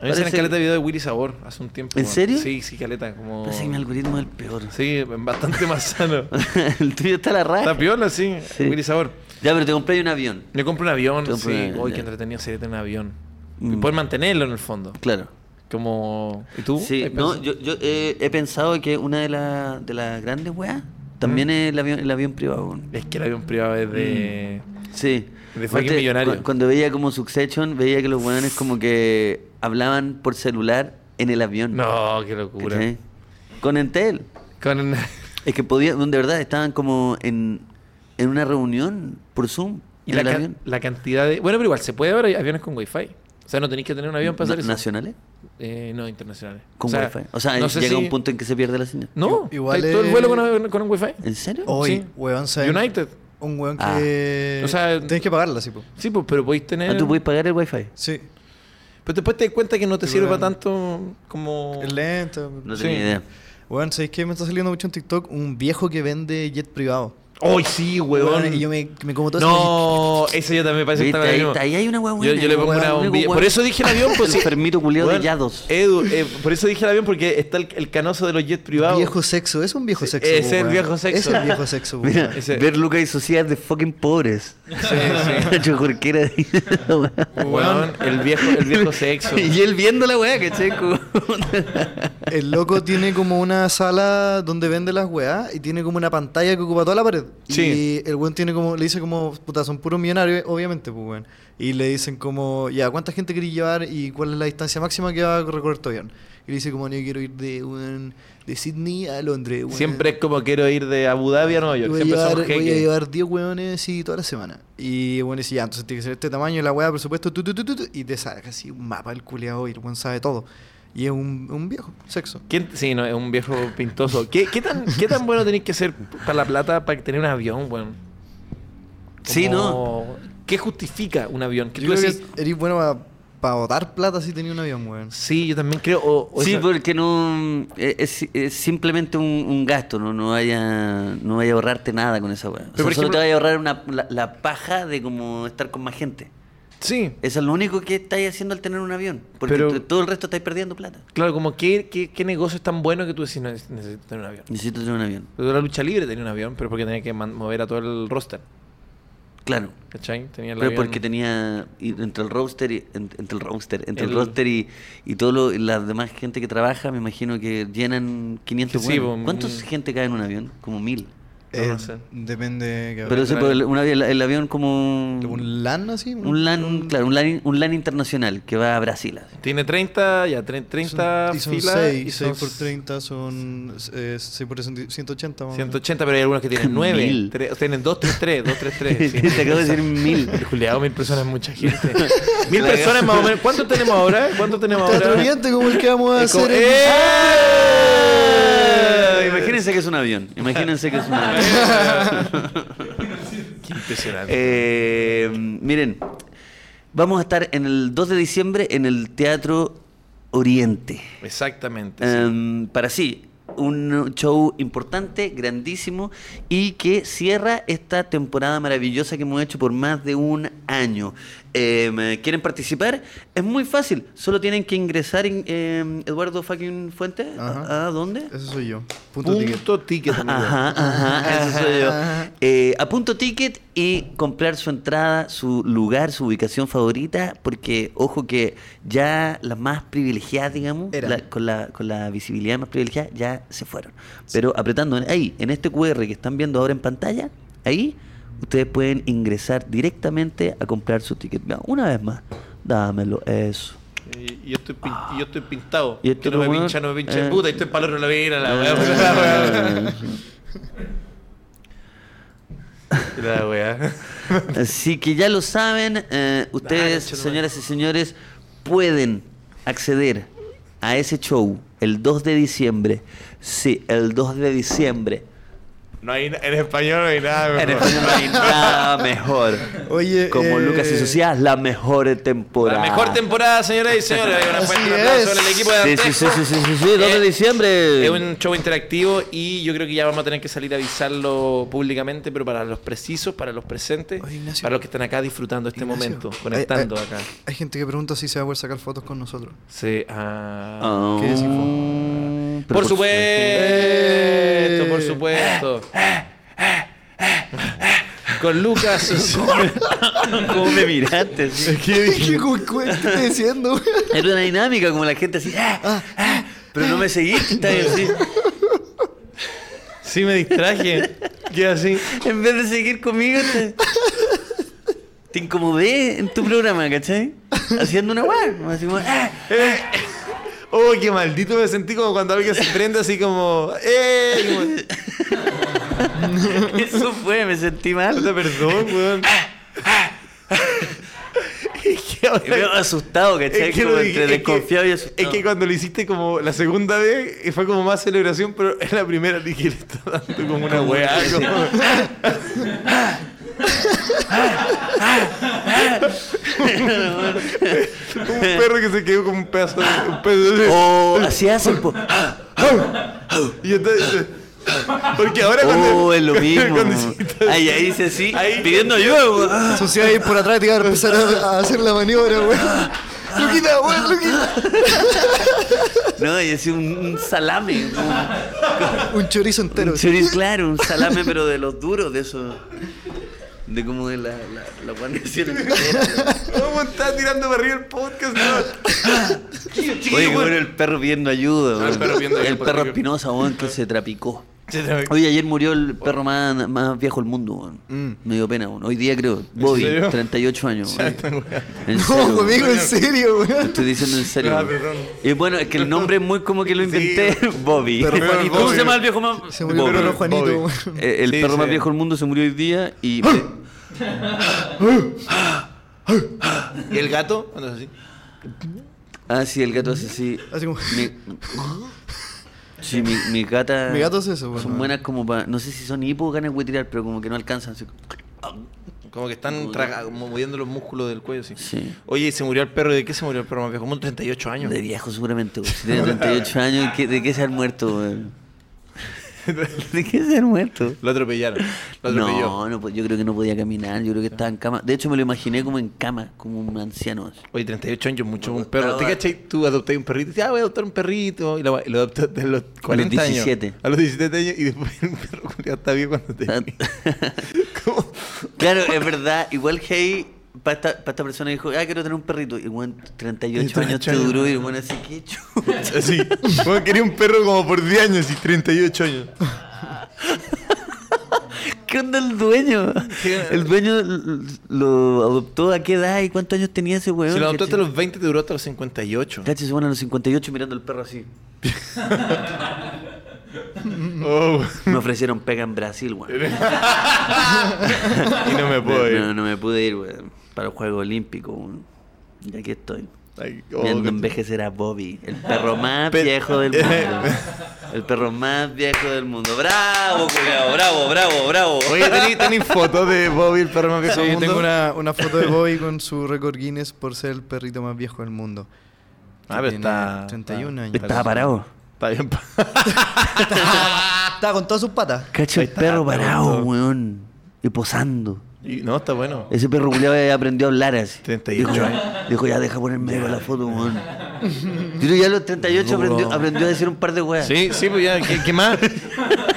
Speaker 2: A mí me salen
Speaker 3: Parece-
Speaker 2: caleta de video de Willy Sabor hace un tiempo.
Speaker 3: ¿En
Speaker 2: weón.
Speaker 3: serio?
Speaker 2: Sí, sí, caleta. Como...
Speaker 3: Parece que mi algoritmo es el peor.
Speaker 2: Oh. Sí, bastante más sano.
Speaker 3: [laughs] el tuyo está a la raja.
Speaker 2: Está piola, sí.
Speaker 3: Sí.
Speaker 2: Willy Sabor.
Speaker 3: Ya, pero te compré un avión.
Speaker 2: Me compro un avión,
Speaker 3: Te compro
Speaker 2: sí.
Speaker 3: un avión,
Speaker 2: Uy,
Speaker 3: ya.
Speaker 2: qué entretenido sería tener un avión. Y
Speaker 3: Mm.
Speaker 2: poder mantenerlo en el fondo.
Speaker 3: Claro.
Speaker 2: Como. ¿Y tú?
Speaker 3: Sí,
Speaker 2: ¿Has
Speaker 3: no,
Speaker 2: pensado?
Speaker 3: yo, yo, eh, he pensado que una de, la- de las grandes weas también es el avión, el avión privado. weón.
Speaker 2: Es que el avión privado es de.
Speaker 3: Sí.
Speaker 2: De fucking
Speaker 3: Aparte,
Speaker 2: millonario.
Speaker 3: cu- Cuando veía como Succession, veía que los weones como que hablaban por celular en el avión.
Speaker 2: No, qué locura.
Speaker 3: ¿cachai? Con Entel.
Speaker 2: Con.
Speaker 3: Es que podía, de verdad, estaban como en, en una reunión por Zoom.
Speaker 2: Y
Speaker 3: en
Speaker 2: la,
Speaker 3: el
Speaker 2: ca-
Speaker 3: avión.
Speaker 2: la cantidad de. Bueno, pero igual, se puede ver aviones con wifi. O sea, no tenéis que tener un avión para hacer
Speaker 3: Na-
Speaker 2: eso.
Speaker 3: ¿Nacionales?
Speaker 2: Eh, no, internacionales.
Speaker 3: Con wifi. O sea,
Speaker 2: no sé
Speaker 3: llega
Speaker 2: si-
Speaker 3: un punto en que se pierde la señal.
Speaker 2: No, Oh,
Speaker 4: Igual
Speaker 2: igual todo el
Speaker 4: es-
Speaker 2: vuelo con, con un wifi.
Speaker 3: ¿En serio?
Speaker 4: Hoy,
Speaker 2: Sí.
Speaker 4: weón, ¿sabes?
Speaker 2: United.
Speaker 4: Un weón
Speaker 3: Ah.
Speaker 4: que.
Speaker 2: O sea,
Speaker 4: Tienes que pagarla, sí, po.
Speaker 2: Sí, pues, pero podéis tener.
Speaker 3: Ah, tú puedes pagar el wifi.
Speaker 4: Sí.
Speaker 2: Pero después te das cuenta que no te
Speaker 4: Sí,
Speaker 2: sirve
Speaker 4: weón.
Speaker 2: para tanto como.
Speaker 4: Es lento.
Speaker 3: No
Speaker 2: Sí.
Speaker 3: tenía idea.
Speaker 4: Weón, ¿sabéis qué? Me está saliendo mucho en TikTok un viejo que vende jet privado.
Speaker 2: ¡Ay, sí,
Speaker 4: Weón,
Speaker 2: huevón!
Speaker 4: y yo me, me como todo
Speaker 2: No, eso ya también me parece que
Speaker 3: ¿Viste?
Speaker 2: está
Speaker 3: Ahí,
Speaker 2: bien.
Speaker 3: ahí hay una hueá
Speaker 2: Yo,
Speaker 3: buena.
Speaker 2: yo le pongo
Speaker 3: hueá
Speaker 2: una
Speaker 3: buena,
Speaker 2: bombilla.
Speaker 3: hueá
Speaker 2: Por eso dije el avión, pues
Speaker 3: El
Speaker 2: sí.
Speaker 3: enfermito culiao de
Speaker 2: Weón,
Speaker 3: Yados.
Speaker 2: Edu, eh, por eso dije el avión, porque está el, el canoso de los jets privados.
Speaker 4: Viejo sexo, es un viejo sexo.
Speaker 2: es
Speaker 4: po,
Speaker 2: el
Speaker 4: weón.
Speaker 2: viejo sexo.
Speaker 4: Es el viejo
Speaker 2: [laughs]
Speaker 4: sexo. po,
Speaker 3: Mira,
Speaker 4: weón.
Speaker 2: Ese-
Speaker 3: ver Lucas y Sociedad de fucking pobres.
Speaker 2: Sí, sí.
Speaker 3: [laughs] Yo cualquiera de-
Speaker 2: Weón, el viejo, el
Speaker 4: [laughs]
Speaker 2: viejo sexo.
Speaker 3: [laughs] Y él viendo la weá,
Speaker 2: [laughs]
Speaker 3: ¿cachai? Como-
Speaker 4: El loco tiene como una sala donde vende las weas y tiene como una pantalla que ocupa toda la pared.
Speaker 2: Sí.
Speaker 4: Y el weón tiene como, le dice como, puta, son puros millonarios, obviamente, pues weón. Y le dicen como, ya, ¿cuánta gente queréis llevar y cuál es la distancia máxima que va a recorrer tu avión? Y le dice como, yo quiero ir de, weón, de Sydney a Londres, weón.
Speaker 2: Siempre es como quiero ir de Abu Dhabi a Nueva York.
Speaker 4: Voy a,
Speaker 2: Siempre
Speaker 4: llevar,
Speaker 2: somos
Speaker 4: voy a
Speaker 2: jeques.
Speaker 4: llevar 10 weones y toda la semana. Y bueno, dice, ya, entonces tiene que ser este tamaño, la weá, por supuesto, tu, tu, tu, tu, tu, y te saca así un mapa el culeado y el weón sabe todo. Y es un, un viejo, sexo.
Speaker 2: ¿Quién- Sí, no, es un viejo pintoso. ¿Qué, qué tan, ¿Qué tan bueno tenéis que ser para la plata para tener un avión, weón?
Speaker 3: Sí,
Speaker 2: Como- ¿Qué justifica un avión? Que
Speaker 4: Yo
Speaker 2: tú
Speaker 4: creo
Speaker 2: decís,
Speaker 4: que eres bueno para botar plata si tenía un avión, weón.
Speaker 2: Sí, yo también creo. o- o
Speaker 3: Sí,
Speaker 2: esa-
Speaker 3: porque no eh, es, es simplemente un, un gasto, no no vaya no vaya a ahorrarte nada con esa weá. O sea,
Speaker 2: por
Speaker 3: solo
Speaker 2: ejemplo-
Speaker 3: te vaya a ahorrar una, la, la paja de como estar con más gente.
Speaker 2: sí.
Speaker 3: Eso es lo único que estáis haciendo al tener un avión, porque
Speaker 2: Pero-
Speaker 3: t- todo el resto estáis perdiendo plata.
Speaker 2: Claro, como qué, qué, qué negocio es tan bueno que tú decís, no, neces- necesito tener un avión.
Speaker 3: Necesito tener un avión.
Speaker 2: Pero la lucha libre tenía un avión, pero porque tenía que man- mover a todo el roster.
Speaker 3: Claro.
Speaker 2: ¿Cachai? Tenía el
Speaker 3: Pero
Speaker 2: avión-
Speaker 3: porque tenía y- entre el roster y en- entre el roster, entre el,
Speaker 2: El-
Speaker 3: roster y, y todo lo, y la demás gente que trabaja, me imagino que llenan 500
Speaker 2: Que sí,
Speaker 3: hueones.
Speaker 2: po,
Speaker 3: ¿Cuántos
Speaker 2: mm.
Speaker 3: gente cae en un avión? Como mil.
Speaker 2: No, no sé.
Speaker 4: Eh, Depende. cabrón.
Speaker 3: Pero sí,
Speaker 2: claro.
Speaker 3: po, el, un avi- el- el avión como
Speaker 4: ¿Un LAN así?
Speaker 3: Un LAN, claro, un LAN, un LAN internacional que va a Brasil. así.
Speaker 2: Tiene 30, ya, tre- 30
Speaker 4: Son- Y son
Speaker 2: filas.
Speaker 4: 6,
Speaker 2: y son
Speaker 4: 6 por 30 son eh, 6 por 180. más o menos.
Speaker 2: 180, pero hay algunos que
Speaker 3: [laughs]
Speaker 2: tienen 9.
Speaker 3: Mil.
Speaker 2: tienen 233,
Speaker 3: [laughs]
Speaker 2: 233. sí.
Speaker 3: Te acabo de decir mil.
Speaker 2: Juliado, mil personas es mucha
Speaker 3: [laughs]
Speaker 2: gente. Mil personas más o menos. ¿Cuánto tenemos ahora? ¿Cuánto tenemos
Speaker 4: Teatro
Speaker 2: ahora?
Speaker 4: Oriente como el que vamos a
Speaker 2: Es como,
Speaker 4: hacer. en-
Speaker 2: ¡Eh!
Speaker 3: Imagínense que es un avión. Imagínense que es un avión.
Speaker 2: Qué impresionante.
Speaker 3: Eh, miren, vamos a estar en el 2 de diciembre en el Teatro Oriente.
Speaker 2: Exactamente. sí.
Speaker 3: Em, para sí, un show importante, grandísimo y que cierra esta temporada maravillosa que hemos hecho por más de un año. Em, ¿Quieren participar? Es muy fácil, solo tienen que ingresar en em, Eduardo Fucking Fuente. ¿A,
Speaker 4: Ajá.
Speaker 3: a dónde?
Speaker 4: Eso soy yo. Punto,
Speaker 2: Punto,
Speaker 4: ticket.
Speaker 2: ticket. amigo.
Speaker 3: Ajá,
Speaker 4: [laughs]
Speaker 3: ajá, eso soy yo.
Speaker 4: Ajá.
Speaker 3: Eh, a punto ticket y comprar su entrada, su lugar, su ubicación favorita, porque ojo que ya las más privilegiadas, digamos,
Speaker 4: Eran.
Speaker 3: la- con, la, con la visibilidad más privilegiada, ya se fueron. Pero apretando en- ahí, en este QR que están viendo ahora en pantalla, ahí ustedes pueden ingresar directamente a comprar su ticket. Mira, Una vez más, dámelo, eso.
Speaker 2: Y- y yo, estoy pin- y yo estoy pintado.
Speaker 3: Y
Speaker 2: Y
Speaker 3: este
Speaker 2: no me
Speaker 3: weón,
Speaker 2: pincha, no me pincha.
Speaker 3: eh,
Speaker 2: Puta, y estoy para la vida, la
Speaker 3: [laughs] Ah.
Speaker 2: weá. [laughs] La weá.
Speaker 3: Así que ya lo saben, eh, ustedes,
Speaker 2: Dale,
Speaker 3: señoras y señores, pueden acceder a ese show el 2 de diciembre. Sí, el 2 de diciembre.
Speaker 2: No hay, en español no hay nada.
Speaker 3: En
Speaker 2: mejor.
Speaker 3: español no hay
Speaker 2: [laughs]
Speaker 3: nada mejor.
Speaker 4: Oye,
Speaker 3: Como
Speaker 4: eh,
Speaker 3: Lucas y Sociedad, la mejor temporada.
Speaker 2: La mejor temporada, señoras y señores. Hay Una
Speaker 4: Así
Speaker 2: fuerte aplauso
Speaker 4: es.
Speaker 2: al equipo de
Speaker 3: Sí, sí, sí,
Speaker 2: Antejo.
Speaker 3: sí, sí, sí, sí, 2 de
Speaker 2: Eh,
Speaker 3: diciembre.
Speaker 2: Es un show interactivo y yo creo que ya vamos a tener que salir a avisarlo públicamente, pero para los precisos, para los presentes,
Speaker 4: Oye, Ignacio.
Speaker 2: para los que están acá disfrutando este
Speaker 4: Ignacio, Eh,
Speaker 2: momento,
Speaker 4: hay-
Speaker 2: conectando
Speaker 4: hay-
Speaker 2: acá.
Speaker 4: Hay gente que pregunta si se va a poder sacar fotos con nosotros.
Speaker 2: Sí, ah.
Speaker 3: Ah,
Speaker 4: ¿Qué decís, Fo?
Speaker 3: pero
Speaker 2: Por, supuesto, Eh, por supuesto. eh, Con Lucas.
Speaker 3: [laughs] ¿Cómo me miraste?
Speaker 2: [laughs]
Speaker 3: sí?
Speaker 4: [laughs] ¿Qué, qué, estoy diciendo? weón?
Speaker 3: Era una dinámica como la gente así. "Ah, ah", pero no me
Speaker 2: [laughs]
Speaker 3: seguiste. está bien, sí.
Speaker 2: sí, me distraje. Quedé así.
Speaker 3: En vez de seguir conmigo, te, te incomodé en tu programa, ¿cachai? Haciendo una guay. Así como, "Ah".
Speaker 2: Oh, qué maldito me sentí como cuando alguien se prende así como. ¡Eh! y como,
Speaker 3: Eso fue, me sentí mal.
Speaker 2: "Puta, perdón, [laughs] weón. Es que
Speaker 3: Me veo
Speaker 2: ahora-
Speaker 3: asustado, ¿cachai?
Speaker 2: es que
Speaker 3: como
Speaker 2: lo
Speaker 3: entre
Speaker 2: dije- es que-
Speaker 3: desconfiado y
Speaker 2: Es
Speaker 3: asustado.
Speaker 2: que cuando lo hiciste como la segunda vez, eh, fue como más celebración, pero [laughs] en la primera le dije, le está dando como una
Speaker 3: Como
Speaker 2: weá.
Speaker 3: que-
Speaker 2: como- Un perro que se quedó como
Speaker 3: Oh,
Speaker 2: un pedazo de. Un pedazo de
Speaker 3: O así hacen, po.
Speaker 2: Y entonces. Porque ahora cuando.
Speaker 3: Oh,
Speaker 2: [laughs]
Speaker 3: es lo mismo.
Speaker 2: cuando hiciste-
Speaker 3: Ahí, ahí dice así,
Speaker 2: Ahí-
Speaker 3: pidiendo ayuda. weón.
Speaker 4: Sucia ahí por atrás y te iba a empezar a, a hacer la maniobra, weón. Luquita, weón, Luquita.
Speaker 3: No, y así un, un salame. como un
Speaker 4: Un chorizo entero.
Speaker 3: chorizo, claro, un salame, pero de los duros, de esos. De como de la, la, la weón que
Speaker 2: [laughs]
Speaker 3: hicieron entera.
Speaker 2: ¿Cómo está tirando para arriba el podcast? No.
Speaker 3: Oye, qué bueno el perro pidiendo ayuda.
Speaker 2: Ah, el
Speaker 3: weón.
Speaker 2: perro pidiendo ayuda,
Speaker 3: El
Speaker 2: por
Speaker 3: perro
Speaker 2: favor.
Speaker 3: espinosa, weón, que se trapicó.
Speaker 2: Se te-
Speaker 3: Oye, ayer murió el
Speaker 2: Oh.
Speaker 3: perro más, más viejo del mundo, weón.
Speaker 4: Mm.
Speaker 3: Me dio pena, weón. Hoy día creo, Bobby,
Speaker 2: serio?
Speaker 3: 38 años, weón. En
Speaker 4: [laughs]
Speaker 3: serio,
Speaker 4: No,
Speaker 3: weón.
Speaker 4: conmigo, en serio, weón.
Speaker 3: Estoy diciendo en serio.
Speaker 2: Ah,
Speaker 3: weón.
Speaker 2: perdón.
Speaker 3: Y bueno, es que el nombre es muy como que lo
Speaker 2: Sí,
Speaker 3: inventé, [laughs] Bobby.
Speaker 4: Perro
Speaker 3: ¿Cómo
Speaker 2: Juanito.
Speaker 3: se llama el viejo más?
Speaker 4: Se murió el
Speaker 3: Bobby.
Speaker 4: perro Juanito,
Speaker 2: Bobby.
Speaker 4: weón.
Speaker 3: Eh, El
Speaker 2: Sí,
Speaker 3: perro más
Speaker 2: sí.
Speaker 3: viejo del mundo se murió hoy día
Speaker 4: [gasps]
Speaker 3: y.
Speaker 2: ¿Y el gato? Cuando es así.
Speaker 3: ah, sí, el gato hace así.
Speaker 4: Así como-
Speaker 3: Mi... Sí, mi, mi gata.
Speaker 4: Mi gato hace eso, weón.
Speaker 3: Son buenas como para. No sé si son hipo ganas de tirar, pero como que no alcanzan. así.
Speaker 2: Como que están traga- como moviendo los músculos del cuello, sí.
Speaker 3: Sí.
Speaker 2: Oye, ¿y se murió el perro? ¿De qué se murió el perro más viejo? Como un 38 años. [laughs]
Speaker 3: De viejo, seguramente. weón. Si tiene 38 años, ¿qué- ¿de qué se han muerto, weón? [laughs] ¿De qué se han muerto?
Speaker 2: Lo atropellaron. Lo atropelló.
Speaker 3: No, no, pues yo creo que no podía caminar, yo creo que estaba en cama. De hecho, me lo imaginé como en cama, como un anciano. así.
Speaker 2: Oye, 38 años, mucho
Speaker 3: Me
Speaker 2: un perro. ¿Te
Speaker 3: costaba-
Speaker 2: cachai? Tú adoptaste un perrito. y dices, ah, voy a adoptar un perrito. Y lo, y lo adoptaste a los 40
Speaker 3: 17.
Speaker 2: años. A los 17 años. Y después [laughs] el perro culiao está bien cuando te... [laughs] ¿Cómo?
Speaker 3: [laughs] claro, es verdad, igual que ahí, para esta, pa' esta persona dijo, ah, quiero tener un perrito. Y bueno, 38 años te
Speaker 2: 38
Speaker 3: duró y bueno, así que chucha. [laughs]
Speaker 2: Así. Bueno, quería un perro como por 10 años y 38 años.
Speaker 3: ¿Qué onda el dueño? El dueño l- lo adoptó a qué edad y cuántos años tenía ese weón.
Speaker 2: Si lo adoptaste a
Speaker 3: ¿cachai?
Speaker 2: los 20, te duró hasta los 58.
Speaker 3: Cacha, se van a los 58 mirando al perro así.
Speaker 2: Oh.
Speaker 3: Me ofrecieron pega en Brasil, weón.
Speaker 2: [laughs] y no me puedo ir.
Speaker 3: No, no me pude ir, weón. Para el Juego Olímpico, weón. Y aquí estoy.
Speaker 2: Ay, oh,
Speaker 3: Viendo
Speaker 2: que-
Speaker 3: envejecer a Bobby, el perro más
Speaker 2: Pe-
Speaker 3: viejo
Speaker 2: [laughs]
Speaker 3: del
Speaker 2: Eh.
Speaker 3: mundo. El perro más viejo del mundo. ¡Bravo, culiao! ¡Bravo, bravo, bravo!
Speaker 2: Oye, ¿tenéis- ¿tenéis fotos de Bobby, el perro más viejo
Speaker 4: Sí,
Speaker 2: del mundo?
Speaker 4: tengo una, una foto de [laughs] Bobby con su récord Guinness por ser el perrito más viejo del mundo.
Speaker 2: Ah, pero
Speaker 4: Tiene
Speaker 2: está...
Speaker 4: 31 años.
Speaker 3: Estaba parado.
Speaker 2: Está bien. pa-
Speaker 4: [laughs] Estaba con todas sus patas.
Speaker 3: Cacho, el
Speaker 2: Ahí está,
Speaker 3: perro
Speaker 2: está
Speaker 3: parado,
Speaker 2: bonito.
Speaker 3: weón. Y posando.
Speaker 2: Y- no, está bueno.
Speaker 3: Ese perro culiao ya aprendió a hablar así.
Speaker 2: 38
Speaker 3: dijo,
Speaker 2: años.
Speaker 3: Dijo, ya deja ponerme la foto, weón. Yo ya a
Speaker 2: [laughs]
Speaker 3: los 38 aprendió, aprendió a decir un par de weas.
Speaker 2: Sí, sí, pues ya, ¿qué, qué más?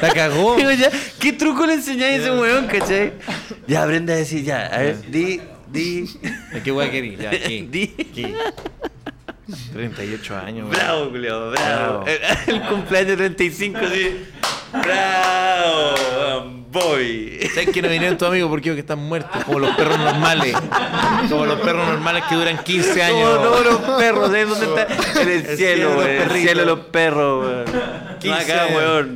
Speaker 2: La [laughs] cagó.
Speaker 3: [laughs] Digo, ya, ¿qué truco le enseñáis a ese weón, cachai? Ya aprende a decir, ya, a ver, di, di.
Speaker 2: ¿Qué voy a querer? Ya, [laughs] ¿qué?
Speaker 3: Di.
Speaker 2: ¿Qué? 38 años, güey.
Speaker 3: Bravo, Julio, bravo.
Speaker 2: Bravo.
Speaker 3: El, el cumpleaños de 35, sí. Bravo, um, weón, Bobby.
Speaker 2: ¿Sabes que no vinieron tus amigos porque ellos que están muertos? Como los perros normales. Como los perros normales que duran 15 años.
Speaker 3: Como todos Oh, los perros, ¿sabes dónde [laughs] está? En el
Speaker 2: El cielo,
Speaker 3: cielo,
Speaker 2: los
Speaker 3: weón. En el
Speaker 2: perritos.
Speaker 3: cielo, de los perros, weón. No, acá,
Speaker 2: 15,
Speaker 3: weón.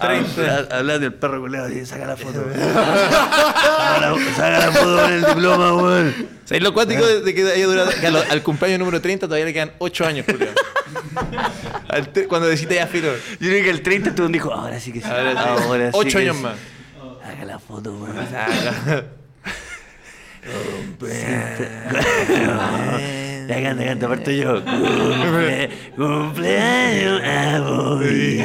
Speaker 2: 30.
Speaker 3: Habla- Hablando del perro, culiao, así, saca la foto, [laughs] weón. Saca la- Saca la foto con el diploma, weón.
Speaker 2: ¿Sabes lo cuático de, de que haya durado? Que a lo- al cumpleaños número 30 todavía le quedan 8 años, Julio. Al te- Cuando deciste ya filo.
Speaker 3: Yo creo que el 30 estuvo un dijo, ahora sí que sí.
Speaker 2: Ahora sí.
Speaker 3: ahora sí
Speaker 2: Ocho
Speaker 3: que
Speaker 2: años
Speaker 3: sí.
Speaker 2: más.
Speaker 3: Haga la foto, weón. Ya canta, canta, parto yo. Cumple, cumpleaños a Bobby.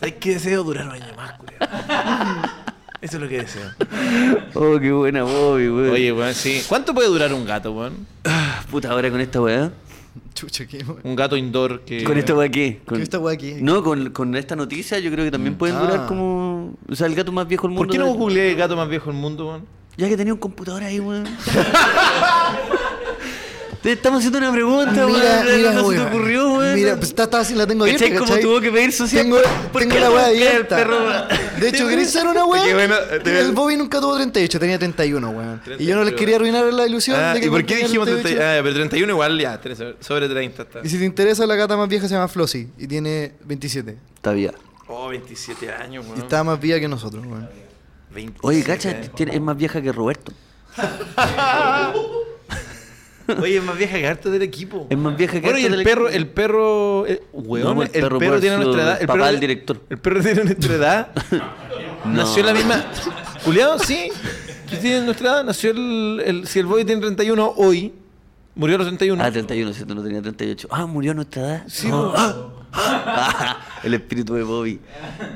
Speaker 2: ¿Sabes qué deseo? Durar un año más, Julio. Eso es lo que deseo.
Speaker 3: Oh, qué buena Bobby, weón.
Speaker 2: Oye, weón, sí. ¿Cuánto puede durar un gato, weón?
Speaker 3: puta, ahora con esta weá.
Speaker 4: [laughs] Chucha, qué weón.
Speaker 2: Un gato indoor que.
Speaker 3: ¿Con este esta weá qué? Con
Speaker 4: esta weá qué?
Speaker 3: No, con, con esta noticia yo creo que también pueden
Speaker 4: Ah.
Speaker 3: durar como. O sea, el gato más viejo del mundo.
Speaker 2: ¿Por qué no
Speaker 3: de-
Speaker 2: googleé el gato más viejo del mundo, weón?
Speaker 3: Ya que tenía un computador ahí, weón. [laughs] Te estamos haciendo una pregunta,
Speaker 4: Mira,
Speaker 3: weón.
Speaker 4: mira,
Speaker 3: no se te
Speaker 4: weón.
Speaker 3: ocurrió, weón.
Speaker 4: Mira, pues está, está así, la tengo abierta,
Speaker 3: ¿Cachai cómo
Speaker 4: ¿cachai?
Speaker 3: tuvo que pedir social?
Speaker 4: Tengo,
Speaker 3: ¿Por
Speaker 4: tengo
Speaker 3: qué
Speaker 4: la
Speaker 3: no
Speaker 4: weá
Speaker 3: cae el
Speaker 4: abierta.
Speaker 3: perro?
Speaker 4: De hecho, ¿querés saber una weá?
Speaker 2: Porque bueno, te-
Speaker 4: el Bobby nunca tuvo 38, tenía 31, weón. Y yo no les quería arruinar la ilusión
Speaker 2: Ah,
Speaker 4: de que
Speaker 2: ¿Y por qué
Speaker 4: tenía
Speaker 2: dijimos
Speaker 4: 38?
Speaker 2: 30? Ah, pero 31 igual, ya, tres- sobre 30 está.
Speaker 4: Y si te interesa, la gata más vieja se llama Flossie y tiene 27.
Speaker 3: Está bien.
Speaker 2: Oh, 27 años,
Speaker 4: Y
Speaker 2: weón.
Speaker 4: está más viva que nosotros, weón.
Speaker 2: 27,
Speaker 3: Oye, cacha,
Speaker 2: eh.
Speaker 3: tiene- es más vieja que Roberto.
Speaker 2: Oye, es más vieja que harto del equipo.
Speaker 3: Es más vieja que
Speaker 2: Bueno, y
Speaker 3: harto
Speaker 2: el
Speaker 3: del
Speaker 2: perro,
Speaker 3: equipo.
Speaker 2: el perro, eh, weón,
Speaker 3: No, pues el
Speaker 2: el, perro,
Speaker 3: perro puede haber
Speaker 2: tiene
Speaker 3: sido
Speaker 2: nuestra edad.
Speaker 3: el papá
Speaker 2: perro
Speaker 3: del director.
Speaker 2: El perro tiene nuestra
Speaker 3: [laughs]
Speaker 2: edad. Nació en la misma. Juliado, sí. que Tiene nuestra edad. Nació el, el- Si el boy tiene 31 hoy, murió a los 31.
Speaker 3: Ah, 31, ¿cierto? No tenía 38. Ah, murió a nuestra edad.
Speaker 2: Sí,
Speaker 3: No.
Speaker 2: weón.
Speaker 3: Ah, [laughs] el espíritu de Bobby.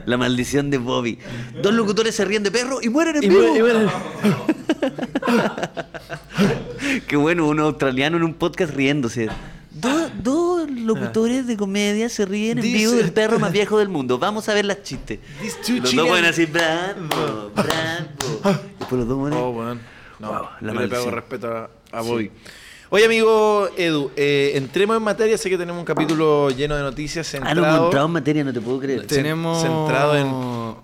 Speaker 3: La maldición de Bobby. Dos locutores se ríen de perro y mueren en
Speaker 2: Y
Speaker 3: vivo.
Speaker 2: mu- y mueren.
Speaker 3: [laughs] Qué bueno, un australiano en un podcast riéndose. Dos, dos locutores de comedia se ríen en
Speaker 2: Dice-
Speaker 3: vivo del perro más viejo del mundo. Vamos a ver las chistes.
Speaker 2: These two
Speaker 3: Los dos
Speaker 2: chicken-
Speaker 3: pueden
Speaker 2: [laughs]
Speaker 3: así, bravo, bravo. Después los dos mueren.
Speaker 2: Oh, weón. No,
Speaker 3: Wow,
Speaker 2: yo le
Speaker 3: la
Speaker 2: pego
Speaker 3: maldición.
Speaker 2: respeto a, a Bobby. Oye, amigo Edu, eh, entremos en materia. Sé que tenemos un capítulo lleno de noticias
Speaker 3: Ah, no,
Speaker 2: centrado.
Speaker 3: encontrado en materia, no te puedo creer.
Speaker 2: Sí.
Speaker 4: Tenemos
Speaker 2: centrado en-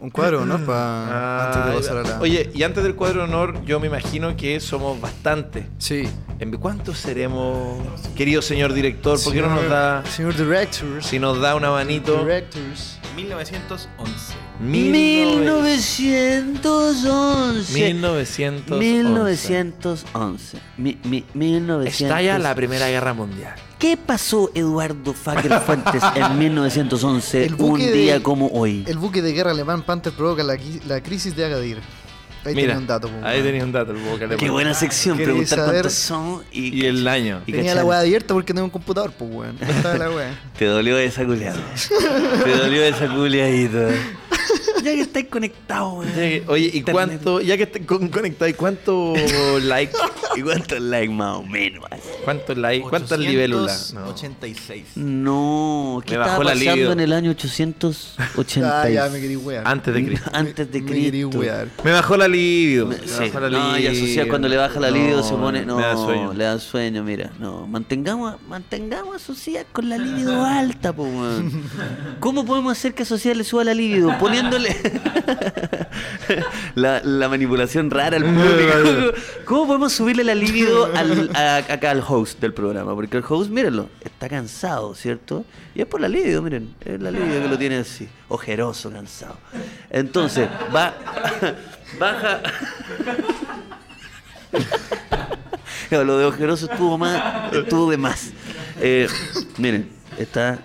Speaker 4: un cuadro, ¿no? Pa- antes de
Speaker 2: Ah,
Speaker 4: pasar a la-
Speaker 2: Oye, y antes del cuadro de honor, yo me imagino que somos bastantes.
Speaker 4: Sí.
Speaker 2: ¿En ¿Cuántos seremos, querido señor director? ¿Por qué no nos
Speaker 4: Señor-
Speaker 2: da,
Speaker 4: Señor Directors.
Speaker 2: si nos da un abanito?
Speaker 4: Directors.
Speaker 6: 1911.
Speaker 2: 1900. 1911.
Speaker 3: 1911. 1911. Mi- mi- 1911.
Speaker 2: Estalla la Primera Guerra Mundial.
Speaker 3: ¿Qué pasó, Eduardo Fager Fuentes, en
Speaker 2: Eh,
Speaker 3: 1911,
Speaker 4: El
Speaker 3: un
Speaker 4: buque de-
Speaker 3: día como hoy?
Speaker 4: El buque de guerra alemán Panther provoca la, qui- la crisis de Agadir. Ahí tenía un dato. pues, po,
Speaker 2: ahí
Speaker 4: weón.
Speaker 2: tenía un dato. el boca le
Speaker 3: Qué
Speaker 2: pone.
Speaker 3: buena sección,
Speaker 4: Quería
Speaker 3: preguntar
Speaker 4: saber-
Speaker 3: cuántos son y,
Speaker 2: Y el año.
Speaker 3: y
Speaker 4: Tenía
Speaker 3: cachar.
Speaker 4: la weá abierta porque tengo un computador, pues, weón. Ahí estaba la
Speaker 2: [laughs]
Speaker 4: weá.
Speaker 3: Te dolió esa culiada. Te dolió esa culiadita. [laughs] Ya que estáis conectados,
Speaker 2: Ya
Speaker 3: weón.
Speaker 2: que- Oye, ¿y
Speaker 3: Internet.
Speaker 2: cuánto? Ya que estén con- conectados, ¿cuánto like?
Speaker 3: [laughs] ¿Y cuántos likes más o menos? así?
Speaker 2: ¿Cuánto like? ¿Cuántas libélulas? No.
Speaker 6: 86.
Speaker 3: No,
Speaker 2: Me
Speaker 3: ¿qué estaba
Speaker 2: bajó la
Speaker 3: pasando
Speaker 2: libido.
Speaker 3: en el año 880?
Speaker 4: Ah, ya me quería wear.
Speaker 2: Antes de Cristo.
Speaker 3: [laughs] Antes de
Speaker 4: Me quería
Speaker 3: Cristo.
Speaker 4: wear.
Speaker 2: Me bajó la libido. me
Speaker 3: Sí.
Speaker 2: bajó la
Speaker 3: No, y asociar cuando le baja la libido se pone. No,
Speaker 2: me da sueño.
Speaker 3: le da sueño, mira. No, mantengamos, mantengamos a Socia con la libido alta, po, weón. ¿Cómo podemos hacer que a Socia le suba la libido? Poniéndole. [laughs] la, la manipulación rara al público. ¿Cómo podemos subirle la libido al, a- acá al host del programa? Porque el host, mírenlo, está cansado, ¿cierto? Y es por la libido, miren. Es la libido que lo tiene así, ojeroso, cansado. Entonces, va. Baja. [laughs] No, lo de ojeroso estuvo más, estuvo de más. Eh, miren, está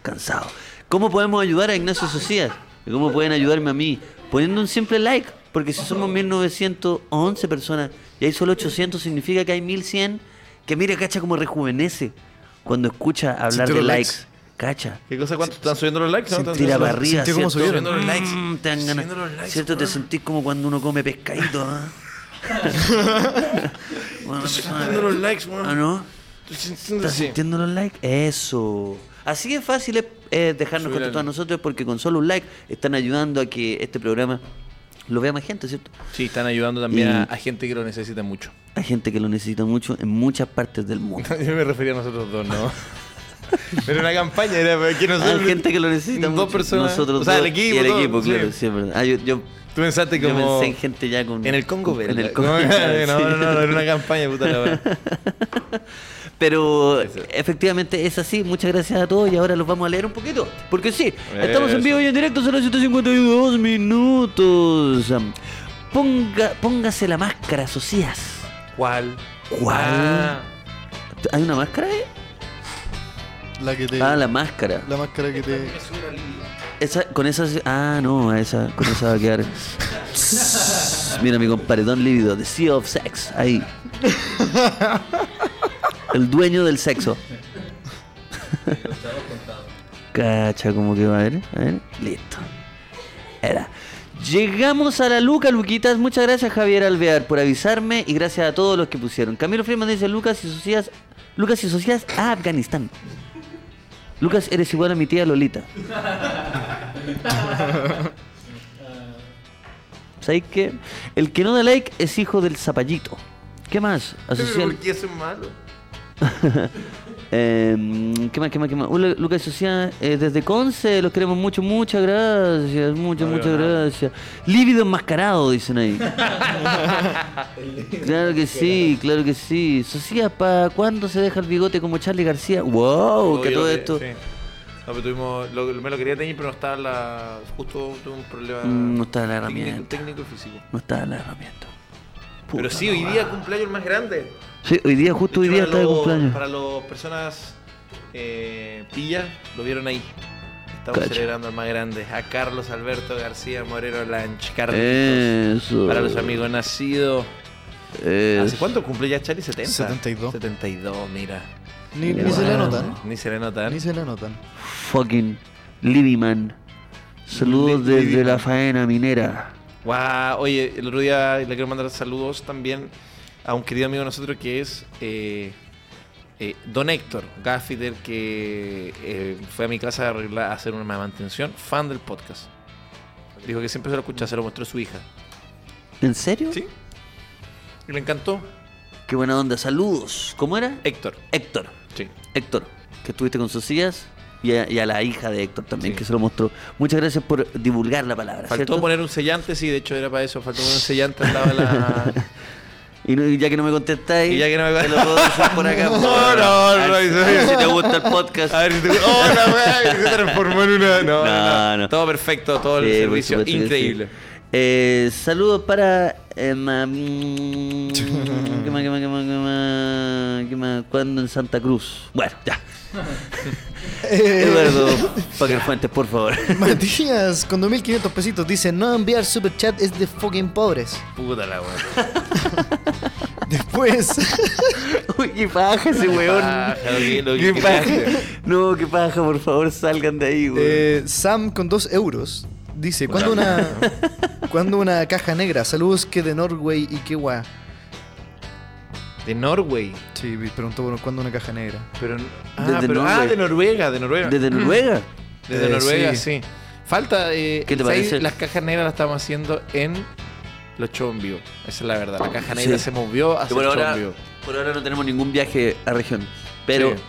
Speaker 3: cansado. ¿Cómo podemos ayudar a Ignacio Socias? ¿Y ¿Cómo pueden ayudarme a mí? Poniendo un simple like, porque si somos 1911 personas y hay solo 800, significa que hay 1100. Que mire, cacha como rejuvenece cuando escucha hablar
Speaker 4: Sintió
Speaker 3: de
Speaker 4: los
Speaker 3: likes.
Speaker 4: likes.
Speaker 3: Cacha.
Speaker 2: ¿Qué cosa? ¿Cuánto están subiendo los likes?
Speaker 4: Se
Speaker 2: ¿Están
Speaker 3: Tira
Speaker 2: subiendo
Speaker 3: para
Speaker 2: los-
Speaker 3: arriba,
Speaker 4: sintió cómo
Speaker 3: ¿cierto?
Speaker 4: subieron.
Speaker 2: Subiendo los likes.
Speaker 3: Mm, te dan ganas.
Speaker 2: Subiendo los likes,
Speaker 3: ¿Cierto? Te
Speaker 2: weón.
Speaker 3: sentís como cuando uno come
Speaker 2: [laughs]
Speaker 3: pescadito, ¿ah? Bueno,
Speaker 2: Subiendo los likes, weón.
Speaker 3: Ah, ¿no?
Speaker 2: Estoy sintiendo
Speaker 3: ¿Estás
Speaker 2: así.
Speaker 3: sintiendo los likes? Eso. Así de fácil es eh, dejarnos
Speaker 2: Subir
Speaker 3: contactar
Speaker 2: al-
Speaker 3: a nosotros porque con solo un like están ayudando a que este programa lo vea más gente, ¿cierto?
Speaker 2: Sí, están ayudando también
Speaker 3: Y-
Speaker 2: a, a gente que lo necesita mucho. [laughs]
Speaker 3: Hay gente que lo necesita mucho en muchas partes del mundo.
Speaker 2: Yo me refería a nosotros dos,
Speaker 3: [laughs]
Speaker 2: ¿no? Pero una campaña era para que nosotros.
Speaker 3: Hay gente que lo necesita
Speaker 2: dos
Speaker 3: mucho.
Speaker 2: personas.
Speaker 3: Nosotros
Speaker 2: o sea, el
Speaker 3: dos
Speaker 2: equipo.
Speaker 3: Y el
Speaker 2: todo,
Speaker 3: equipo,
Speaker 2: sí.
Speaker 3: claro, sí, es verdad. Ah, yo, yo-
Speaker 2: Tú pensaste
Speaker 3: yo
Speaker 2: como.
Speaker 3: pensé en gente ya con...
Speaker 2: En el Congo, ¿verdad?
Speaker 3: En el Congo.
Speaker 2: [laughs] No,
Speaker 3: claro, sí.
Speaker 2: no, no, no, era una campaña, puta la verdad.
Speaker 3: Pero efectivamente es así. Muchas gracias a todos y ahora los vamos a leer un poquito. Porque sí, estamos en vivo y en directo, son las 152 minutos. Ponga, póngase la máscara, socias.
Speaker 2: ¿Cuál?
Speaker 3: ¿Cuál?
Speaker 2: Ah,
Speaker 3: ¿Hay una máscara ahí?
Speaker 4: La que te.
Speaker 3: Ah, la
Speaker 4: la...
Speaker 3: máscara.
Speaker 4: máscara que te.
Speaker 3: Esa, con esa. Ah, no, a esa, con esa va a quedar. Mira, mi compadre, Don Lívido, The Sea of Sex, ahí. El dueño del sexo. Cacha, como que va a ver. A ver, listo. Era. Llegamos a la Luca, Luquitas. Muchas gracias, Javier Alvear, por avisarme y gracias a todos los que pusieron. Camilo Freeman dice: Lucas y Socias, Lucas y Socias a Afganistán. Lucas, eres igual a mi
Speaker 2: [laughs]
Speaker 3: tía Lolita. ¿Sabes qué? El que no da like es hijo del zapallito. ¿Qué más? Asocian-
Speaker 2: eso es
Speaker 3: [laughs]
Speaker 2: malo?
Speaker 3: eh, ¿Qué más, qué más, qué más? Hola, Lucas Sociedad, eh, desde Conce, los queremos mucho, muchas gracias, muchas,
Speaker 2: No veo
Speaker 3: muchas
Speaker 2: nada.
Speaker 3: gracias. Lívido enmascarado,
Speaker 2: [laughs]
Speaker 3: dicen ahí. claro que sí, claro que sí. Sociedad, ¿para cuándo se deja el bigote como Charlie García? ¡Wow! que todo esto.
Speaker 2: Sí. No, pero tuvimos, lo- me lo quería teñir, pero no estaba la. Justo tuve un problema.
Speaker 3: Mm, no estaba la
Speaker 2: técnico-
Speaker 3: herramienta.
Speaker 2: Técnico, y físico.
Speaker 3: No está la herramienta. Puta
Speaker 2: pero sí,
Speaker 3: la
Speaker 2: hoy
Speaker 3: madre.
Speaker 2: día cumpleaños el más grande.
Speaker 3: Sí, hoy día, justo hoy
Speaker 2: De
Speaker 3: día
Speaker 2: hecho,
Speaker 3: está
Speaker 2: para
Speaker 3: de
Speaker 2: los-
Speaker 3: cumpleaños.
Speaker 2: Para las personas eh, pillas, lo vieron ahí. Estamos
Speaker 3: Cacha.
Speaker 2: celebrando al más grande, a Carlos Alberto García Moreno Lanch. Carlitos.
Speaker 3: Eso.
Speaker 2: Para los amigos nacidos.
Speaker 3: Eso.
Speaker 2: ¿Hace cuánto cumple ya Charlie? ¿70?
Speaker 4: 72.
Speaker 2: 72, mira.
Speaker 4: Ni, ni se le
Speaker 3: Wow.
Speaker 4: notan.
Speaker 2: Ni se le nota. ¿eh?
Speaker 4: Ni se le notan.
Speaker 3: Fucking Libiman. Saludos
Speaker 2: Li-
Speaker 3: desde
Speaker 2: Libiman.
Speaker 3: la faena minera.
Speaker 2: Guau, oye, el otro día le quiero mandar saludos también a un querido amigo de nosotros que es eh, eh, Don Héctor Gaffiter, que eh, fue a mi casa a, arreglar- a hacer una mantención, fan del podcast. Dijo que siempre se lo escucha, se lo mostró su hija.
Speaker 3: ¿En serio?
Speaker 2: ¿Sí? Y le encantó.
Speaker 3: Qué buena onda. Saludos. ¿Cómo era?
Speaker 2: Héctor.
Speaker 3: Héctor.
Speaker 2: Sí.
Speaker 3: Héctor, que estuviste con Socias y a, y a la hija de Héctor también,
Speaker 2: Sí.
Speaker 3: que se lo mostró. Muchas gracias por divulgar la palabra.
Speaker 2: Faltó
Speaker 3: ¿cierto?
Speaker 2: poner un sellante, sí, de hecho era para eso. Faltó poner un sellante al lado de
Speaker 3: [laughs]
Speaker 2: la.
Speaker 3: Y, no- y ya que no me contestáis,
Speaker 2: Y ya que no me- [laughs]
Speaker 3: te lo puedo dejar por acá.
Speaker 2: No,
Speaker 3: por-
Speaker 2: no,
Speaker 3: a ver
Speaker 2: no,
Speaker 3: si-
Speaker 2: no.
Speaker 3: a ver si te gusta el podcast.
Speaker 2: A ver si te. ¡Oh, la weá! Y Se transformó en una. No,
Speaker 3: No,
Speaker 2: no,
Speaker 3: no.
Speaker 2: Todo perfecto, todo el
Speaker 3: Sí, por
Speaker 2: servicio.
Speaker 3: supuesto que
Speaker 2: Increíble.
Speaker 3: sí. Eh, saludos para. eh, ma- [laughs] mm, ¿Qué más, qué más, qué más, qué más, qué más? ¿Cuándo en Santa Cruz? Bueno, [laughs] ya.
Speaker 4: Eh,
Speaker 3: Eduardo Packer Fuentes, por favor.
Speaker 4: [laughs] Matías, con 2.500 pesitos, dice, no enviar super chat es de fucking pobres.
Speaker 2: Puta la weá. [laughs]
Speaker 4: Después,
Speaker 3: [laughs] Uy, qué paja ese weón.
Speaker 2: Paja, lo que- lo
Speaker 3: Qué
Speaker 2: que-
Speaker 3: paja. No, qué paja, por favor, salgan de ahí, weón.
Speaker 4: eh, Sam con 2 euros dice, ¿cuándo una,
Speaker 2: [laughs]
Speaker 4: ¿cuándo una caja negra? Saludos que de Norway y qué guay.
Speaker 2: De Norway.
Speaker 4: Sí, me preguntó, bueno, ¿cuándo una caja negra?
Speaker 2: Pero, ah,
Speaker 3: Desde
Speaker 2: pero- ah,
Speaker 3: Norway.
Speaker 2: de Noruega, de Noruega.
Speaker 3: Desde Noruega.
Speaker 2: Desde
Speaker 4: Eh,
Speaker 2: Noruega, sí.
Speaker 4: sí.
Speaker 2: Falta. eh,
Speaker 3: ¿Qué te
Speaker 2: ¿sabes?
Speaker 3: parece?
Speaker 2: Las cajas negras las estamos haciendo en los shows en vivo. Esa es la verdad. La caja negra
Speaker 3: Sí.
Speaker 2: se movió
Speaker 3: Que
Speaker 2: hacia
Speaker 3: por
Speaker 2: el show
Speaker 3: ahora,
Speaker 2: en vivo.
Speaker 3: por ahora no tenemos ningún viaje a región. Pero
Speaker 2: Sí.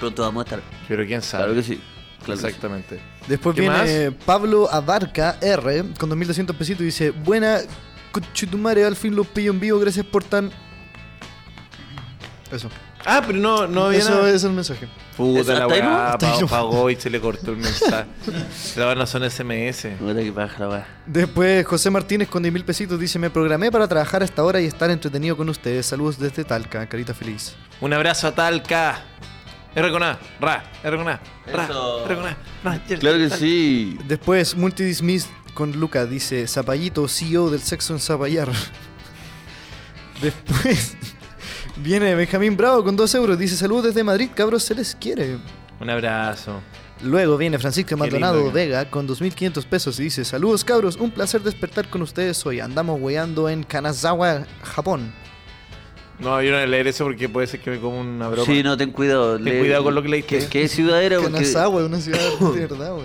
Speaker 3: pronto vamos a estar.
Speaker 2: Pero quién sabe.
Speaker 3: Claro que sí. Claro que sí.
Speaker 2: Exactamente.
Speaker 4: Después
Speaker 2: ¿Qué
Speaker 4: viene Pablo Abarca R con 2.200 pesitos y dice, buena, cuchitumare, al fin los pillo en vivo, gracias por tan... Eso.
Speaker 2: Ah, pero no, no había
Speaker 4: Eso
Speaker 2: nada.
Speaker 4: es el mensaje.
Speaker 3: Eso,
Speaker 2: Puta
Speaker 3: hasta
Speaker 2: la
Speaker 3: ahí nomás,
Speaker 2: weá,
Speaker 4: hasta ahí
Speaker 2: pa-
Speaker 4: nomás.
Speaker 2: pagó y se le cortó el mensaje. Se la van a son SMS.
Speaker 3: Puta que paja la weá.
Speaker 4: Después José Martínez con 10.000 pesitos dice, me programé para trabajar a esta hora y estar entretenido con ustedes. Saludos desde Talca, carita feliz.
Speaker 2: Un abrazo a Talca. R con A, ra, R con A, ra,
Speaker 3: Eso.
Speaker 2: R con A, ra, yes,
Speaker 3: Claro que
Speaker 2: Talca.
Speaker 3: sí.
Speaker 4: Después Multidismiss con Luca dice, Zapallito, CEO del sexo en Zapallar. [laughs] Después [laughs] viene Benjamín Bravo con 2 euros, dice, saludos desde Madrid, cabros, se les quiere.
Speaker 2: Un abrazo.
Speaker 4: Luego viene Francisco
Speaker 2: lindo,
Speaker 4: Maldonado
Speaker 2: ¿no?
Speaker 4: Vega con 2.500 pesos y dice, saludos cabros, un placer despertar con ustedes hoy. Andamos weyando en Kanazawa, Japón.
Speaker 2: No, yo no voy a leer eso porque puede ser que me como una broma.
Speaker 3: Sí, no, ten cuidado.
Speaker 2: Ten cuidado con lo que leíste.
Speaker 3: ¿Qué, qué ciudad era? Porque
Speaker 4: Kanazawa, una ciudad
Speaker 2: [coughs]
Speaker 4: de verdad, wey.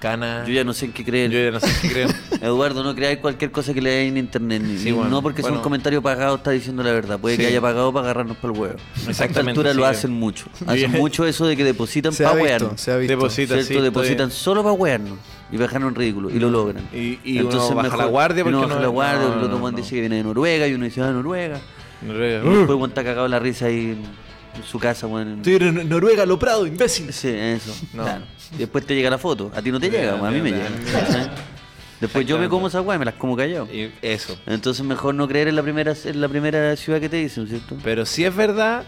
Speaker 2: Cana.
Speaker 3: yo ya no sé en qué
Speaker 2: Yo
Speaker 3: creer.
Speaker 2: ya no sé qué creo.
Speaker 3: Eduardo, no creáis cualquier cosa que leáis en internet. ni-
Speaker 2: Sí,
Speaker 3: ni-
Speaker 2: bueno,
Speaker 3: no porque sea un
Speaker 2: bueno.
Speaker 3: comentario pagado, está diciendo la verdad. Puede que
Speaker 2: Sí.
Speaker 3: haya pagado para agarrarnos para el huevo. A esta
Speaker 2: Exactamente,
Speaker 3: altura lo
Speaker 2: sí.
Speaker 3: hacen mucho. Hacen
Speaker 2: ya-
Speaker 3: mucho eso de que depositan
Speaker 4: Se ha
Speaker 3: para
Speaker 4: visto,
Speaker 3: huearnos.
Speaker 4: se ha visto.
Speaker 2: Deposita, sí,
Speaker 3: ¿Cierto?
Speaker 2: estoy
Speaker 3: Depositan
Speaker 2: bien.
Speaker 3: solo para huearnos y bajaron un ridículo y lo logran.
Speaker 2: Y- y uno baja la guardia
Speaker 3: uno
Speaker 2: porque
Speaker 3: baja
Speaker 2: no-
Speaker 3: la guardia,
Speaker 2: no,
Speaker 3: el otro
Speaker 2: no,
Speaker 3: Juan
Speaker 2: no.
Speaker 3: dice que viene de Noruega y uno dice, ah, Noruega. Y
Speaker 2: Noruega.
Speaker 3: [laughs] después Juan está cagado la risa ahí en- en su casa, Juan.
Speaker 2: Estoy en Noruega, lo Prado, imbécil.
Speaker 3: Sí, eso.
Speaker 2: No.
Speaker 3: Claro. Y Después te llega la foto. A ti no te llega, Juan, a mí me llega. ¿sabes? Después yo me como esa guay, me las como callado.
Speaker 2: Y eso.
Speaker 3: Entonces mejor no creer en la primera en la primera ciudad que te dicen, ¿cierto?
Speaker 2: Pero si es verdad,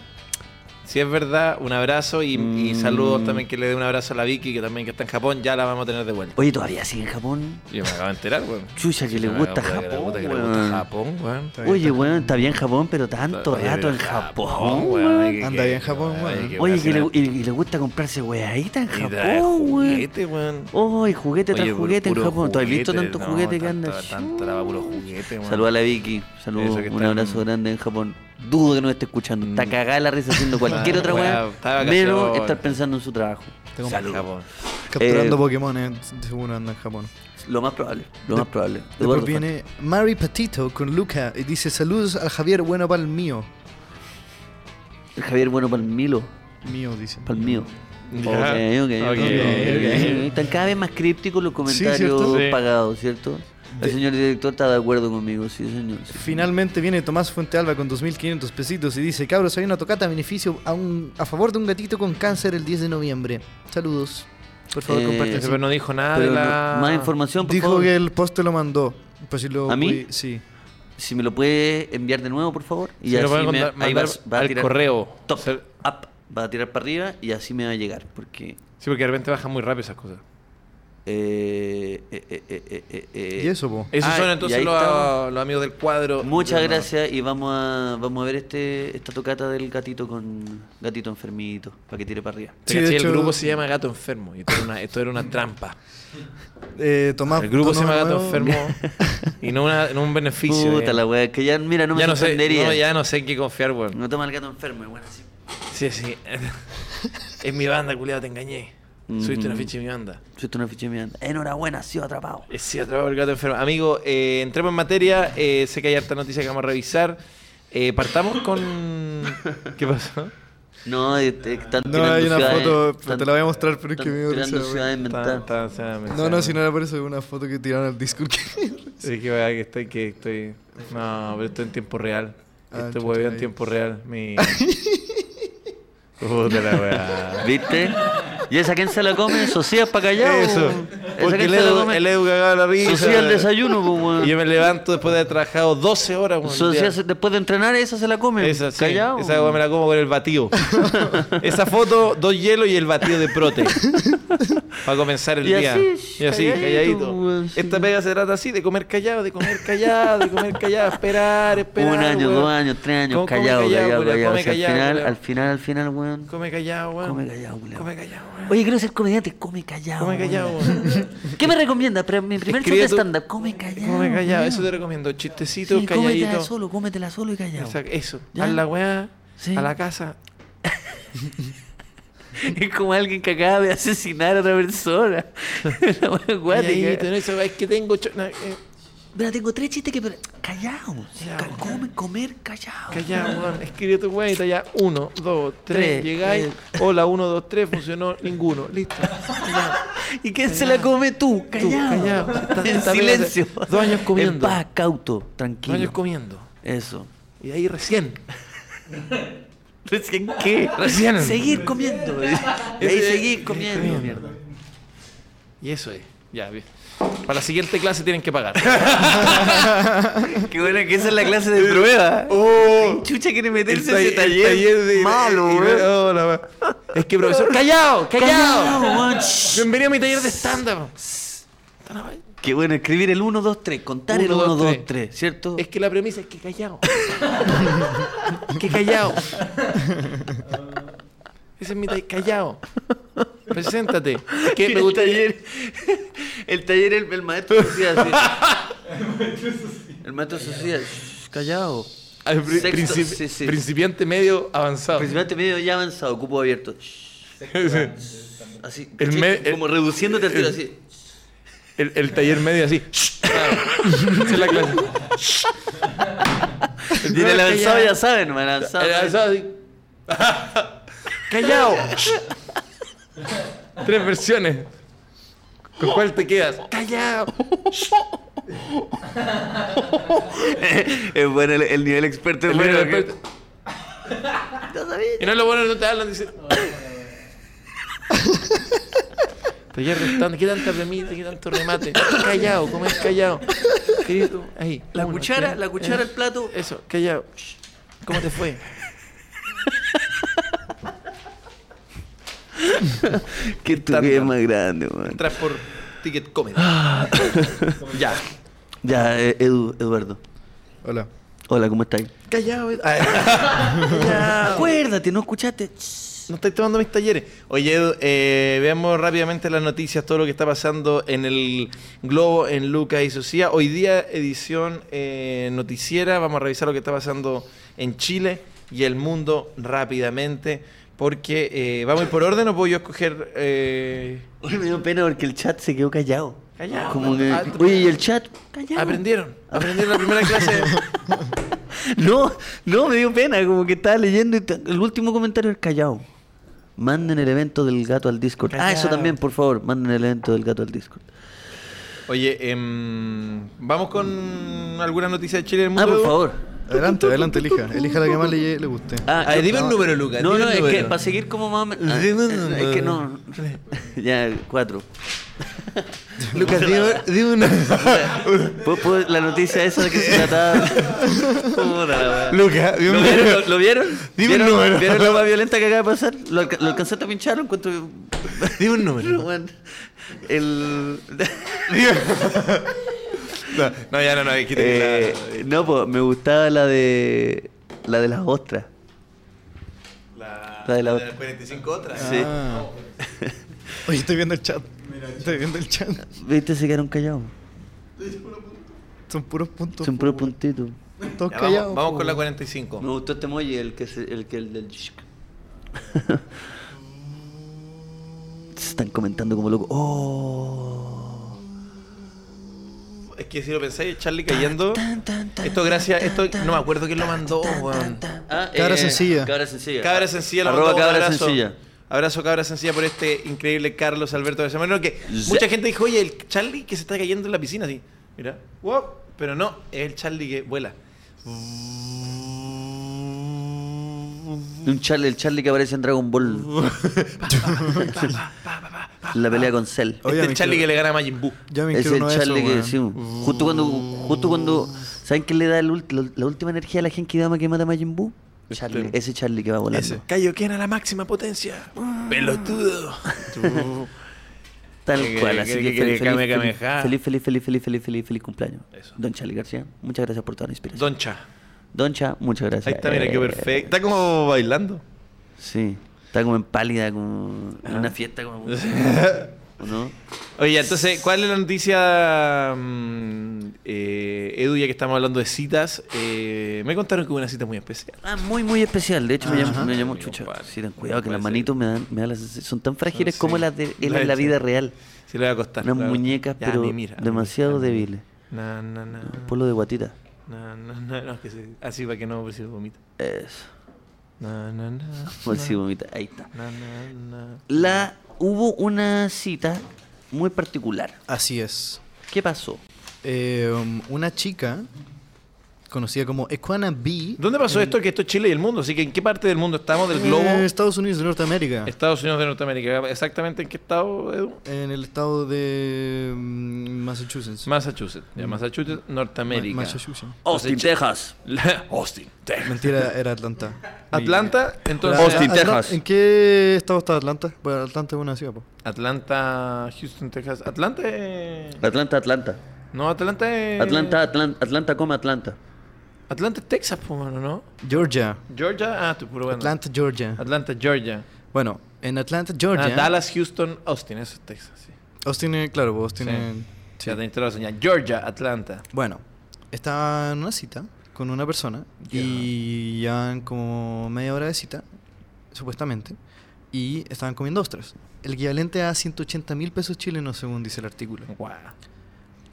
Speaker 2: si es verdad, un abrazo y, y
Speaker 3: Mm.
Speaker 2: saludos también que le dé un abrazo a la Vicky, que también que está en Japón, ya la vamos a tener de vuelta.
Speaker 3: Oye, todavía sigue en Japón.
Speaker 2: Yo me acabo de enterar, weón.
Speaker 3: Chucha, que le
Speaker 2: Me
Speaker 3: gusta
Speaker 2: acabo de-
Speaker 3: Japón,
Speaker 2: puta que le
Speaker 3: weón.
Speaker 2: gusta Japón, weón.
Speaker 3: Oye, weón, está bien Japón, pero tanto
Speaker 2: Todavía
Speaker 3: rato en
Speaker 2: vive
Speaker 3: Japón,
Speaker 2: weón.
Speaker 3: weón.
Speaker 2: Hay que-
Speaker 4: Anda bien Japón,
Speaker 2: hay
Speaker 4: weón.
Speaker 2: que
Speaker 3: Oye, que le,
Speaker 2: vacacionar.
Speaker 3: y, y le gusta comprarse weadita en
Speaker 2: Y trae
Speaker 3: Japón, güey.
Speaker 2: juguete, weón.
Speaker 3: Oh, y juguete tras
Speaker 2: Oye, puro-
Speaker 3: juguete en
Speaker 2: puro
Speaker 3: Japón. ¿Tú has visto
Speaker 2: juguete,
Speaker 3: tanto
Speaker 2: no,
Speaker 3: juguete que anda?
Speaker 2: tanto- tanto la- puro juguete, weón.
Speaker 3: Saluda a la Vicky. Saludos.
Speaker 2: Eso
Speaker 3: Un
Speaker 2: que está en-
Speaker 3: abrazo grande en Japón. Dudo que nos esté escuchando. Está cagada la risa haciendo [laughs] cualquier otra
Speaker 2: Weá,
Speaker 3: Mm. weá.
Speaker 2: está de
Speaker 3: Menos
Speaker 2: vacaciones.
Speaker 3: estar pensando en su trabajo.
Speaker 4: Tengo
Speaker 2: Salud. Japón.
Speaker 4: Capturando
Speaker 3: Eh,
Speaker 4: Pokémon, eh, según anda en Japón.
Speaker 3: Lo más probable. Lo más probable.
Speaker 4: Después
Speaker 3: Eduardo
Speaker 4: viene Mary Patito con Luca y dice saludos al Javier Bueno pa'l mío.
Speaker 3: Fuentes. El Javier, bueno, para el Milo.
Speaker 4: Mío, dice.
Speaker 3: Para el mío.
Speaker 2: Ya.
Speaker 3: Ok, ok, ok, ok.
Speaker 2: Ok,
Speaker 3: Están cada vez más crípticos los comentarios
Speaker 4: ¿cierto?
Speaker 2: Sí.
Speaker 3: pagados, ¿cierto? El señor director está de acuerdo conmigo, sí, señor. sí.
Speaker 4: Finalmente viene Tomás Fuente Alba con 2.500 pesitos y dice, cabros, hay una tocata a beneficio a, un, a favor de un gatito con cáncer el 10 de noviembre. Saludos. Por favor,
Speaker 3: Eh,
Speaker 4: comparte.
Speaker 2: Pero no dijo nada
Speaker 3: Pero
Speaker 2: de
Speaker 3: no-
Speaker 2: la.
Speaker 3: más información, por
Speaker 4: Dijo
Speaker 3: favor.
Speaker 4: que el post te lo mandó. Pues si lo
Speaker 3: ¿A mí?
Speaker 4: pudi- Sí.
Speaker 3: Si me lo puede enviar de nuevo, por favor. Y
Speaker 2: Se
Speaker 3: así
Speaker 2: lo puede
Speaker 3: me-
Speaker 2: mandar-
Speaker 3: ahí
Speaker 2: mandar
Speaker 3: va a
Speaker 2: al
Speaker 3: tirar
Speaker 2: correo.
Speaker 3: Top,
Speaker 2: Se-
Speaker 3: up, va a tirar para arriba y así me va a llegar. Porque
Speaker 2: Sí, porque de repente bajan muy rápido esas cosas.
Speaker 3: Eh, eh, eh, eh, eh, eh, eh.
Speaker 4: Y eso, po.
Speaker 2: Esos
Speaker 3: Ah,
Speaker 2: son
Speaker 3: y
Speaker 2: entonces
Speaker 3: ahí
Speaker 2: los,
Speaker 3: estamos.
Speaker 2: los amigos del cuadro.
Speaker 3: Muchas
Speaker 2: del-
Speaker 3: gracias y vamos a, vamos a ver este, esta tocata del gatito con gatito enfermito, para que tire para arriba.
Speaker 2: Te
Speaker 4: Sí, de
Speaker 2: caché,
Speaker 4: hecho-
Speaker 2: el grupo se llama Gato Enfermo. Y esto era una, esto era una trampa.
Speaker 4: Eh, Tomás,
Speaker 2: El grupo se
Speaker 4: tono
Speaker 2: llama Gato
Speaker 4: nuevo. [laughs]
Speaker 2: Enfermo. Y no, una- no un beneficio.
Speaker 3: Puta
Speaker 2: eh.
Speaker 3: la wea, que ya, mira, no me
Speaker 2: ya, no sé,
Speaker 3: sorprendería.
Speaker 2: no, ya no sé en qué confiar, weón.
Speaker 3: No toma el gato enfermo, igual así.
Speaker 2: Sí, sí. [laughs] es mi banda, culiado, te engañé. Subiste una
Speaker 3: Mm.
Speaker 2: ficha de mi banda.
Speaker 3: Yo estoy una ficha de mi banda. Enhorabuena, ha sido atrapado.
Speaker 2: Eh, Sí, atrapado el gato enfermo. Amigo, eh, entremos en materia. eh, sé que hay harta noticia que vamos a revisar. Eh, partamos
Speaker 3: [laughs]
Speaker 2: con. ¿Qué pasó?
Speaker 3: No, este, están
Speaker 4: No,
Speaker 3: tirando
Speaker 4: hay una
Speaker 3: ciudades-
Speaker 4: foto,
Speaker 3: están-
Speaker 4: pero te la voy a mostrar, pero es que
Speaker 3: están
Speaker 4: me dio risa,
Speaker 3: tirando
Speaker 4: güey.
Speaker 3: ciudades
Speaker 2: Está-
Speaker 3: inventadas.
Speaker 2: está- está- me-
Speaker 4: No, no, si no era por eso, una foto que tiraron al Discord. que-
Speaker 2: Sí, que vaya que estoy, que estoy. No, pero estoy en tiempo real.
Speaker 4: Ah,
Speaker 2: estoy
Speaker 4: chucha,
Speaker 2: hueveo en
Speaker 4: ahí.
Speaker 2: tiempo real.
Speaker 4: [laughs]
Speaker 2: Mi. Puta la weá.
Speaker 3: ¿Viste? ¿Y esa quién se
Speaker 2: [laughs]
Speaker 3: la come? ¿Socias para callao?
Speaker 2: Eso.
Speaker 3: ¿Esa
Speaker 2: Porque
Speaker 3: quién
Speaker 2: el
Speaker 3: se la
Speaker 2: Edu,
Speaker 3: come?
Speaker 2: el Edu cagaba la risa.
Speaker 3: Socia al desayuno, pues, weón.
Speaker 2: Y yo me levanto después de haber trabajado 12 horas, weón.
Speaker 3: Socia,
Speaker 2: Ya.
Speaker 3: después de entrenar, esa se la come.
Speaker 2: Esa, sí.
Speaker 3: Callao.
Speaker 2: Esa weá me la como con el batido.
Speaker 3: [laughs]
Speaker 2: Esa foto, dos hielos y el batido de prote. Para comenzar el
Speaker 3: Y
Speaker 2: día.
Speaker 3: así,
Speaker 2: y así,
Speaker 3: calladito,
Speaker 2: calladito.
Speaker 3: weón, sí.
Speaker 2: Esta pega se trata así, de comer callado, de comer callado, de comer callado, esperar, esperar.
Speaker 3: Un año,
Speaker 2: weón.
Speaker 3: dos años, tres años,
Speaker 2: Come- come
Speaker 3: callado, callado,
Speaker 2: culiao,
Speaker 3: callado.
Speaker 2: come
Speaker 3: O sea, al
Speaker 2: callado,
Speaker 3: final,
Speaker 2: culiao.
Speaker 3: al final, al final, weón.
Speaker 2: Come callado, weón.
Speaker 3: Come callado, culiao.
Speaker 2: Come callado, weón.
Speaker 3: Oye, quiero ser comediante, come callado.
Speaker 2: Come callado,
Speaker 3: weón. ¿Qué me recomienda? Pre- mi primer show
Speaker 2: Escribe
Speaker 3: de
Speaker 2: tu-
Speaker 3: stand-up, come callado.
Speaker 2: Come callado,
Speaker 3: weón.
Speaker 2: eso te recomiendo. Chistecito,
Speaker 3: Sí, cómetela
Speaker 2: calladito.
Speaker 3: solo, cómetela solo y callado.
Speaker 2: Exacto, Eso,
Speaker 3: ¿Ya?
Speaker 2: haz la weá,
Speaker 3: Sí.
Speaker 2: a la casa.
Speaker 3: [laughs] Es como alguien que acaba de asesinar a otra persona. [laughs] Una wea
Speaker 2: Calladito,
Speaker 3: acuática.
Speaker 2: no, eso, es que tengo... cho- no, eh,
Speaker 3: Mira, tengo tres chistes que... Callado.
Speaker 2: Callao.
Speaker 3: Ca- come- comer callado.
Speaker 2: Callado, weón. Escribe tu weá y está ya. Uno, dos,
Speaker 3: Tres, eh.
Speaker 2: tres. Llegáis. Hola, uno, dos, tres. Funcionó ninguno. Listo.
Speaker 3: ¿Y quién se la come tú? [laughs] Callado.
Speaker 2: callao. Está-
Speaker 3: En
Speaker 2: está-
Speaker 3: silencio.
Speaker 2: dos años comiendo.
Speaker 3: En paz, cauto,
Speaker 2: Dos años
Speaker 3: tranquilo.
Speaker 2: comiendo.
Speaker 3: Eso.
Speaker 2: Y ahí recién.
Speaker 3: ¿Recién qué?
Speaker 2: Recién.
Speaker 3: Seguir comiendo. [laughs] De ahí
Speaker 2: Ese-
Speaker 3: seguir comiendo.
Speaker 2: comiendo.
Speaker 3: mierda.
Speaker 2: Y eso es. Ya, bien. Para la siguiente clase tienen que
Speaker 3: [laughs]
Speaker 2: pagar.
Speaker 3: Qué buena que esa es la clase de prueba.
Speaker 2: ¡Oh!
Speaker 3: Chucha quiere meterse
Speaker 2: Ese
Speaker 3: a ese taller. Malo, weón.
Speaker 2: Es que, profesor. ¡Callado! ¡Callado!
Speaker 3: Callao, weón. Shh.
Speaker 2: Bienvenido a mi taller de stand-up.
Speaker 3: Qué bueno, escribir el 1, 2, 3, contar el
Speaker 2: 1,
Speaker 3: 1,
Speaker 2: 2,
Speaker 3: 2, 3, ¿cierto?
Speaker 2: Es que la premisa es que
Speaker 3: [laughs]
Speaker 2: callado. que callado. Ese es mi taller. Callado. Preséntate. Es
Speaker 3: [laughs]
Speaker 2: que me
Speaker 3: el,
Speaker 2: gusta.
Speaker 3: taller, el taller, el, el maestro [laughs] decía así. el maestro decía, callado.
Speaker 2: Al pri-
Speaker 3: Sexto,
Speaker 2: principi-
Speaker 3: sí, sí.
Speaker 2: Principiante medio avanzado.
Speaker 3: Principalmente medio ya avanzado, cupo abierto. Así,
Speaker 2: El
Speaker 3: ¿cachai?
Speaker 2: me-
Speaker 3: como
Speaker 2: el-
Speaker 3: reduciéndote al tiro
Speaker 2: el-
Speaker 3: así.
Speaker 2: el, el taller medio así. Esa es la clase.
Speaker 3: Y en el
Speaker 2: No, es que
Speaker 3: avanzado
Speaker 2: ya-
Speaker 3: ya saben, man, avanzado.
Speaker 2: El avanzado así. callado. Tres versiones. ¿Con cuál te quedas? Callado.
Speaker 3: [laughs] Es bueno, el, el nivel experto es bueno. que-
Speaker 2: Y no es lo bueno, no te hablan, dice. Pero ya restando, ¿qué tanta premisa, qué tanto remate? Callado, comer callado. Querido, ahí.
Speaker 3: La
Speaker 2: uno,
Speaker 3: cuchara,
Speaker 2: tres,
Speaker 3: la cuchara,
Speaker 2: eh,
Speaker 3: el plato.
Speaker 2: Eso, callado. Shh. ¿Cómo te fue?
Speaker 3: Que
Speaker 2: estúpido más
Speaker 3: grande, man.
Speaker 2: Entras por Ticket Comedy. ya.
Speaker 3: Ya, eh, Edu, Eduardo.
Speaker 4: [laughs] Hola.
Speaker 3: Hola, ¿cómo [laughs] estáis?
Speaker 2: Callado. Callado.
Speaker 3: Acuérdate, no escuchaste.
Speaker 2: No estáis tomando mis talleres. Oye, Edu, eh, veamos rápidamente las noticias, todo lo que está pasando en el globo, en Lucas y Socia. Hoy día, edición eh, noticiera, vamos a revisar lo que está pasando en Chile y el mundo rápidamente, porque eh, vamos a ir por orden o puedo yo escoger... eh,
Speaker 3: Oye, me dio pena porque el chat se quedó callado.
Speaker 2: Callado.
Speaker 3: Como que-
Speaker 2: Ah,
Speaker 3: oye, ¿y el chat? Callado.
Speaker 2: Aprendieron, aprendieron la primera clase.
Speaker 3: No, no, me dio pena. Como que estaba leyendo y ta- el último comentario era callado. Manden el evento del gato al Discord. Ah, eso
Speaker 2: Callado.
Speaker 3: también, por favor. Manden el evento del gato al Discord.
Speaker 2: Oye, em, vamos con alguna noticia de Chile y el mundo.
Speaker 3: Ah, por
Speaker 2: Edu?
Speaker 3: favor.
Speaker 4: Adelante, adelante, elija. Elija la que más le, le guste.
Speaker 3: Ah,
Speaker 2: Ah,
Speaker 3: yo-
Speaker 2: dime un número, Lucas.
Speaker 3: No,
Speaker 2: dime
Speaker 3: no,
Speaker 2: un
Speaker 3: es que
Speaker 2: número.
Speaker 3: para seguir como más o menos. ah,
Speaker 2: Dime un
Speaker 3: [laughs] es- es que
Speaker 2: número.
Speaker 3: no. ya, cuatro.
Speaker 2: Lucas, dime, dime una.
Speaker 3: [laughs] ¿Puedo- puedo- La noticia esa de que
Speaker 2: [laughs]
Speaker 3: se trataba. Puta la wea.
Speaker 2: Lucas, dime
Speaker 3: ¿Lo
Speaker 2: una-
Speaker 3: vieron? ¿Lo, lo vieron?
Speaker 2: Dime un
Speaker 3: ¿Vieron-
Speaker 2: número.
Speaker 3: ¿Vieron [laughs] lo más violenta que acaba de pasar? ¿Lo, alca- lo alcanzaste a pinchar? Lo [laughs] encuentro.
Speaker 2: Dime un número.
Speaker 3: [laughs] Weón, El.
Speaker 2: Dime- No, no, ya no, no, hay que
Speaker 3: [laughs] Eh,
Speaker 2: claro.
Speaker 3: no, pues me gustaba la de. La de las ostras.
Speaker 2: La,
Speaker 3: la de la
Speaker 2: la
Speaker 3: otra.
Speaker 2: de las 45 otras.
Speaker 3: Sí. [laughs]
Speaker 4: Ah. Oye, estoy viendo el chat. Estoy viendo el chat.
Speaker 3: ¿Viste? Se quedaron callados.
Speaker 4: Son puros puntos.
Speaker 3: Son puros puntitos.
Speaker 4: puntos. Todos
Speaker 2: Ya,
Speaker 4: callados.
Speaker 2: vamos, vamos
Speaker 4: po.
Speaker 2: con la 45.
Speaker 3: Me gustó este emoji, el que, se- el, que el del. [laughs] se están comentando como loco. ¡Oh!
Speaker 2: Es que si lo pensáis, Charlie cayendo.
Speaker 3: Tan, tan, tan,
Speaker 2: Esto gracias,
Speaker 3: tan,
Speaker 2: esto
Speaker 3: tan,
Speaker 2: no me acuerdo quién lo mandó,
Speaker 3: tan,
Speaker 2: weón.
Speaker 3: tan, tan. Ah,
Speaker 4: Cabra sencilla.
Speaker 3: Cabra sencilla.
Speaker 2: Cabra sencilla, lo
Speaker 3: Arroba
Speaker 2: mandó, un
Speaker 3: cabra
Speaker 2: abrazo.
Speaker 3: sencilla.
Speaker 2: Abrazo cabra sencilla por este increíble Carlos Alberto de Semana. Que
Speaker 3: Ze-
Speaker 2: mucha gente dijo, oye, el Charlie que se está cayendo en la piscina, así. Mira, wow. Pero no, es el Charlie que vuela. Este
Speaker 3: Un Charlie, el Charlie que aparece en Dragon
Speaker 4: [laughs]
Speaker 3: Ball. la pelea con Cell.
Speaker 2: este es
Speaker 4: Oye,
Speaker 2: el
Speaker 4: me
Speaker 2: Charlie
Speaker 4: quiero-
Speaker 2: que le gana a Majin Buu.
Speaker 4: Yo me
Speaker 3: Es
Speaker 4: quiero
Speaker 3: el
Speaker 4: uno de
Speaker 3: Charlie
Speaker 4: esos,
Speaker 3: que
Speaker 4: weón.
Speaker 3: decimos. Justo cuando, justo cuando. ¿Saben qué le da el ult- la, la última energía a la gente que dama que mata a Majin Buu? Charlie. Ese Charlie que va volando.
Speaker 4: Este. Ese.
Speaker 2: Kaioken a la máxima potencia. Mm. [laughs] Pelotudo.
Speaker 3: Tal
Speaker 2: Que-
Speaker 3: cual.
Speaker 2: que-
Speaker 3: Así
Speaker 2: que-
Speaker 3: que,
Speaker 2: que-
Speaker 3: feliz,
Speaker 2: que- que-
Speaker 3: feliz,
Speaker 2: que-
Speaker 3: feliz, feliz, feliz, feliz, feliz, feliz, feliz cumpleaños.
Speaker 2: Eso.
Speaker 3: Don Charlie García, muchas gracias por toda la inspiración.
Speaker 2: Doncha.
Speaker 3: Doncha, muchas gracias.
Speaker 2: Ahí está, mira, qué
Speaker 3: Eh,
Speaker 2: perfecto. Está como bailando.
Speaker 3: Sí. Está como en pálida, como en
Speaker 2: Ah.
Speaker 3: una fiesta,
Speaker 2: [laughs]
Speaker 3: como. ¿O ¿No?
Speaker 2: [laughs] Oye, entonces, ¿cuál es la noticia, mm, eh, Edu, ya que estamos hablando de citas? eh, me contaron que hubo una cita muy especial.
Speaker 3: Ah, muy, muy especial. De hecho, me llamó, me llamó chucha.
Speaker 2: compadre.
Speaker 3: Sí, ten cuidado, que
Speaker 2: Puede
Speaker 3: las
Speaker 2: ser.
Speaker 3: manitos me dan, me dan las, son tan frágiles
Speaker 2: Sí.
Speaker 3: como las de en
Speaker 2: La
Speaker 3: la
Speaker 2: hecha.
Speaker 3: vida real.
Speaker 2: Se le va a costar.
Speaker 3: Unas
Speaker 2: le va a costar.
Speaker 3: muñecas,
Speaker 2: Ya,
Speaker 3: pero
Speaker 2: ni mira, ni
Speaker 3: demasiado
Speaker 2: mira, ni mira.
Speaker 3: débiles.
Speaker 2: Na, na, na.
Speaker 3: Polo de guatita.
Speaker 2: Na, na, na, no, es que se- así para que no por si vomita.
Speaker 3: Eso.
Speaker 2: Na, na, na,
Speaker 3: Por si
Speaker 2: na,
Speaker 3: vomita. Ahí está.
Speaker 2: na, na, na.
Speaker 3: La, hubo una cita muy particular.
Speaker 4: Así es.
Speaker 3: ¿Qué pasó?
Speaker 4: Eh, um, una chica conocida como Equana B.
Speaker 2: ¿Dónde pasó esto? Que esto es Chile y el mundo. Así que, ¿en qué parte del mundo estamos? ¿Del globo?
Speaker 3: Eh,
Speaker 4: En Estados Unidos de Norteamérica.
Speaker 2: Estados Unidos de Norteamérica. ¿Exactamente en qué estado, Edu?
Speaker 4: En el estado de mm, Massachusetts.
Speaker 2: Massachusetts. Ya, Massachusetts, Norteamérica.
Speaker 4: Ma- Massachusetts.
Speaker 3: Mm. Austin, Texas.
Speaker 2: La- [laughs] Austin, Texas.
Speaker 4: Mentira, era Atlanta.
Speaker 2: Atlanta, entonces.
Speaker 3: Austin,
Speaker 4: Atla-
Speaker 3: Texas.
Speaker 4: ¿En qué estado está Atlanta? Bueno, Atlanta es una ciudad, po.
Speaker 2: Atlanta, Houston, Texas. Atlanta es...
Speaker 3: Atlanta, Atlanta.
Speaker 2: No, Atlanta
Speaker 3: Eh.
Speaker 2: es...
Speaker 3: Atlanta, Atlanta, Atlanta, coma Atlanta.
Speaker 2: Atlanta es Texas, pues, mano, ¿no?
Speaker 4: Georgia.
Speaker 2: Georgia, ah, tú, puro bueno.
Speaker 4: Atlanta, Georgia.
Speaker 2: Atlanta, Georgia.
Speaker 4: Bueno, en Atlanta,
Speaker 2: Ah,
Speaker 4: Georgia.
Speaker 2: Dallas, Houston, Austin, eso es Texas, sí.
Speaker 4: Austin, eh, claro, po, Austin.
Speaker 2: Sí.
Speaker 4: eh, sí.
Speaker 2: Ya te instaló la señal. Georgia, Atlanta.
Speaker 4: Bueno, estaba en una cita con una persona y llevan como media hora de cita, supuestamente, y estaban comiendo ostras. El equivalente a 180 mil pesos chilenos, según dice el artículo.
Speaker 2: Guau.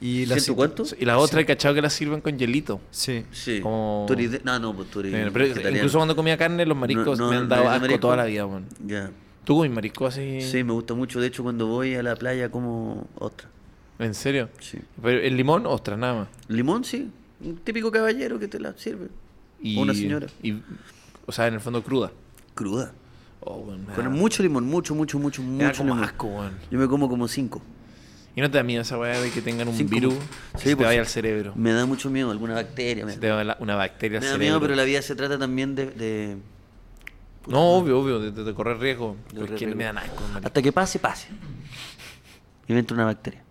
Speaker 4: Y la
Speaker 3: ¿Siento
Speaker 4: cita-
Speaker 3: cuánto?
Speaker 2: Y la otra, el cachado que la sirven con hielito.
Speaker 4: Sí.
Speaker 3: Sí.
Speaker 2: Como-
Speaker 3: Turide- No, no, pues turide-
Speaker 2: Pero
Speaker 3: vegetariano.
Speaker 2: incluso cuando comía carne, los mariscos
Speaker 3: No, no,
Speaker 2: me han
Speaker 3: no,
Speaker 2: dado
Speaker 3: no,
Speaker 2: asco
Speaker 3: marisco.
Speaker 2: toda la vida, weón.
Speaker 3: Ya.
Speaker 2: ¿Tú comes marisco así?
Speaker 3: Sí, me gusta mucho. De hecho, cuando voy a la playa como ostra.
Speaker 2: ¿En serio?
Speaker 3: Sí.
Speaker 2: Pero el limón, ostras, nada más.
Speaker 3: Limón, sí. Un típico caballero que te la sirve.
Speaker 2: Y,
Speaker 3: O una señora.
Speaker 2: y- o sea, en el fondo cruda.
Speaker 3: Cruda.
Speaker 2: Oh, weón, me da-
Speaker 3: Con mucho limón, mucho, mucho, mucho,
Speaker 2: me da
Speaker 3: mucho
Speaker 2: como
Speaker 3: limón.
Speaker 2: asco, weón.
Speaker 3: Yo me como como cinco.
Speaker 2: Y no te da miedo esa weá de que tengan un
Speaker 3: Cinco.
Speaker 2: virus que
Speaker 3: Sí,
Speaker 2: se te
Speaker 3: pues,
Speaker 2: vaya al cerebro.
Speaker 3: Me da mucho miedo, alguna bacteria. Me,
Speaker 2: Se te va la- una bacteria al
Speaker 3: me da
Speaker 2: cerebro.
Speaker 3: miedo, pero la vida se trata también de... de-
Speaker 2: No, obvio, obvio, de, de- de correr riesgo. Pero es que
Speaker 3: riesgo.
Speaker 2: me dan asco, marico.
Speaker 3: Hasta que pase, pase. Y me entra una bacteria.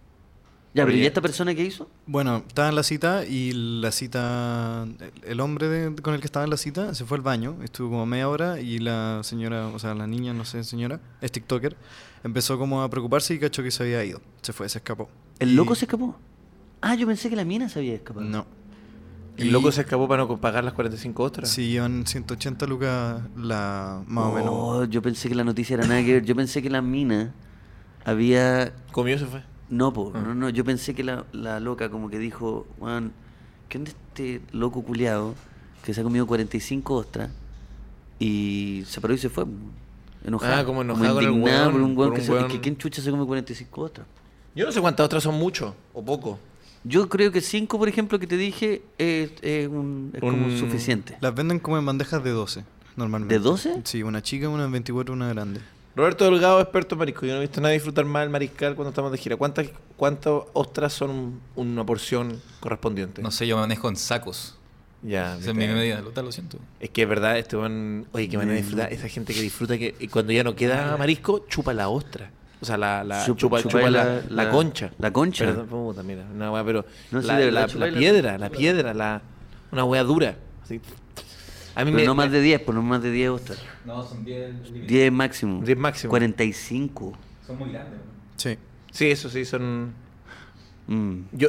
Speaker 3: Ya, pero
Speaker 2: Oye.
Speaker 3: ¿y esta persona qué hizo?
Speaker 4: Bueno, estaba en la cita y la cita, el- el hombre de- con el que estaba en la cita se fue al baño, estuvo como media hora y la señora, o sea, la niña, no sé, señora, es TikToker, empezó como a preocuparse y cachó que se había ido, se fue, se escapó.
Speaker 3: ¿El
Speaker 4: Y-
Speaker 3: loco se escapó? Ah, yo pensé que la mina se había escapado.
Speaker 4: No.
Speaker 2: El
Speaker 4: Y-
Speaker 2: loco se escapó para no co- pagar las 45 ostras.
Speaker 4: Sí, llevan 180 lucas la, más o menos.
Speaker 3: Oh, yo pensé que la noticia era nada que ver. Yo pensé que la mina había.
Speaker 2: Comió y se fue.
Speaker 3: No, po,
Speaker 2: Ah.
Speaker 3: no, no. Yo pensé que la, la loca como que dijo, Juan, ¿qué onda este loco culiado que se ha comido 45 ostras y se paró y se fue? po? Enojada.
Speaker 2: Ah, como enojada con el
Speaker 3: indignada
Speaker 2: weón,
Speaker 3: por un weón
Speaker 2: por
Speaker 3: que
Speaker 2: un
Speaker 3: se- es
Speaker 2: weón.
Speaker 3: que ¿Quién chucha se come 45 ostras?
Speaker 2: Yo no sé cuántas ostras son mucho o poco.
Speaker 3: Yo creo que 5, por ejemplo, que te dije, es, es un, es como
Speaker 2: Un-
Speaker 3: suficiente.
Speaker 4: Las venden como en bandejas de 12, normalmente.
Speaker 3: ¿De 12?
Speaker 4: Sí, una chica, una en 24, una grande.
Speaker 2: Roberto Delgado, experto en marisco. Yo no he visto a nadie disfrutar más el mariscal cuando estamos de gira. ¿Cuántas, cuántas ostras son un- una porción correspondiente?
Speaker 5: No sé, yo manejo en sacos.
Speaker 2: Ya,
Speaker 5: Esa es mi
Speaker 2: mira.
Speaker 5: medida, lo, lo siento.
Speaker 2: Es que es verdad, este buen- Oye, que van a
Speaker 3: Mm.
Speaker 2: disfrutar. Esa gente que disfruta que y cuando ya no queda marisco, chupa la ostra. O sea, la, la-
Speaker 3: Chupa-
Speaker 2: chupa,
Speaker 3: Ah, chupa
Speaker 2: chupa la,
Speaker 3: la-
Speaker 2: la
Speaker 3: la-
Speaker 2: concha.
Speaker 3: la concha.
Speaker 2: Perdón, puta, mira, una wea, pero.
Speaker 3: No, sí,
Speaker 2: la,
Speaker 3: de verdad,
Speaker 2: la-
Speaker 3: chupa
Speaker 2: la
Speaker 3: la-
Speaker 2: piedra, la piedra, la, una wea dura. así. A mí
Speaker 3: Pero
Speaker 2: me.
Speaker 3: no más de 10, pues no más de 10 ostras.
Speaker 5: No, son 10
Speaker 3: 10 máximo.
Speaker 2: 10 máximo.
Speaker 3: 45.
Speaker 5: Son muy grandes.
Speaker 4: Sí.
Speaker 2: Sí, eso sí, son.
Speaker 3: Mm.
Speaker 2: Yo.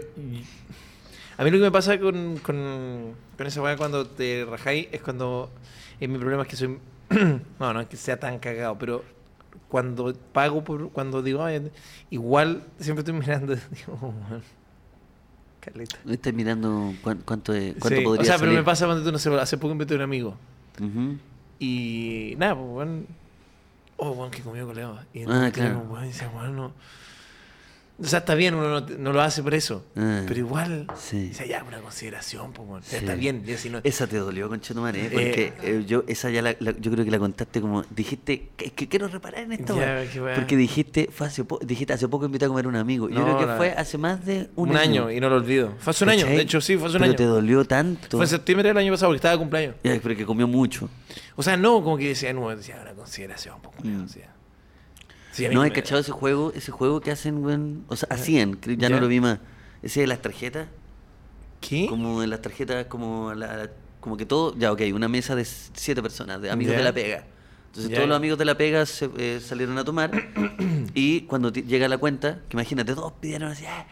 Speaker 2: A mí lo que me pasa con, con, con esa weá cuando te rajáis es cuando. eh, mi problema es que soy. [clears throat] no, no es que sea tan cagado, pero cuando pago por. Cuando digo, "Ay, igual siempre estoy [laughs] mirando. Digo, "Oh, weón, caleta.
Speaker 3: Estás mirando cuán- cuánto, es- cuánto
Speaker 2: Sí,
Speaker 3: podría
Speaker 2: O sea,
Speaker 3: salir.
Speaker 2: pero me pasa cuando tú no sé, hace poco invité a un amigo.
Speaker 3: Ujú.
Speaker 2: Y nada, pues, weón. Oh, weón, que comió coleo. Y
Speaker 3: Ah,
Speaker 2: entonces,
Speaker 3: claro.
Speaker 2: weón, dice, weón, no. O sea, está bien, uno no, no lo hace por eso.
Speaker 3: Ah.
Speaker 2: Pero igual,
Speaker 3: Sí.
Speaker 2: dice, ya, una consideración, pues, weón. Ya
Speaker 3: Sí.
Speaker 2: Está bien, ya si no.
Speaker 3: Esa te dolió, conchetumare, ¿eh?
Speaker 2: Eh.
Speaker 3: porque eh, yo esa ya la, la- yo creo que la contaste como dijiste que, que quiero reparar en esto,
Speaker 2: Ya,
Speaker 3: weón".
Speaker 2: qué weá.
Speaker 3: porque dijiste fue hace po- dijiste hace poco invité a comer a un amigo. Yo
Speaker 2: No,
Speaker 3: creo que
Speaker 2: la-
Speaker 3: fue hace más de un,
Speaker 2: un, año, y no lo olvido. Fue hace un año, de
Speaker 3: ¿Cachai?
Speaker 2: hecho, sí, fue hace un
Speaker 3: Pero
Speaker 2: año.
Speaker 3: te dolió tanto.
Speaker 2: Fue en septiembre del año pasado, porque estaba de cumpleaños.
Speaker 3: Ya, pero que comió mucho.
Speaker 2: O sea, no, como que decía, no, decía, una consideración, pues, weón.
Speaker 3: Mm.
Speaker 2: O sea. Sí, a mí
Speaker 3: no
Speaker 2: me-
Speaker 3: he cachado ese juego, ese juego que hacen, weón. O sea, hacían, creo- ya
Speaker 2: Ya.
Speaker 3: no lo vi más. Ese de las tarjetas,
Speaker 2: ¿Qué?
Speaker 3: como de las tarjetas, como la- la- como que todo, ya ok, una mesa de s- siete personas, de amigos
Speaker 2: Ya.
Speaker 3: de la pega. Entonces
Speaker 2: Ya,
Speaker 3: todos
Speaker 2: ya.
Speaker 3: los amigos de la pega se, eh, salieron
Speaker 2: [coughs]
Speaker 3: a tomar y cuando ti- llega la cuenta, que imagínate, dos pidieron así, ah,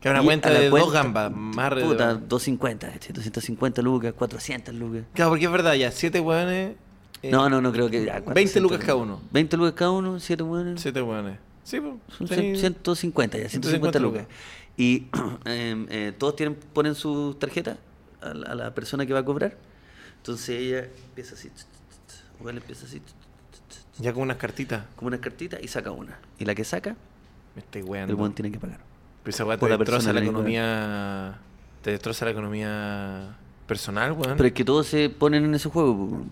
Speaker 2: Que una
Speaker 3: y
Speaker 2: cuenta
Speaker 3: a la
Speaker 2: de dos
Speaker 3: cuenta,
Speaker 2: gambas, más re-
Speaker 3: Puta, 250, este, 250 lucas, 400 lucas.
Speaker 2: Claro, porque es verdad, ya, siete weones. eh,
Speaker 3: no, no, no creo que... ya,
Speaker 2: 20 lucas
Speaker 3: 400
Speaker 2: cada uno.
Speaker 3: 20 lucas cada uno, siete buenos.
Speaker 2: Siete hueones. Sí, pues.
Speaker 3: Son cien-
Speaker 2: tenés-
Speaker 3: 150 ya,
Speaker 2: 150
Speaker 3: 150
Speaker 2: lucas.
Speaker 3: lucas. Y [clears throat] em, eh, todos tienen, ponen su tarjeta a la, a la persona que va a cobrar. Entonces ella empieza así, tss, tss, tss, o él empieza así, tss, tss, tss,
Speaker 2: Ya con unas cartitas.
Speaker 3: como una cartita y saca una. Y la que saca,
Speaker 2: Me estoy
Speaker 3: el buen
Speaker 2: weando.
Speaker 3: tiene que pagar.
Speaker 2: Pero esa weá te
Speaker 3: por la
Speaker 2: destroza
Speaker 3: persona,
Speaker 2: la
Speaker 3: la
Speaker 2: economía. Te destroza la economía personal, weón.
Speaker 3: Pero es que todos se ponen en ese juego. po.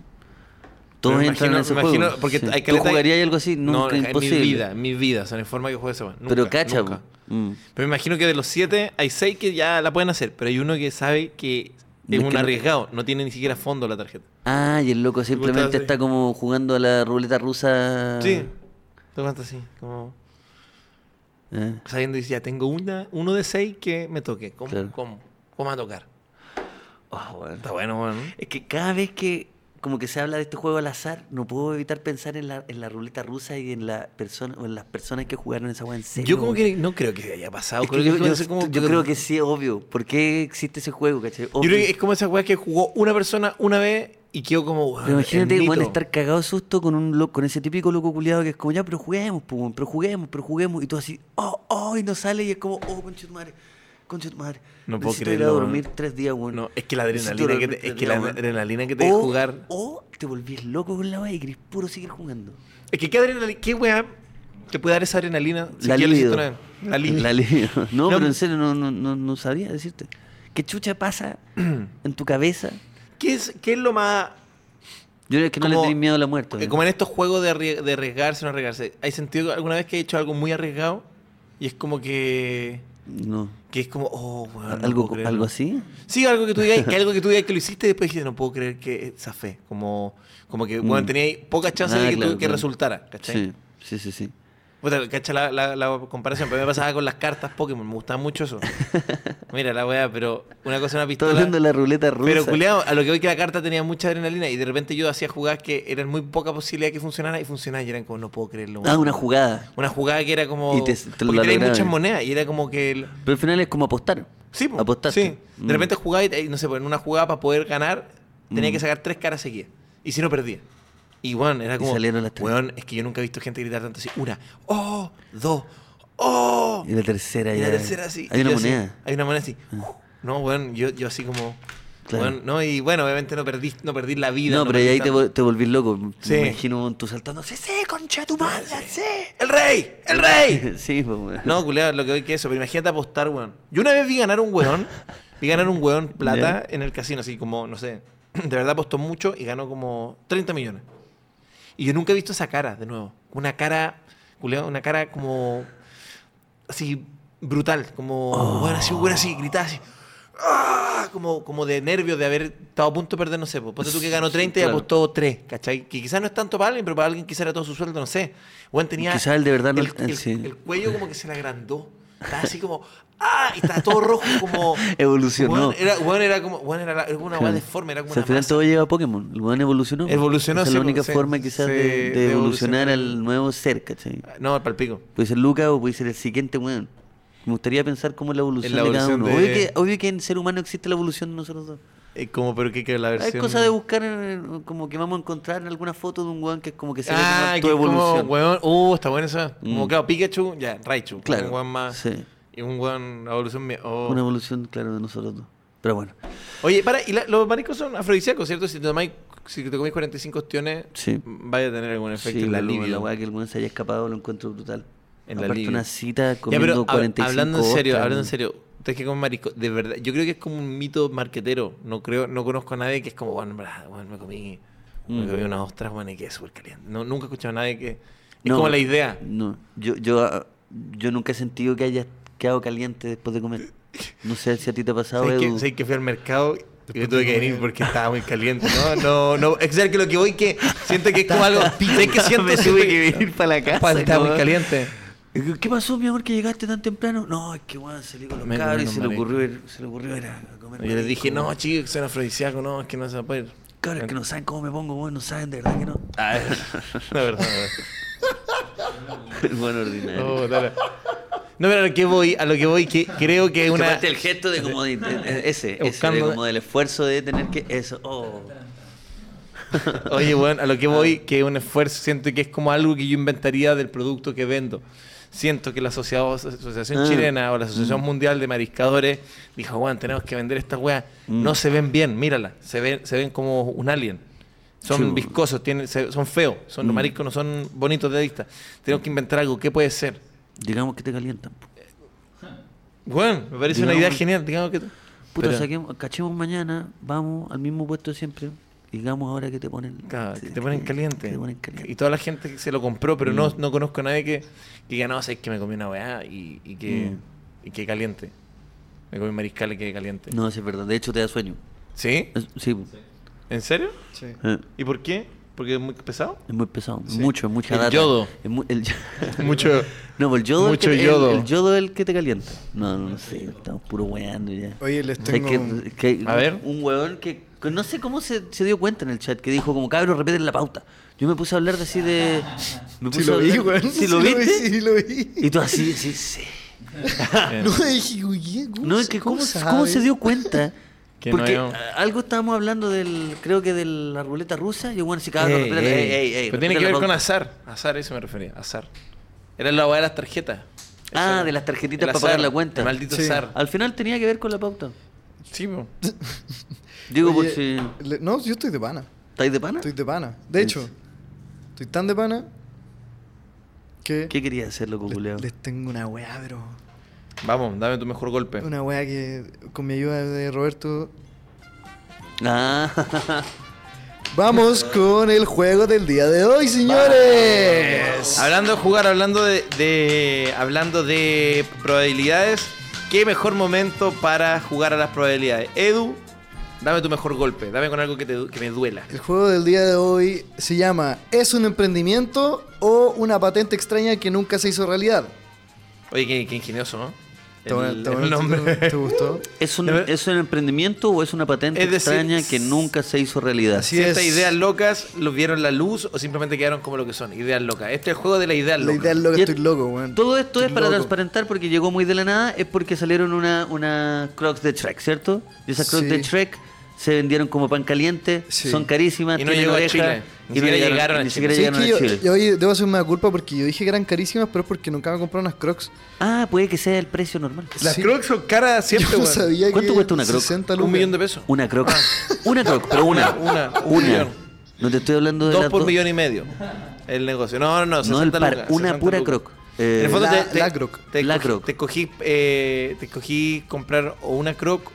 Speaker 3: Todos
Speaker 2: me
Speaker 3: entran
Speaker 2: imagino-
Speaker 3: en ese
Speaker 2: me imagino-
Speaker 3: juego.
Speaker 2: Porque
Speaker 3: Sí.
Speaker 2: hay
Speaker 3: ¿Tú
Speaker 2: caleta-
Speaker 3: jugarías algo así?
Speaker 2: No,
Speaker 3: Nunca,
Speaker 2: en
Speaker 3: imposible.
Speaker 2: mi vida, en mi vida. O sea, no hay forma que juegue esa weá.
Speaker 3: Pero
Speaker 2: Nunca,
Speaker 3: cacha,
Speaker 2: nunca.
Speaker 3: po. Mm.
Speaker 2: Pero me imagino que de los siete, hay seis que ya la pueden hacer. Pero hay uno que sabe que es
Speaker 3: Es
Speaker 2: un
Speaker 3: que no-
Speaker 2: arriesgado. No tiene ni siquiera fondo la tarjeta.
Speaker 3: Ah, y el loco
Speaker 2: así.
Speaker 3: simplemente está como jugando a la ruleta rusa.
Speaker 2: Sí. Te cuento así. Como.
Speaker 3: Ah.
Speaker 2: Sabiendo, dice, ya tengo una, uno de seis que me toque. ¿Cómo?
Speaker 3: Claro.
Speaker 2: ¿Cómo? ¿Cómo va a tocar?
Speaker 3: Ah, bueno.
Speaker 2: Está bueno, Oh, weón.
Speaker 3: Es que cada vez que como que se habla de este juego al azar, no puedo evitar pensar en la, en la ruleta rusa y en la persona o en las personas que jugaron esa weá en serio.
Speaker 2: Yo como
Speaker 3: weón.
Speaker 2: que no creo que haya pasado.
Speaker 3: Es que
Speaker 2: creo que
Speaker 3: yo,
Speaker 2: debe
Speaker 3: yo-
Speaker 2: ser como-
Speaker 3: yo creo que sí, obvio. ¿Por qué existe ese juego, cachai?
Speaker 2: Yo creo
Speaker 3: Obvio.
Speaker 2: que es como esa weá que jugó una persona una vez y quedó como, weón.
Speaker 3: Pero imagínate,
Speaker 2: Ah, el mito.
Speaker 3: weón, estar cagado de susto con un lo- con ese típico loco culiado que es como, ya, pero juguemos, po, weón, pero juguemos, pero juguemos. Y tú así, oh, oh, y no sale y es como, oh, concha tu madre, concha tu madre.
Speaker 2: No puedo
Speaker 3: Necesito ir a
Speaker 2: creerlo,
Speaker 3: dormir
Speaker 2: weón.
Speaker 3: tres días, weón.
Speaker 2: No, es que la
Speaker 3: Necesito
Speaker 2: adrenalina que
Speaker 3: dormir
Speaker 2: te, es
Speaker 3: tres
Speaker 2: que la
Speaker 3: días, weón.
Speaker 2: adrenalina que te deja
Speaker 3: O-
Speaker 2: jugar.
Speaker 3: O te volvís loco con la weá y querés puro seguir jugando.
Speaker 2: Es que qué adrenalina, qué weá te puede dar esa adrenalina. Si
Speaker 3: la
Speaker 2: ya lo hiciste
Speaker 3: libido.
Speaker 2: una vez. La libido. [laughs]
Speaker 3: La libido. No,
Speaker 2: No. pues.
Speaker 3: pero en serio, no, no, no, no sabía decirte. ¿Qué chucha
Speaker 2: [clears throat]
Speaker 3: pasa en tu cabeza?
Speaker 2: ¿Qué es, ¿Qué es lo más...
Speaker 3: Yo creo que no
Speaker 2: como-
Speaker 3: le tenés miedo a la muerte.
Speaker 2: eh,
Speaker 3: ¿no?
Speaker 2: como en estos juegos de, arrie- de arriesgarse o no arriesgarse. ¿Hay sentido alguna vez que he hecho algo muy arriesgado? Y es como que...
Speaker 3: No.
Speaker 2: Que es como, oh, weón, no puedo
Speaker 3: ¿Algo,
Speaker 2: creerlo.
Speaker 3: ¿Algo así?
Speaker 2: Sí, algo que tú digas, que algo que tú digas que lo hiciste y después dijiste, no puedo creer que zafé. Como, como que, bueno,
Speaker 3: Mm.
Speaker 2: tenías pocas chances
Speaker 3: Ah,
Speaker 2: de que,
Speaker 3: claro,
Speaker 2: tu- que
Speaker 3: claro.
Speaker 2: resultara, ¿cachai?
Speaker 3: Sí, sí, sí. sí.
Speaker 2: Puta, cacha la, la- la comparación, pero me pasaba con las cartas Pokémon, me gustaba mucho
Speaker 3: [laughs]
Speaker 2: eso. Mira la weá, pero una cosa es una
Speaker 3: Estaba
Speaker 2: pistola.
Speaker 3: hablando de la ruleta rusa.
Speaker 2: Pero culiado, a lo que voy que la carta tenía mucha adrenalina y de repente yo hacía jugadas que eran muy poca posibilidad que funcionara y funcionaban y eran como, no puedo creerlo.
Speaker 3: Ah,
Speaker 2: weón".
Speaker 3: una jugada.
Speaker 2: Una jugada que era como.
Speaker 3: Y te- te
Speaker 2: porque
Speaker 3: la
Speaker 2: tenías
Speaker 3: lograron.
Speaker 2: muchas monedas y era como que. el-
Speaker 3: Pero al final es como apostar.
Speaker 2: Sí, po.
Speaker 3: Apostaste.
Speaker 2: Sí.
Speaker 3: Mm.
Speaker 2: De repente jugaba y, eh, no sé, pues, en una jugada para poder ganar tenía
Speaker 3: Mm.
Speaker 2: que sacar tres caras seguidas. Y si no, perdía. Y bueno, era
Speaker 3: Y
Speaker 2: como.
Speaker 3: salieron las tres.
Speaker 2: "Weón, es que yo nunca he visto gente gritar tanto así. Una, oh, dos, oh.
Speaker 3: Y la tercera
Speaker 2: Y
Speaker 3: ya.
Speaker 2: la tercera así.
Speaker 3: Hay
Speaker 2: Y
Speaker 3: una
Speaker 2: yo así,
Speaker 3: moneda. Mm.
Speaker 2: hay una moneda así. "Uh". No, weón, yo, yo así como.
Speaker 3: Claro.
Speaker 2: weón, no, y bueno, obviamente no perdí, no perdí la vida.
Speaker 3: no, pero
Speaker 2: perdí
Speaker 3: ahí te,
Speaker 2: tanto.
Speaker 3: vol- te volvís loco.
Speaker 2: Sí.
Speaker 3: Me imagino tú saltando. ¡Sí, sí, concha de tu madre! ¡Sí!
Speaker 2: ¡El rey! ¡El rey!
Speaker 3: [laughs] sí, pues, weón.
Speaker 2: No, culiado, lo que hoy que eso, pero imagínate apostar, weón. Yo una vez vi ganar un weón, vi ganar un weón plata [clears throat] en el casino, así como, no sé, de verdad apostó mucho y ganó como 30 millones. Y yo nunca he visto esa cara, de nuevo. Una cara, culiao, una cara como. así, brutal. Como. Bueno, así, bueno, así, gritada así. ¡Ah! Como, como de nervios de haber estado a punto de perder, no sé. pues, Ponte tú que ganó 30 y
Speaker 3: Claro.
Speaker 2: apostó 3, ¿cachai? Que quizás no es tanto para alguien, pero para alguien quizás era todo su sueldo, no sé. Bueno, tenía.
Speaker 3: Quizás él de verdad no-
Speaker 2: El, el-
Speaker 3: sí.
Speaker 2: el cuello como que se le agrandó. Estaba así como. ¡Ah! Y estaba todo rojo, como.
Speaker 3: Evolucionó.
Speaker 2: Weón, era, weón, era como. Weón, era, la- era una weá deforme, era como
Speaker 3: O sea,
Speaker 2: una
Speaker 3: al final
Speaker 2: masa.
Speaker 3: todo lleva a Pokémon. El weón evolucionó.
Speaker 2: Evolucionó,
Speaker 3: Esa es
Speaker 2: sí,
Speaker 3: la
Speaker 2: pues,
Speaker 3: única
Speaker 2: se-
Speaker 3: forma quizás
Speaker 2: se-
Speaker 3: de, de
Speaker 2: de evolucionar.
Speaker 3: evolucionar al nuevo ser, ¿cachai?
Speaker 2: No, para el pico.
Speaker 3: Puede ser Lucas o puede ser el siguiente weón. Me gustaría pensar cómo es la evolución,
Speaker 2: la evolución
Speaker 3: de cada uno.
Speaker 2: de-
Speaker 3: Obvio, que, obvio que en ser humano existe la evolución de nosotros dos.
Speaker 2: Eh, como, pero que que la
Speaker 3: Es
Speaker 2: versión.
Speaker 3: cosa de buscar, en- como que vamos a encontrar en alguna foto de un weón que es como que se ve
Speaker 2: Ah,
Speaker 3: como
Speaker 2: que
Speaker 3: tu
Speaker 2: es como,
Speaker 3: evolución.
Speaker 2: weón, uh, está bueno eso.
Speaker 3: Mm.
Speaker 2: Como, claro, Pikachu, ya, Raichu.
Speaker 3: Claro,
Speaker 2: Un weón más.
Speaker 3: sí.
Speaker 2: Y un weón, una evolución. mía- oh.
Speaker 3: Una evolución, claro, de nosotros dos. Pero bueno,
Speaker 2: Oye, para, y la- los maricos son afrodisíacos, ¿cierto? Si te, tomáis, si te comís 45 ostiones,
Speaker 3: Sí.
Speaker 2: vaya a tener algún efecto
Speaker 3: sí,
Speaker 2: en la
Speaker 3: la
Speaker 2: libido.
Speaker 3: la weá que el weón se haya escapado lo encuentro brutal.
Speaker 2: En la
Speaker 3: Aparte
Speaker 2: libido.
Speaker 3: una cita
Speaker 2: Ya,
Speaker 3: comiendo
Speaker 2: pero hab-
Speaker 3: 45
Speaker 2: hablando en serio,
Speaker 3: ostras,
Speaker 2: hablando en
Speaker 3: weón.
Speaker 2: serio, ustedes que comen marisco, de verdad, yo creo que es como un mito marquetero. No creo, no conozco a nadie que es como, bueno, en verdad, bueno, me comí, me
Speaker 3: Mm.
Speaker 2: comí unas ostras, bueno, y quedé súper caliente. No, nunca he escuchado a nadie que. Es
Speaker 3: No,
Speaker 2: como la idea.
Speaker 3: No, yo, yo, ah, yo nunca he sentido que haya quedado caliente después de comer. No sé si a ti te ha pasado,
Speaker 2: ¿Sabes que,
Speaker 3: Edu.
Speaker 2: sabes que fui al mercado y me
Speaker 4: Después
Speaker 2: tuve
Speaker 4: de
Speaker 2: que venir
Speaker 4: comer.
Speaker 2: porque estaba muy caliente? No, no, no. Es que lo que voy que siento que es como algo. ¿Sabes
Speaker 3: [laughs]
Speaker 2: que siento
Speaker 3: Me
Speaker 2: siento
Speaker 3: tuve que venir para la casa.
Speaker 2: Pa- Estaba muy
Speaker 3: weón.
Speaker 2: caliente.
Speaker 3: ¿Qué pasó, mi amor, que llegaste tan temprano? No, es que weón salí con los
Speaker 2: Me
Speaker 3: cabros y
Speaker 2: comí
Speaker 3: se
Speaker 2: unos
Speaker 3: le ocurrió ir, se le ocurrió ir a comer.
Speaker 2: Y yo les dije,
Speaker 3: marisco,
Speaker 2: no,
Speaker 3: weón.
Speaker 2: chicos, que son afrodisíacos, no, es que no se va a poder.
Speaker 3: Cabros, que no saben cómo me pongo, weón, no saben de verdad que no. [laughs]
Speaker 2: Ah, la verdad, la verdad.
Speaker 3: bueno, ordinario.
Speaker 2: No, dale. No, pero a lo que voy, a lo que voy, que creo
Speaker 3: [laughs]
Speaker 2: que es
Speaker 3: Una...
Speaker 2: una.
Speaker 3: Aparte el gesto de como de- de- de- ese, ese de
Speaker 2: Buscando-
Speaker 3: como del esfuerzo de tener que eso. Oh.
Speaker 2: Oye, bueno, a lo que voy,
Speaker 3: Ah.
Speaker 2: que es un esfuerzo, siento que es como algo que yo inventaría del producto que vendo. Siento que la asocia- Asociación
Speaker 3: Ah.
Speaker 2: Chilena o la Asociación Mundial de Mariscadores dijo, bueno, tenemos que vender estas weas.
Speaker 3: Mm.
Speaker 2: No se ven bien, mírala. Se ven, se ven como un alien. Son
Speaker 3: Sí.
Speaker 2: viscosos, tienen, se- son feos. Son,
Speaker 3: Mm.
Speaker 2: Los mariscos no son bonitos de vista. Tenemos que inventar algo. ¿Qué puede ser?
Speaker 3: Digamos que te calientan. po.
Speaker 2: Bueno, me parece una idea
Speaker 3: Digamos-
Speaker 2: genial. Digamos que...
Speaker 3: Puta,
Speaker 2: Pero-
Speaker 3: saquemos, cachemos mañana, vamos al mismo puesto de siempre. Digamos ahora que te ponen.
Speaker 2: Claro, que te ponen caliente.
Speaker 3: que te ponen caliente. Mm.
Speaker 2: Y toda la gente que se lo compró, pero no, no conozco a nadie que, que diga, no, sabes que me comí una weá y, y que, y que caliente. Me comí mariscal y que caliente.
Speaker 3: Mm. No, eso es verdad. De hecho, te da sueño.
Speaker 2: ¿Sí?
Speaker 3: Es- sí, po.
Speaker 2: ¿En serio?
Speaker 4: Sí.
Speaker 3: Eh,
Speaker 2: ¿Y por qué? ¿Porque es muy
Speaker 3: [laughs]
Speaker 2: pesado?
Speaker 3: es muy pesado. Mucho, mucha
Speaker 2: El
Speaker 3: data.
Speaker 2: yodo.
Speaker 3: Es mu- el,
Speaker 2: Mucho.
Speaker 3: [laughs] no, pues el yodo. es
Speaker 2: Mucho
Speaker 3: el que- el-
Speaker 2: yodo.
Speaker 3: El, yodo es el que te calienta. No, no, no sé. Estamos puro weando ya.
Speaker 4: Oye, les
Speaker 3: O sea,
Speaker 4: tengo-
Speaker 3: que- que hay
Speaker 2: A ver.
Speaker 3: Un huevón que. que No sé cómo se, se dio cuenta en el chat que dijo, como cabros, repiten la pauta. Yo me puse a hablar de así de. Me
Speaker 4: Sí
Speaker 3: puse
Speaker 4: lo
Speaker 3: a
Speaker 4: vi,
Speaker 3: hablar-
Speaker 4: weón.
Speaker 3: ¿Sí lo viste?
Speaker 4: Sí lo vi.
Speaker 3: Y tú así, sí, sí.
Speaker 4: No, dije, oye, ¿cómo
Speaker 3: No, es
Speaker 4: se-
Speaker 3: que ¿cómo, se-
Speaker 4: sabe?
Speaker 3: cómo se dio cuenta?
Speaker 2: [laughs] Que no
Speaker 3: Porque
Speaker 2: hay un-
Speaker 3: ah, algo estábamos hablando del, creo que de la ruleta rusa, y bueno, si cada [laughs]
Speaker 2: Ey,
Speaker 3: respeta,
Speaker 2: ey.
Speaker 3: ey, ey, ey,
Speaker 2: eh. pero tiene que
Speaker 3: respeta la
Speaker 2: ver con
Speaker 3: pauta.
Speaker 2: azar. Azar, a eso me refería. Azar. Era la weá de las tarjetas.
Speaker 3: Ah,
Speaker 2: Eso era.
Speaker 3: de las tarjetitas
Speaker 2: El
Speaker 3: para pagar
Speaker 2: azar,
Speaker 3: la cuenta.
Speaker 2: el maldito
Speaker 4: Sí.
Speaker 2: azar.
Speaker 3: Al final tenía que ver con la pauta.
Speaker 2: Sí, po.
Speaker 3: Digo, por
Speaker 4: Oye,
Speaker 3: si.
Speaker 4: le- No, yo estoy de pana.
Speaker 3: ¿Estáis de pana?
Speaker 4: Estoy de pana. De hecho, estoy tan de pana que
Speaker 3: ¿Qué quería hacer, loco,
Speaker 4: les,
Speaker 3: culeado?
Speaker 4: les tengo una weá, bro.
Speaker 2: Vamos, dame tu mejor golpe.
Speaker 4: Una weá que con mi ayuda de Roberto...
Speaker 3: Ah, [laughs]
Speaker 4: Vamos con el juego del día de hoy, señores.
Speaker 2: Hablando de jugar, hablando de, de- hablando de probabilidades, qué mejor momento para jugar a las probabilidades. Edu, dame tu mejor golpe, dame con algo que, te du- que me duela.
Speaker 4: El juego del día de hoy se llama ¿Es un emprendimiento o una patente extraña que nunca se hizo realidad?
Speaker 2: Oye, qué, qué ingenioso, ¿no?
Speaker 4: Está bueno,
Speaker 2: El-
Speaker 4: está
Speaker 2: el
Speaker 4: bueno,
Speaker 2: nombre.
Speaker 4: ¿Te
Speaker 2: [laughs]
Speaker 3: [laughs]
Speaker 4: te gustó?
Speaker 3: ¿es, un,
Speaker 2: De ver-
Speaker 3: ¿Es un emprendimiento o es una patente
Speaker 2: Es decir,
Speaker 3: extraña que nunca se hizo realidad?
Speaker 4: Así
Speaker 2: Ciertas
Speaker 4: es.
Speaker 2: ideas locas, ¿los vieron la luz o simplemente quedaron como lo que son? Ideas locas. Este es el juego de la idea
Speaker 4: La
Speaker 2: loca.
Speaker 4: idea es lo que
Speaker 3: Y
Speaker 4: estoy loco, weón.
Speaker 3: Todo esto es
Speaker 4: Estoy
Speaker 3: para
Speaker 4: loco.
Speaker 3: transparentar porque llegó muy de la nada, es porque salieron una, una Crocs de Shrek, ¿cierto? Y esas Crocs
Speaker 4: Sí.
Speaker 3: de Shrek se vendieron como pan caliente,
Speaker 4: Sí.
Speaker 3: son carísimas,
Speaker 2: Y no
Speaker 3: tienen
Speaker 2: llegó a
Speaker 3: orejas,
Speaker 2: Chile.
Speaker 3: y
Speaker 2: Ni
Speaker 3: no
Speaker 2: siquiera llegaron a
Speaker 3: ni
Speaker 2: Chile.
Speaker 3: siquiera
Speaker 4: Sí, es
Speaker 3: llegaron
Speaker 4: que
Speaker 3: a
Speaker 4: yo,
Speaker 3: Chile.
Speaker 4: yo hoy debo hacerme una culpa porque yo dije que eran carísimas, pero es porque nunca me compraron unas crocs. [laughs]
Speaker 3: Ah, puede que sea el precio normal.
Speaker 2: Las
Speaker 4: Sí.
Speaker 2: Crocs son caras siempre,
Speaker 4: yo no
Speaker 2: weón.
Speaker 4: sabía
Speaker 3: ¿Cuánto
Speaker 4: que
Speaker 3: cuesta una Croc?
Speaker 4: 60 lucas.
Speaker 2: Un millón de pesos.
Speaker 3: Una Croc. Una Croc, pero una.
Speaker 2: Una, una, Ah. un millón.
Speaker 3: No te estoy hablando de
Speaker 2: Dos
Speaker 3: las
Speaker 2: por
Speaker 3: dos.
Speaker 2: millón y medio. El negocio. No, no, no.
Speaker 3: No, el
Speaker 2: 60
Speaker 3: par,
Speaker 2: lucas,
Speaker 3: una
Speaker 2: 60
Speaker 3: pura
Speaker 2: lucas.
Speaker 3: Croc. Eh,
Speaker 2: en el fondo
Speaker 4: la-
Speaker 2: te, te-
Speaker 4: la Croc.
Speaker 2: Te,
Speaker 3: La
Speaker 2: escogí-
Speaker 3: Croc.
Speaker 2: te escogí, eh, te escogí comprar o una croc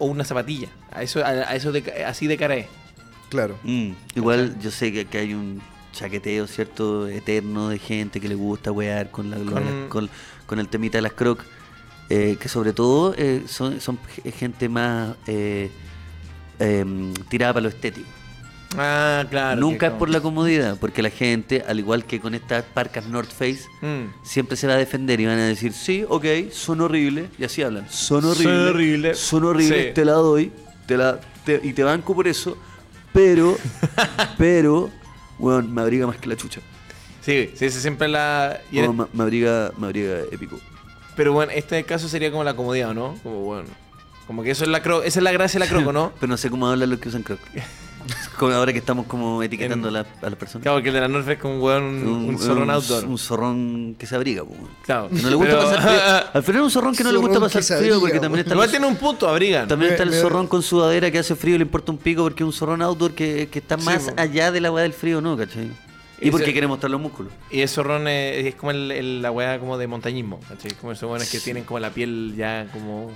Speaker 2: o una zapatilla. A eso, a, a eso de, así de cara es.
Speaker 4: Claro.
Speaker 3: Mm, igual yo sé que, que hay un chaqueteo, ¿cierto? Eterno de gente que le gusta wear con, la,
Speaker 2: Con-
Speaker 3: con- con el temita de las croc. eh, que sobre todo eh, son, son g- gente más eh, em, tirada para lo estético.
Speaker 2: Ah, claro.
Speaker 3: Nunca
Speaker 2: que
Speaker 3: es por la comodidad, porque la gente, al igual que con estas parcas North Face,
Speaker 2: Mm.
Speaker 3: siempre se va a defender y van a decir, sí, ok, son horribles, y así hablan, son
Speaker 2: Son
Speaker 3: horribles, son
Speaker 2: horribles.
Speaker 3: horribles,
Speaker 2: Sí.
Speaker 3: te la doy, te la, te- y te banco por eso,
Speaker 2: [laughs]
Speaker 3: pero, pero, weón, me abriga más que la chucha.
Speaker 2: Sí, sí, esa siempre es la. y en-
Speaker 3: Weón, me, me abriga, me abriga épico.
Speaker 2: Pero bueno, este caso sería como la comodidad, ¿o ¿no? Como bueno. Como que eso es la cro esa es la gracia de la croco,
Speaker 3: [laughs]
Speaker 2: ¿no?
Speaker 3: Pero no sé cómo hablan los que
Speaker 2: [laughs]
Speaker 3: usan croc. Como ahora que estamos como etiquetando
Speaker 2: En-
Speaker 3: a, la- a las personas.
Speaker 2: Claro, que el de la Norfe es como un weón, un, un zorrón outdoor.
Speaker 3: Un zorrón que se abriga, po, weón.
Speaker 2: Claro.
Speaker 3: Que no le gusta
Speaker 2: Pero- [laughs]
Speaker 3: pasar frío. Al final es un zorrón que no le gusta
Speaker 4: Zorrón que
Speaker 3: pasar
Speaker 4: se
Speaker 3: frío
Speaker 4: abriga,
Speaker 3: porque
Speaker 4: weón.
Speaker 3: también está
Speaker 2: Igual
Speaker 3: los-
Speaker 2: tiene un punto, abrigan.
Speaker 3: También
Speaker 4: Me-
Speaker 3: está el
Speaker 4: me-
Speaker 3: zorrón con sudadera que hace frío, le importa un pico porque es un zorrón outdoor que, que está
Speaker 2: Sí,
Speaker 3: más
Speaker 2: po.
Speaker 3: allá de la weá del frío, ¿no? ¿Cachai?
Speaker 2: Y
Speaker 3: Y porque
Speaker 2: se-
Speaker 3: quiere mostrar los músculos.
Speaker 2: Y el zorrón es, es como el- el- la weá como de montañismo, ¿cachai? Como esos weones que tienen como la piel ya como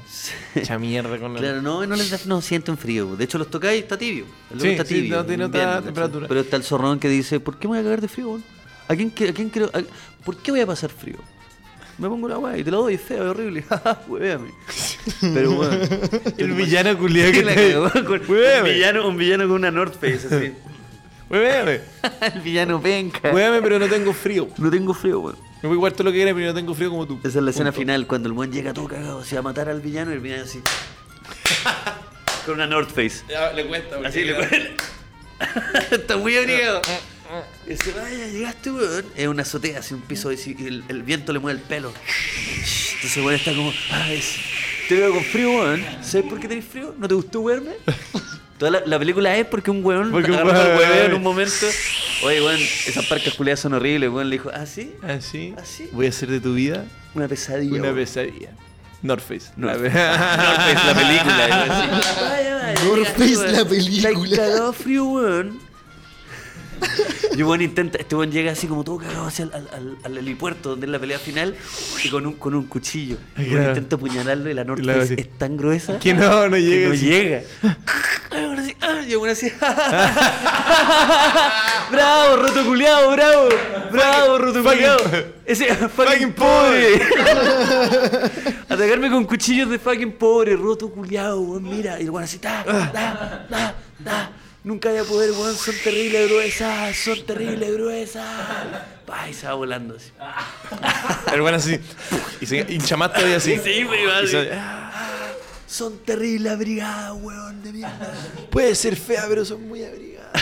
Speaker 2: hecha mierda con la...
Speaker 3: Claro, no, no les da- no sienten frío. De hecho, los tocáis y está tibio. El loco
Speaker 2: Sí,
Speaker 3: está
Speaker 2: sí,
Speaker 3: tibio.
Speaker 2: no tiene
Speaker 3: en
Speaker 2: otra
Speaker 3: ¿cachai?
Speaker 2: temperatura.
Speaker 3: Pero está el zorrón que dice, ¿por qué me voy a cagar de frío? weón? ¿A quién, que- a quién creo, a- ¿Por qué voy a pasar frío? Me pongo la weá y te la doy, es feo, es horrible. [laughs] Jaja, huevéame. Pero bueno.
Speaker 2: [laughs] El
Speaker 3: [laughs]
Speaker 2: villano culiado que
Speaker 3: la
Speaker 2: te-
Speaker 3: cagó con- un,
Speaker 2: Hueveme,
Speaker 3: villano, un villano con una North Face,
Speaker 2: [laughs]
Speaker 3: así. [laughs]
Speaker 2: hueveme,
Speaker 3: el villano penca.
Speaker 2: hueveme, pero no tengo frío.
Speaker 3: No tengo frío, weón.
Speaker 2: Me voy a jugar todo lo que quieras, pero no tengo frío como tú.
Speaker 3: Esa es la escena
Speaker 2: Punto.
Speaker 3: final, cuando el buen llega todo cagado, se va a matar al villano y el villano así. [laughs] con una North Face.
Speaker 2: Ya, le cuesta. porque-
Speaker 3: Así le [laughs] Está muy abrigado. Y dice, vaya, llegaste, weón. Es una azotea, así un piso, así, y el, el viento le mueve el pelo. Entonces, weón, está como, ay, sí, te veo con frío, weón. ¿Sabes por qué tenés frío? ¿No te gustó [laughs] wearme? Toda la, la película es porque un weón
Speaker 2: Porque un
Speaker 3: agarró al
Speaker 2: weón-
Speaker 3: hueveo en un momento. Oye, weón, esas parcas culiadas son horribles, weón. Le dijo, ah, sí,
Speaker 2: Así,
Speaker 3: ¿Ah, sí?
Speaker 2: voy a hacer de tu vida
Speaker 3: una pesadilla.
Speaker 2: una
Speaker 3: weón".
Speaker 2: pesadilla. North Face.
Speaker 3: North [laughs]
Speaker 2: La- [laughs] Ah,
Speaker 3: North Face, la película.
Speaker 4: North Face, la película.
Speaker 3: Like cagado frío, weón. Y weón intenta, este weón llega así como todo cagado hacia el, al, al, al helipuerto donde es la pelea final y con un, con un cuchillo. Y weón
Speaker 2: Claro.
Speaker 3: intenta apuñalarlo y la North
Speaker 2: Claro,
Speaker 3: Face
Speaker 2: sí.
Speaker 3: es tan gruesa
Speaker 2: Que no, no
Speaker 3: que
Speaker 2: llega.
Speaker 3: no
Speaker 2: así. [laughs]
Speaker 3: llega. Ay, weón, así, ah, y el weón así, [laughs] bravo, roto culiao, bravo, bravo, roto culiao. Ese fucking
Speaker 2: fucking
Speaker 3: pobre. [laughs] Atacarme con cuchillos de fucking pobre, roto culiao, weón, mira. Y el weón así, ta, ta, ta, ta. Nunca voy a poder, weón, son terribles gruesas, son terribles gruesas. Pa, y se va volando así.
Speaker 2: El bueno así. Y se hincha más todavía así.
Speaker 3: Sí, me iba
Speaker 2: Y
Speaker 3: así.
Speaker 2: se- ah,
Speaker 3: Son terribles abrigadas, weón, de mierda. [laughs]
Speaker 2: Puede ser fea, pero son muy abrigadas.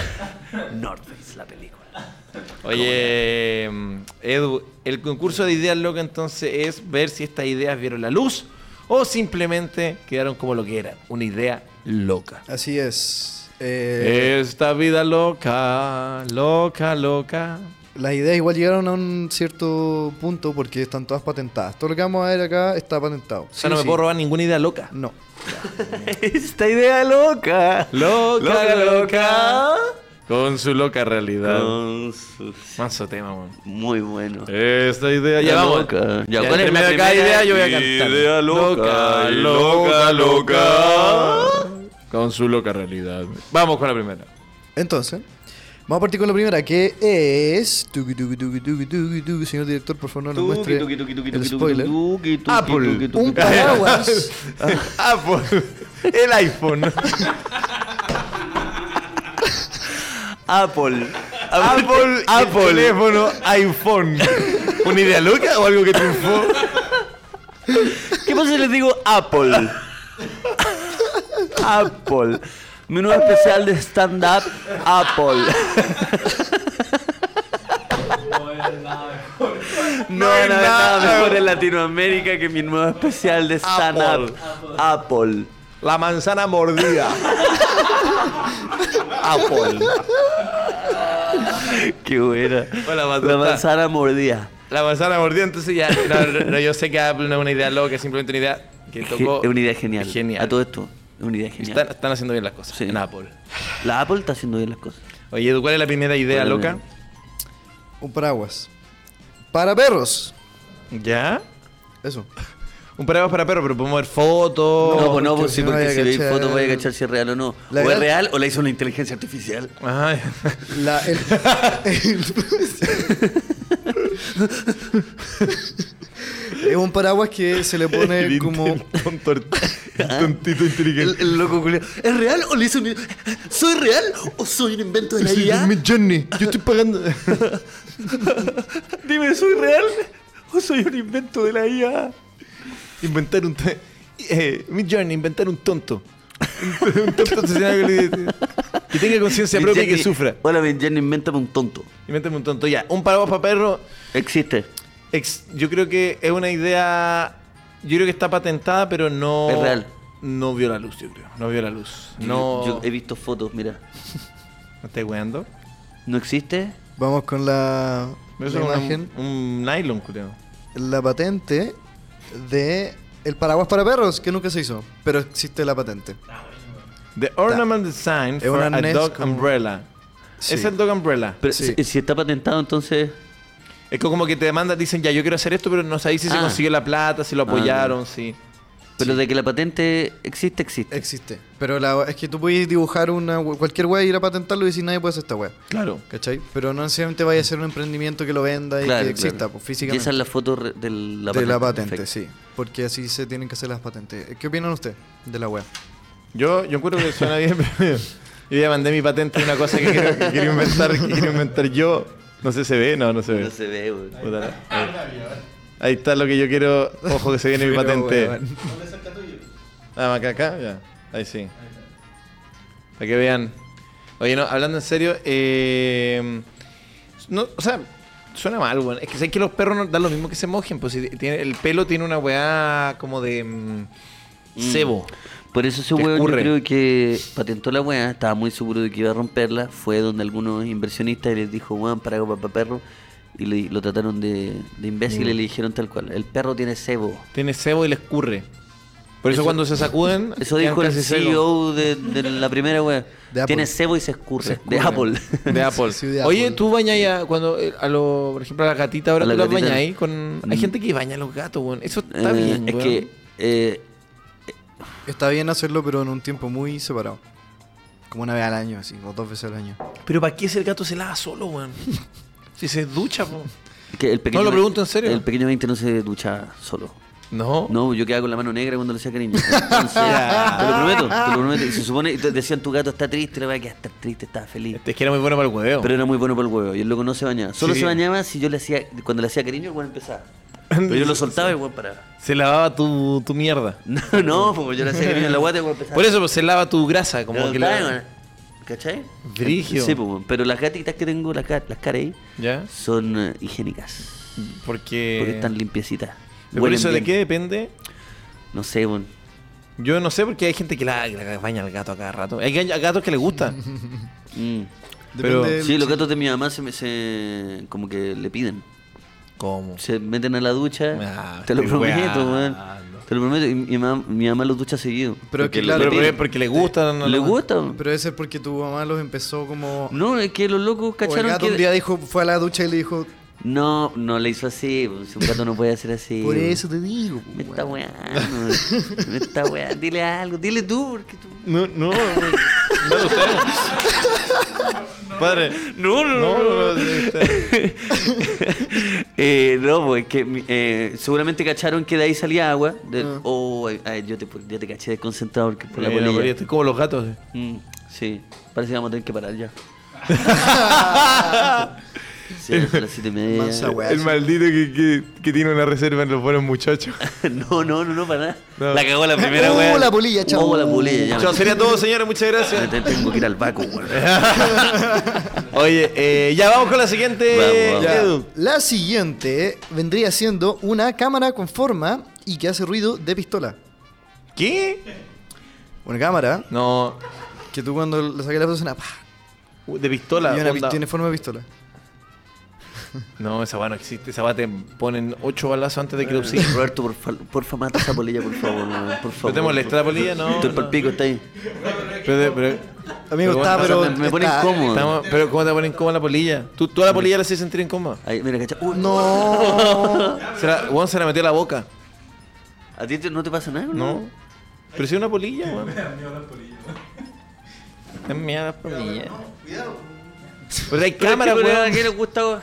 Speaker 3: North Face, la película.
Speaker 2: Oye, mm, Edu, el concurso de ideas loca entonces es ver si estas ideas vieron la luz o simplemente quedaron como lo que eran, una idea loca.
Speaker 4: Así es. Eh,
Speaker 2: Esta vida loca, loca, loca.
Speaker 4: Las ideas igual llegaron a un cierto punto porque están todas patentadas. Todo lo que vamos a ver acá está patentado.
Speaker 2: O sea, no me puedo robar ninguna idea loca.
Speaker 4: No.
Speaker 3: [laughs] Esta idea loca.
Speaker 2: Loca,
Speaker 3: Loca,
Speaker 2: loca.
Speaker 3: loca.
Speaker 2: Con su loca realidad.
Speaker 3: Con sus-
Speaker 2: Manso tema, weón.
Speaker 3: Muy bueno.
Speaker 2: Esta idea ya
Speaker 3: Idea
Speaker 2: vamos.
Speaker 3: loca.
Speaker 2: Ya,
Speaker 3: Ya,
Speaker 2: ya
Speaker 3: ¿cuál es la
Speaker 2: termina cada
Speaker 3: primera
Speaker 2: idea yo voy a cantar.
Speaker 3: idea loca,
Speaker 2: loca, Con su loca realidad. Vamos con la primera.
Speaker 4: Entonces, vamos a partir con la primera que es. Tuki, tuki, tuki, tuki, tuki, tuki. Señor director, por favor, no nos muestre el spoiler.
Speaker 2: Apple. [laughs]
Speaker 4: Un paraguas. [laughs]
Speaker 2: Apple. [laughs] El iPhone.
Speaker 3: Apple.
Speaker 2: Apple. Apple. [laughs] El teléfono iPhone. ¿Una idea loca o algo que triunfó?
Speaker 3: ¿Qué pasa si les digo Apple? Apple. Menú especial de stand-up Apple. No hay nada mejor en Latinoamérica que mi nuevo especial de stand-up Apple.
Speaker 2: La manzana mordida. Apple.
Speaker 3: Qué buena.
Speaker 2: Hola, Batuta.
Speaker 3: La manzana mordida.
Speaker 2: La manzana mordida, entonces ya. No, no, no, yo sé que Apple no es una idea loca, es simplemente una idea que tocó.
Speaker 3: Es una idea genial.
Speaker 2: Genial.
Speaker 3: A todo esto, es una idea genial.
Speaker 2: Están, están haciendo bien las cosas
Speaker 3: Sí.
Speaker 2: en Apple.
Speaker 3: La Apple está haciendo bien las cosas.
Speaker 2: Oye, Edu, ¿cuál es la primera idea
Speaker 3: Hola,
Speaker 2: loca?
Speaker 4: Un paraguas. Para perros.
Speaker 2: ¿Ya?
Speaker 4: Eso.
Speaker 2: Un paraguas para perro, pero podemos ver fotos.
Speaker 3: No, pues no,
Speaker 4: porque
Speaker 3: pues sí,
Speaker 4: si no
Speaker 3: porque
Speaker 4: vaya a
Speaker 3: si veis
Speaker 4: cachar-
Speaker 3: fotos vaya a cachar si es real o no.
Speaker 4: La
Speaker 3: o es
Speaker 4: verdad-
Speaker 3: real o la hizo una inteligencia artificial.
Speaker 2: Ay.
Speaker 4: La, el- el- es un paraguas que se
Speaker 3: [laughs]
Speaker 4: le pone como.
Speaker 2: Un tontito
Speaker 3: El,
Speaker 2: inteligente.
Speaker 3: el loco culiao. ¿Es real o le hizo un... ¿Soy real o soy un invento de la IA?
Speaker 2: Johnny, yo estoy [laughs] pagando.
Speaker 3: Dime, ¿soy real o soy un invento de la IA?
Speaker 2: Inventar un. t- Eh, Mid Journey, inventar un tonto. Un un tonto obsesionado que le- que tenga conciencia propia y que sufra.
Speaker 3: Hola, Benjen, invéntame un tonto.
Speaker 2: Inventame un tonto. Ya, un paraguas para perro.
Speaker 3: Existe.
Speaker 2: ex- yo creo que es una idea. Yo creo que está patentada, pero no.
Speaker 3: Es real.
Speaker 2: No vio la luz, yo creo. No vio la luz. No.
Speaker 3: Yo, yo he visto fotos, mira.
Speaker 2: ¿Me estáis weando?
Speaker 3: ¿No existe?
Speaker 4: Vamos con la, la
Speaker 2: Eso es una-
Speaker 4: imagen.
Speaker 2: un nylon, creo.
Speaker 4: La patente de. El paraguas para perros, que nunca se hizo, pero existe la patente.
Speaker 2: The ornament design
Speaker 4: Es
Speaker 2: for
Speaker 4: una
Speaker 2: a
Speaker 4: NES
Speaker 2: dog
Speaker 4: como-
Speaker 2: umbrella.
Speaker 4: Sí.
Speaker 2: Es el dog umbrella.
Speaker 3: Pero
Speaker 4: Sí.
Speaker 3: si, si está patentado, entonces...
Speaker 2: Es que como que te demandan, dicen, ya, yo quiero hacer esto, pero no sabéis si se
Speaker 3: Ah.
Speaker 2: consiguió la plata, si lo
Speaker 3: Ah,
Speaker 2: apoyaron, si...
Speaker 3: Pero de que la patente existe, existe.
Speaker 4: Existe. Pero la, es que tú puedes dibujar una we- cualquier wea y ir a patentarlo y decir nadie puede hacer esta wea.
Speaker 2: Claro.
Speaker 4: ¿Cachai? Pero no necesariamente vaya a ser un emprendimiento que lo venda y que exista, pues
Speaker 3: Y
Speaker 4: físicamente.
Speaker 3: esa es la foto re- de la
Speaker 4: de
Speaker 3: patente.
Speaker 4: la patente,
Speaker 3: perfecto.
Speaker 4: sí. Porque así se tienen que hacer las patentes. Eh, ¿Qué opinan ustedes de la web?
Speaker 2: Yo, yo encuentro que suena bien, [laughs] pero yo ya mandé mi patente de una cosa que quiero, que quiero inventar, que quiero inventar yo. No sé, ¿se ve? No, no se ve.
Speaker 3: No se ve, güey.
Speaker 2: Puta la- ahí. Ah, Ahí está lo que yo quiero. Ojo que se
Speaker 3: [laughs]
Speaker 2: viene mi
Speaker 4: Pero,
Speaker 2: patente.
Speaker 4: weón.
Speaker 2: Ah, acá, acá, ya. Ahí sí. Para que vean. Oye, no, hablando en serio, eh, no, o sea, suena mal, weón. Es que sé que los perros no dan lo mismo que se mojen, pues si tiene, el pelo tiene una weá como de mm, cebo.
Speaker 3: Por eso ese
Speaker 2: Te
Speaker 3: hueón yo
Speaker 2: escurre.
Speaker 3: creo que patentó la weá, estaba muy seguro de que iba a romperla, fue donde algunos inversionistas y les dijo, weón, para papá perro, y le- lo trataron de, de imbécil y le dijeron tal cual, el perro tiene cebo.
Speaker 2: Tiene cebo y le escurre. Por eso,
Speaker 3: Eso-
Speaker 2: cuando se sacuden.
Speaker 3: Eso
Speaker 2: quedan
Speaker 3: dijo el E
Speaker 2: casi secos.
Speaker 3: CEO de, de la primera weá.
Speaker 4: De Apple.
Speaker 3: Tiene cebo y se escurre. De Apple.
Speaker 2: De Apple.
Speaker 4: Sí, de
Speaker 2: Oye,
Speaker 4: Apple.
Speaker 2: tú bañas a, cuando, eh, a lo, por ejemplo, a las gatitas, ahora
Speaker 3: A
Speaker 2: tú
Speaker 3: las
Speaker 2: las
Speaker 3: gatitas.
Speaker 2: bañas ahí con... Hay
Speaker 3: Mm.
Speaker 2: gente que baña a los gatos, weón. Eso [laughs] está
Speaker 3: Eh,
Speaker 2: bien,
Speaker 3: Es
Speaker 2: weón.
Speaker 3: que eh,
Speaker 4: [laughs] Está bien hacerlo, pero en un tiempo muy separado. Como una vez al año, así, o dos veces al año.
Speaker 2: Pero ¿para qué si el gato se lava solo,
Speaker 3: [laughs]
Speaker 2: weón? si se ducha, po.
Speaker 3: que el pequeño
Speaker 2: lo pregunto en serio.
Speaker 3: El pequeño 20 no se ducha solo.
Speaker 2: No.
Speaker 3: No, yo quedaba con la mano negra cuando le hacía cariño.
Speaker 2: [laughs]
Speaker 3: Entonces,
Speaker 2: Ya.
Speaker 3: te lo prometo, te lo prometo. Y se supone, y te decían tu gato está triste, le va a quedar estar triste, estaba feliz.
Speaker 2: Este, Es que era muy bueno para el hueveo.
Speaker 3: Pero era muy bueno para el huevo. Y el loco no se bañaba. Solo
Speaker 2: Sí.
Speaker 3: se bañaba si yo le hacía, cuando le hacía cariño, el huevo empezaba. Pero yo lo soltaba y el huevo paraba. [laughs]
Speaker 2: Se lavaba tu, tu mierda.
Speaker 3: No, no, porque yo le hacía cariño en la guata y el huevo empezaba.
Speaker 2: Por eso pues, se lava tu grasa, como
Speaker 3: Pero
Speaker 2: que
Speaker 3: está,
Speaker 2: la...
Speaker 3: weón. ¿Cachai?
Speaker 2: Brigio.
Speaker 3: Sí, pues, pero las gatitas que tengo, las, ca- las caras ahí,
Speaker 2: ¿Ya?
Speaker 3: son eh, higiénicas.
Speaker 2: Porque...
Speaker 3: Porque están limpiecitas.
Speaker 2: Eh. Pero por
Speaker 3: Huelen
Speaker 2: eso, ¿de
Speaker 3: bien.
Speaker 2: qué depende?
Speaker 3: No sé, weón.
Speaker 2: Yo no sé, porque hay gente que la, que la baña al gato a cada rato. Hay ga- gatos que les
Speaker 3: [laughs]
Speaker 2: gusta.
Speaker 3: Mm.
Speaker 2: Pero-
Speaker 4: Depende del-
Speaker 3: Sí, los gatos de mi mamá se, me- se como que le piden.
Speaker 2: ¿Cómo?
Speaker 3: Se meten a la ducha.
Speaker 2: Ah,
Speaker 3: te lo
Speaker 2: estoy
Speaker 3: prometo, weón.
Speaker 2: weando.
Speaker 3: Te lo prometo. Y mi, mam- mi mamá los ducha seguido.
Speaker 4: Pero
Speaker 3: Porque
Speaker 4: que claro,
Speaker 3: le
Speaker 2: Pero,
Speaker 3: piden.
Speaker 2: pero porque les gusta. no-
Speaker 3: ¿Le
Speaker 2: no-
Speaker 3: gusta? weón?
Speaker 4: Pero ese es porque tu mamá los empezó como.
Speaker 3: No, es que los locos
Speaker 4: o el
Speaker 3: cacharon
Speaker 4: gato
Speaker 3: que...
Speaker 4: un día dijo, fue a la ducha y le dijo,
Speaker 3: No, no le hizo así. pues, Un gato no puede hacer así.
Speaker 4: por
Speaker 3: weón.
Speaker 4: eso te digo. pues,
Speaker 3: Me
Speaker 4: weón".
Speaker 3: está weando. Me está weando. Dile algo. Dile tú, porque
Speaker 4: [laughs]
Speaker 3: tú...
Speaker 2: No, no. No lo sé. Padre.
Speaker 3: No, no,
Speaker 2: No, no, este, no.
Speaker 3: Eh, no, pues que mi- eh, seguramente cacharon que de ahí salía agua. de-
Speaker 4: Ah.
Speaker 3: Oh, ay, ay, yo te, yo te caché desconcentrado porque por Eh, la
Speaker 2: Mira,
Speaker 3: bolilla.
Speaker 2: María, estoy como los gatos. eh.
Speaker 3: Mm, sí, parece que vamos a tener que parar ya. Sí, [laughs] a las siete y media.
Speaker 4: Mansa weá.
Speaker 2: [laughs] El maldito que, que- que tiene una reserva en los buenos muchachos.
Speaker 3: [laughs] No, no, no, no, para nada.
Speaker 2: No.
Speaker 3: La cagó la
Speaker 4: [laughs]
Speaker 3: primera
Speaker 4: Uh,
Speaker 3: weá.
Speaker 4: la polilla, chao.
Speaker 3: Uh, la polilla, ya.
Speaker 2: Chao, sería todo, señores. Muchas
Speaker 3: Me
Speaker 2: gracias.
Speaker 3: te- tengo que ir al vaco, [laughs] weón.
Speaker 2: Oye, eh, ya vamos con la siguiente.
Speaker 3: Vamos,
Speaker 4: Ya.
Speaker 2: Edu.
Speaker 4: La siguiente vendría siendo una cámara con forma y que hace ruido de pistola.
Speaker 2: ¿Qué?
Speaker 4: Una cámara
Speaker 2: No. Uh,
Speaker 4: que tú cuando le sacas la foto suena. pa,
Speaker 2: De pistola.
Speaker 4: y una pi-
Speaker 2: onda.
Speaker 4: tiene forma de pistola.
Speaker 2: No, esa va no existe. Esa va te ponen ocho balazos antes de que lo obsidian.
Speaker 3: Roberto, por fa- porfa, mata esa polilla, por favor, weón, por favor.
Speaker 2: ¿No te molesta la polilla? No,
Speaker 3: Estoy
Speaker 2: no.
Speaker 3: pal pico, está ahí.
Speaker 2: Pero, pero, Pero
Speaker 4: Amigo, está,
Speaker 2: bueno,
Speaker 4: pero.
Speaker 3: me, me pone
Speaker 4: está-
Speaker 3: incómodo.
Speaker 2: estamos- pero ¿cómo te ponen coma la polilla? ¿Tú, tú a la polilla la haces sentir incómoda?
Speaker 3: Ahí, mira, cacha.
Speaker 2: [laughs]
Speaker 3: Uy,
Speaker 4: No.
Speaker 2: Se la, Juan se la metió a la boca.
Speaker 3: ¿A ti te- no te pasa nada?
Speaker 2: No. Pero si es una polilla, weón. Me dan miedo las polillas. Me dan miedo las polillas. Pero hay cámara, weón.
Speaker 3: ¿Qué les gusta?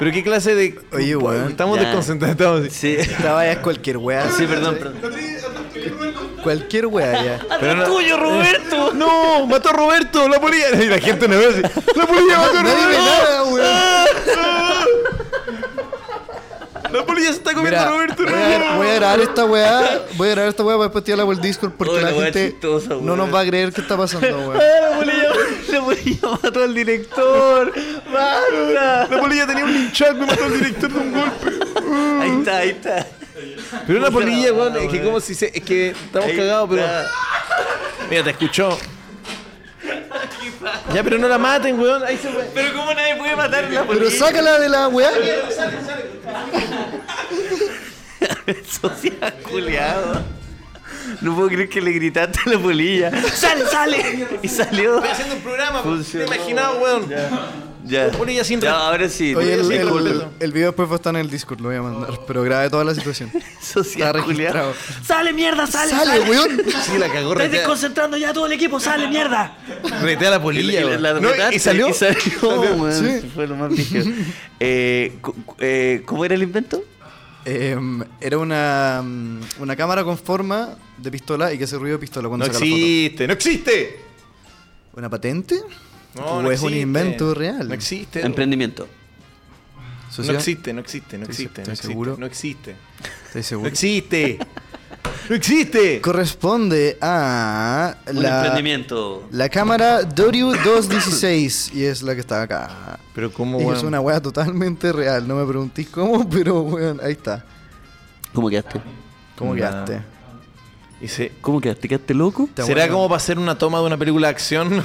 Speaker 2: Pero qué clase de.
Speaker 4: Oye, weón.
Speaker 2: Estamos
Speaker 3: Ya.
Speaker 2: desconcentrados. estamos así.
Speaker 3: [laughs] Sí.
Speaker 4: Trabajas cualquier wea.
Speaker 3: Sí, perdón, perdón.
Speaker 4: Cualquier wea ya.
Speaker 2: Pero no-
Speaker 3: tuyo, Roberto!
Speaker 2: [laughs] ¡No! ¡Mató a Roberto! ¡La polilla! Y la gente no ve así. ¡La polilla mató a
Speaker 4: No dime
Speaker 2: Roberto!
Speaker 4: nada, weón.
Speaker 2: ¡La polilla se está comiendo
Speaker 4: Mira,
Speaker 2: a Roberto!
Speaker 4: voy, a, voy a
Speaker 2: ¡No!
Speaker 4: grabar esta weá. Voy a grabar esta weá para después tirarla por el Discord porque
Speaker 3: Oye,
Speaker 4: la
Speaker 3: la weá
Speaker 4: gente
Speaker 3: chistosa,
Speaker 4: no
Speaker 3: weón.
Speaker 4: nos va a creer qué está pasando, weón.
Speaker 3: ¡La polilla! ¡La polilla mató al director! ¡Basta!
Speaker 2: La polilla tenía un linchal, me mató al director de un golpe.
Speaker 3: Ahí está, ahí está.
Speaker 2: Pero una polilla,
Speaker 3: Ah,
Speaker 2: weón, es que
Speaker 3: weón.
Speaker 2: como si se. Es que estamos
Speaker 3: Ahí
Speaker 2: cagados, pero.
Speaker 3: está.
Speaker 2: Mira, te escuchó. Ya, pero no la maten, weón. Ahí se fue.
Speaker 3: Pero cómo nadie puede matar a la
Speaker 4: Pero
Speaker 3: polilla.
Speaker 4: sácala de la weá.
Speaker 3: [laughs] Social culiado. No puedo creer que le gritaste a la polilla. ¡Sale, sale! Y salió.
Speaker 2: haciendo un programa,
Speaker 3: Funcionó,
Speaker 2: te imaginaba, weón.
Speaker 3: Ya.
Speaker 2: Polilla sin
Speaker 3: Ya,
Speaker 2: respeto.
Speaker 3: ahora sí.
Speaker 4: Oye, el,
Speaker 2: Sí,
Speaker 4: el-
Speaker 2: completo.
Speaker 4: el video después va a estar en el Discord, lo voy a mandar. Pero grabé toda la situación.
Speaker 3: Social
Speaker 4: Está registrado.
Speaker 3: culiado. ¡Sale, mierda, sale!
Speaker 4: ¡Sale, weón!
Speaker 2: Sí, la cagó,
Speaker 3: Estáis
Speaker 2: retea,
Speaker 3: desconcentrando ya a todo el equipo, sale, mierda.
Speaker 2: retea a la polilla, weón. No, y- y salió.
Speaker 3: Y salió, weón,
Speaker 4: sí.
Speaker 3: sí, Fue lo más
Speaker 4: [laughs]
Speaker 3: brígido. Eh, cu- cu- eh, ¿Cómo era el invento?
Speaker 4: Em, era una, mm, una cámara con forma de pistola y que hace ruido de pistola
Speaker 2: No
Speaker 4: cuando saca la foto.
Speaker 2: existe, no existe.
Speaker 4: ¿Una patente?
Speaker 2: No,
Speaker 4: ¿O
Speaker 2: no
Speaker 4: es un
Speaker 2: existe.
Speaker 4: invento real?
Speaker 2: No existe.
Speaker 3: Emprendimiento.
Speaker 2: No
Speaker 4: ¿Socio?
Speaker 2: existe, no existe, no existe, no
Speaker 4: ¿Estoy
Speaker 2: existe,
Speaker 4: seguro?
Speaker 2: no existe.
Speaker 4: Estoy
Speaker 2: No
Speaker 4: seguro.
Speaker 2: existe. [laughs] No existe.
Speaker 4: Corresponde a
Speaker 3: Un
Speaker 4: la,
Speaker 3: emprendimiento.
Speaker 4: la cámara W216 y es la que está acá.
Speaker 2: Pero cómo,
Speaker 4: Y es
Speaker 2: weón.
Speaker 4: una weá totalmente real. No me preguntéis cómo, pero weón, ahí está.
Speaker 3: ¿Cómo quedaste?
Speaker 4: ¿Cómo
Speaker 2: Nah.
Speaker 4: quedaste?
Speaker 2: Y se-
Speaker 3: ¿Cómo quedaste? ¿Quedaste loco?
Speaker 4: Está
Speaker 2: ¿Será
Speaker 4: bueno.
Speaker 2: como para hacer una toma de una película de acción?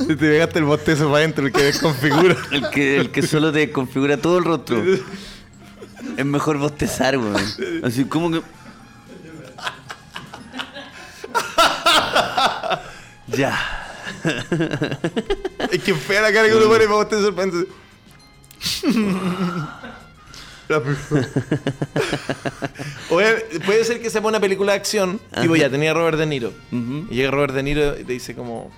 Speaker 2: [laughs] te pegaste el bostezo para adentro, el que
Speaker 3: [laughs]
Speaker 2: desconfigura.
Speaker 3: El que, el que solo te configura todo el rostro. Es mejor bostezar, weón. Así como que. Ya.
Speaker 2: es que fea la cara que uno pone para bostezo
Speaker 3: [laughs]
Speaker 2: para adentro. La pe- Oye, puede ser que sea para una película de acción. Tipo, ya tenía a Robert De Niro.
Speaker 3: Ujú.
Speaker 2: Y llega Robert De Niro y te dice como,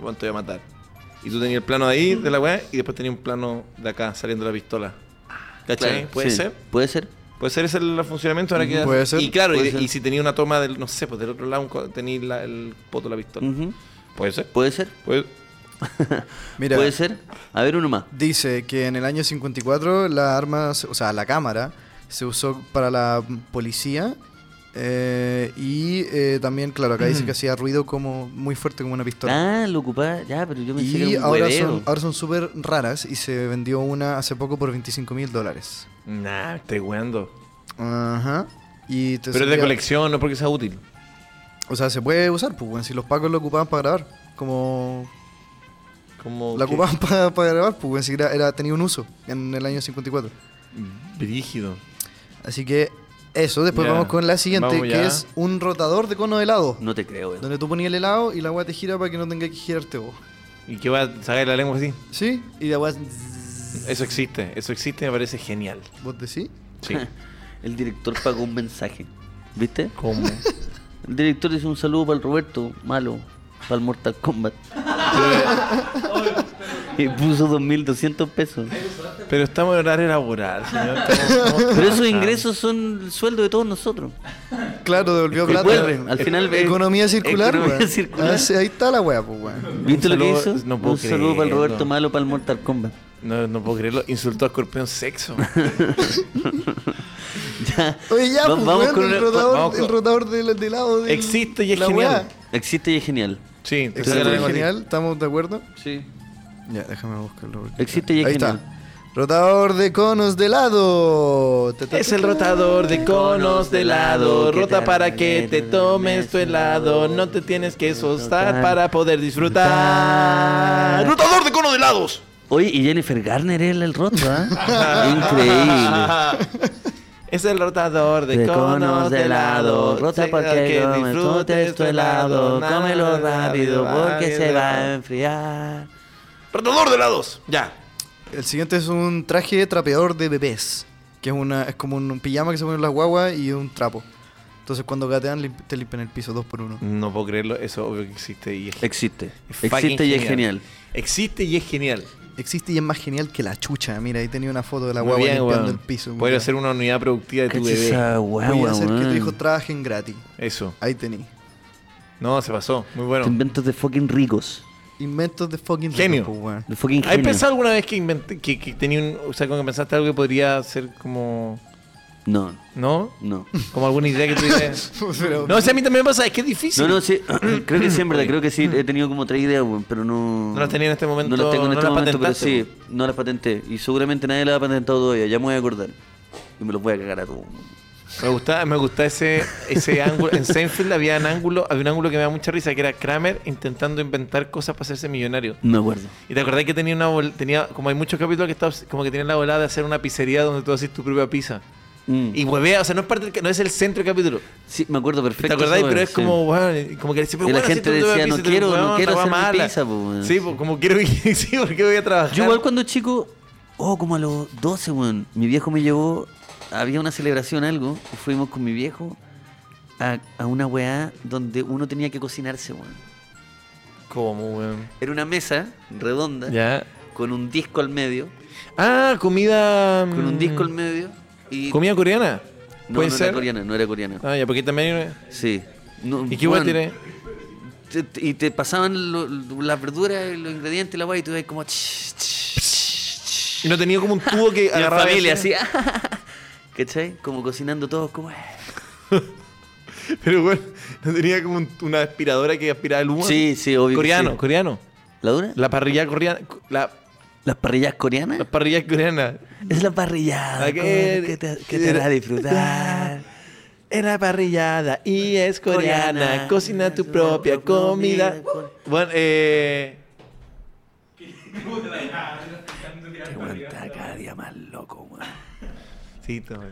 Speaker 2: bueno, te voy a matar. Y tú tenías el plano de ahí, de la weá, y después tenías un plano de acá, saliendo la pistola. ¿Cachai?
Speaker 3: Ah, Claro,
Speaker 2: ¿Puede
Speaker 3: sí.
Speaker 2: ser?
Speaker 3: Puede ser.
Speaker 2: ¿Puede ser ese el funcionamiento? Ahora
Speaker 4: Ujú,
Speaker 2: queda-
Speaker 4: puede ser,
Speaker 2: Y claro,
Speaker 3: puede
Speaker 2: y,
Speaker 3: ser.
Speaker 2: y si tenía una toma del, no sé, pues del otro lado un co- tenía la- el poto de la pistola.
Speaker 3: Ujú.
Speaker 2: ¿Puede ser?
Speaker 3: Puede ser.
Speaker 2: Puede-
Speaker 4: Mira,
Speaker 3: Puede ser. A ver, uno más.
Speaker 4: dice que en el año 54 la arma, se- o sea, la cámara se usó para la policía. eh, y eh, también, claro, acá dice que hacía ruido como muy fuerte como una pistola.
Speaker 3: Mm. Ah, lo ocupaba. Ya, pero yo pensé que
Speaker 4: Y
Speaker 3: era un
Speaker 4: ahora
Speaker 3: hueveo.
Speaker 4: son, ahora son súper raras y se vendió una hace poco por 25 mil dólares.
Speaker 2: Nah, me estoy weando.
Speaker 4: Ajá. Y te
Speaker 2: Pero es de
Speaker 4: servía-
Speaker 2: colección, no porque sea útil.
Speaker 4: O sea, se puede usar, pues, bueno, si los pacos lo ocupaban para grabar. Como
Speaker 2: Como
Speaker 4: la
Speaker 2: que- [laughs]
Speaker 4: ocupaban [laughs] para, para grabar, pues, bueno, si era, era- tenía un uso en el año 54.
Speaker 2: Brígido.
Speaker 4: Así que eso, después
Speaker 2: Ya.
Speaker 4: vamos con la siguiente,
Speaker 2: Vamos ya.
Speaker 4: que es un rotador de cono de helado.
Speaker 3: No te creo, weón.
Speaker 4: Donde tú ponías el helado y la agua te gira para que no tengas que girarte vos.
Speaker 2: ¿Y qué va a sacar la lengua así?
Speaker 4: ¿Sí? Y la agua...
Speaker 2: Eso existe, eso existe y me parece genial.
Speaker 4: ¿Vos decís? [laughs]
Speaker 2: Sí.
Speaker 3: El director pagó un mensaje. ¿Viste?
Speaker 2: ¿Cómo?
Speaker 3: El director dice un saludo para el Roberto, malo, para el Mortal Kombat. y puso 2.200 pesos.
Speaker 2: Pero estamos en horario laboral, señor. Estamos- estamos
Speaker 3: Pero esos
Speaker 2: trabajando.
Speaker 3: ingresos son el sueldo de todos nosotros.
Speaker 4: Claro, devolvió
Speaker 3: Que
Speaker 4: plata.
Speaker 3: vuelven, al final, eh,
Speaker 4: economía circular,
Speaker 3: economía
Speaker 4: weón.
Speaker 3: circular.
Speaker 4: Ah, sí, ahí está la weá, pues, weón.
Speaker 3: ¿Viste
Speaker 2: Un
Speaker 3: lo que
Speaker 2: saludo-
Speaker 3: hizo?
Speaker 2: no puedo
Speaker 3: un saludo para el
Speaker 2: creerlo.
Speaker 3: Roberto Malo, para el Mortal Kombat.
Speaker 2: No, no puedo creerlo. Insultó a Escorpión Sexo.
Speaker 3: Ya.
Speaker 4: Oye, ya,
Speaker 3: Va-
Speaker 4: pues,
Speaker 3: vamos
Speaker 4: weón,
Speaker 3: con
Speaker 4: el
Speaker 3: una-
Speaker 4: rotador,
Speaker 2: vamos con-
Speaker 4: el rotador del, del helado. del-
Speaker 2: Existe y es
Speaker 4: la
Speaker 2: genial.
Speaker 4: weá.
Speaker 3: Existe y es genial.
Speaker 2: Sí, te saca la
Speaker 4: Existe y
Speaker 2: lengua así.
Speaker 4: genial, ¿estamos de acuerdo?
Speaker 3: Sí.
Speaker 4: Ya, déjame buscarlo. porque-
Speaker 3: Existe y es
Speaker 4: Ahí
Speaker 3: genial.
Speaker 4: está. Rotador de conos de helado. Ta, ta,
Speaker 2: Es
Speaker 4: ta,
Speaker 2: el
Speaker 4: ta.
Speaker 2: rotador de conos de helado,
Speaker 3: Que te
Speaker 2: rota para
Speaker 3: arregla,
Speaker 2: que te
Speaker 3: te
Speaker 2: tomes
Speaker 3: tomes
Speaker 2: tu helado, no te tienes que asustar para poder disfrutar.
Speaker 3: disfrutar.
Speaker 2: ¡Rotador de conos de helados!
Speaker 3: Oye, y Jennifer Garner era el roto,
Speaker 2: [laughs]
Speaker 3: ¿ah?
Speaker 2: Es el rotador de,
Speaker 3: De
Speaker 2: conos,
Speaker 3: conos
Speaker 2: de
Speaker 3: de
Speaker 2: helado,
Speaker 3: helado, rota
Speaker 2: sí,
Speaker 3: para que
Speaker 2: que
Speaker 3: comes, disfrutes tu helado,
Speaker 2: nada,
Speaker 3: cómelo rápido
Speaker 2: nada,
Speaker 3: porque se va a
Speaker 2: nada.
Speaker 3: enfriar.
Speaker 2: ¡Rotador de helados! Ya.
Speaker 4: El siguiente es un traje trapeador de bebés. que es, una, es como un, un pijama que se ponen las guaguas y un trapo. Entonces cuando gatean lim- te limpian el piso dos por uno.
Speaker 2: No puedo creerlo, eso obvio que existe y es,
Speaker 3: Existe.
Speaker 2: es fucking
Speaker 3: Existe y es genial.
Speaker 2: Existe y es genial.
Speaker 4: Existe y es más genial que la chucha. Mira, ahí tenía una foto de la
Speaker 2: Muy
Speaker 4: guagua
Speaker 2: bien,
Speaker 4: limpiando
Speaker 2: weón.
Speaker 4: el piso.
Speaker 2: Poder
Speaker 4: mira.
Speaker 2: hacer una unidad productiva de tu
Speaker 3: Cacha
Speaker 2: bebé.
Speaker 3: esa
Speaker 4: Voy
Speaker 3: guagua,
Speaker 4: a hacer que
Speaker 3: Ah, weón.
Speaker 4: tu hijo trabajen gratis.
Speaker 2: Eso.
Speaker 4: Ahí tení.
Speaker 2: No, se pasó. Muy bueno.
Speaker 3: Inventos de fucking ricos.
Speaker 4: Inventos de fucking ricos,
Speaker 2: Genio.
Speaker 4: pues, weón. [laughs]
Speaker 3: De fucking
Speaker 2: ¿Has
Speaker 3: genio.
Speaker 2: pensado alguna vez que, inventé, que, que tenía un, o sea, como que pensaste algo que podría ser como,
Speaker 3: No,
Speaker 2: ¿no?
Speaker 3: no.
Speaker 2: Como alguna idea que tuvieras.
Speaker 4: [laughs] Pero-
Speaker 2: no, o sea, a mí también me pasa, es que es difícil.
Speaker 3: No,
Speaker 2: [clears throat]
Speaker 3: no, sí. [clears throat] creo que sí, en verdad. Creo que sí. He tenido como tres ideas, weón, pero no.
Speaker 2: No las tenía en este momento,
Speaker 3: No las tengo en
Speaker 2: no
Speaker 3: este
Speaker 2: las
Speaker 3: momento, pero
Speaker 2: patentaste,
Speaker 3: sí. No las patenté. Y seguramente nadie las ha patentado todavía. Ya me voy a acordar. Y me los voy a cagar a todos.
Speaker 2: Me gusta, me gusta ese,
Speaker 3: [laughs]
Speaker 2: ese ángulo. En Seinfeld había un ángulo, había un ángulo que me da mucha risa, que era Kramer intentando inventar cosas para hacerse millonario.
Speaker 3: No me acuerdo.
Speaker 2: Y te acordás que tenía una bol- tenía, como hay muchos capítulos que está, obs- como que tienen la volada de hacer una pizzería donde tú haces tu propia pizza.
Speaker 3: Mm.
Speaker 2: Y huevea, o sea, no es parte del ca- no es el centro del capítulo.
Speaker 3: Sí, me acuerdo perfecto.
Speaker 2: ¿Te acordás?
Speaker 3: esa
Speaker 2: Pero
Speaker 3: weá,
Speaker 2: es
Speaker 3: sí.
Speaker 2: como, weón, como que le
Speaker 3: Y la
Speaker 2: "Weón, haces
Speaker 3: gente
Speaker 2: tu propia
Speaker 3: decía, no
Speaker 2: pizza", y tú,
Speaker 3: quiero, no
Speaker 2: "Weón,
Speaker 3: quiero
Speaker 2: la weá
Speaker 3: hacer mi
Speaker 2: mala".
Speaker 3: pizza, po, weón.
Speaker 2: Sí, po, como quiero ir, [laughs] sí, porque voy a trabajar.
Speaker 3: Yo igual cuando chico, oh, como a los 12, weón, mi viejo me llevó, había una celebración, algo, y fuimos con mi viejo a, a una weá donde uno tenía que cocinarse, weón.
Speaker 2: ¿Cómo, weón?
Speaker 3: Era una mesa redonda,
Speaker 2: Ya.
Speaker 3: con un disco al medio,
Speaker 2: Ah, comida.
Speaker 3: con un disco al
Speaker 2: mm,
Speaker 3: medio, y...
Speaker 2: ¿Comida coreana?
Speaker 3: no,
Speaker 2: ¿Puede
Speaker 3: no
Speaker 2: ser?
Speaker 3: era coreana, no era coreana.
Speaker 2: Ah, ya, porque también. hay una-
Speaker 3: Sí. No,
Speaker 2: ¿Y qué igual
Speaker 3: weón,
Speaker 2: tiene?
Speaker 3: te- te- y te pasaban lo- lo- las verduras, y los ingredientes, y la weá, y tú ibas como... ch, ch, ch,
Speaker 2: Y no tenía como un tubo que
Speaker 3: [laughs] Y la
Speaker 2: agarraba
Speaker 3: familia así, [laughs] ¿cachai? Como cocinando todos, como... eh.
Speaker 2: Pero bueno, no tenía como un- una aspiradora que aspiraba el humo.
Speaker 3: Sí, sí, obvio que
Speaker 2: Coreano,
Speaker 3: sí.
Speaker 2: coreano.
Speaker 3: ¿La dura?
Speaker 2: La parrilla coreana. co- La,
Speaker 3: ¿Las parrillas coreanas?
Speaker 2: la parrilla coreana.
Speaker 3: Es la parrillada
Speaker 2: ¿A qué-
Speaker 3: Cor, que te, que
Speaker 2: qué
Speaker 3: te
Speaker 2: era?
Speaker 3: hará disfrutar. [laughs]
Speaker 2: Era parrillada y es coreana.
Speaker 3: Coreana.
Speaker 2: Cocina tu
Speaker 3: Su
Speaker 2: propia
Speaker 3: propia
Speaker 2: comida. Uh,
Speaker 3: comida.
Speaker 2: Bueno, eh.
Speaker 3: Te aguanta cada día más loco, weón.
Speaker 2: Sí, toma.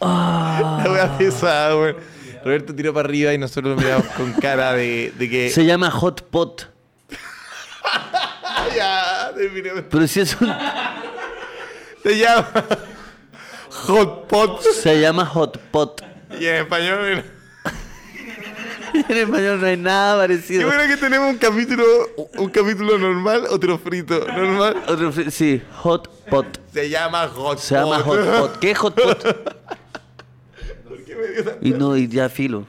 Speaker 3: Ah.
Speaker 2: La wea pesada, weón. Roberto tiró para arriba y nosotros lo miramos con cara de, de que.
Speaker 3: Se llama hot pot.
Speaker 2: Ya, terminemos.
Speaker 3: Pero si es [laughs] un...
Speaker 2: Se llama Hot Pot.
Speaker 3: Se llama hot pot.
Speaker 2: Y en español, mira.
Speaker 3: [laughs] En español no hay nada
Speaker 2: Qué
Speaker 3: parecido.
Speaker 2: bueno que tenemos un capítulo, un capítulo normal, otro frito normal.
Speaker 3: Otro fri- sí, hot pot.
Speaker 2: Se llama Hot
Speaker 3: Se llama
Speaker 2: Pot.
Speaker 3: hot pot. ¿Qué es hot [laughs] pot? Y no, y ya filo.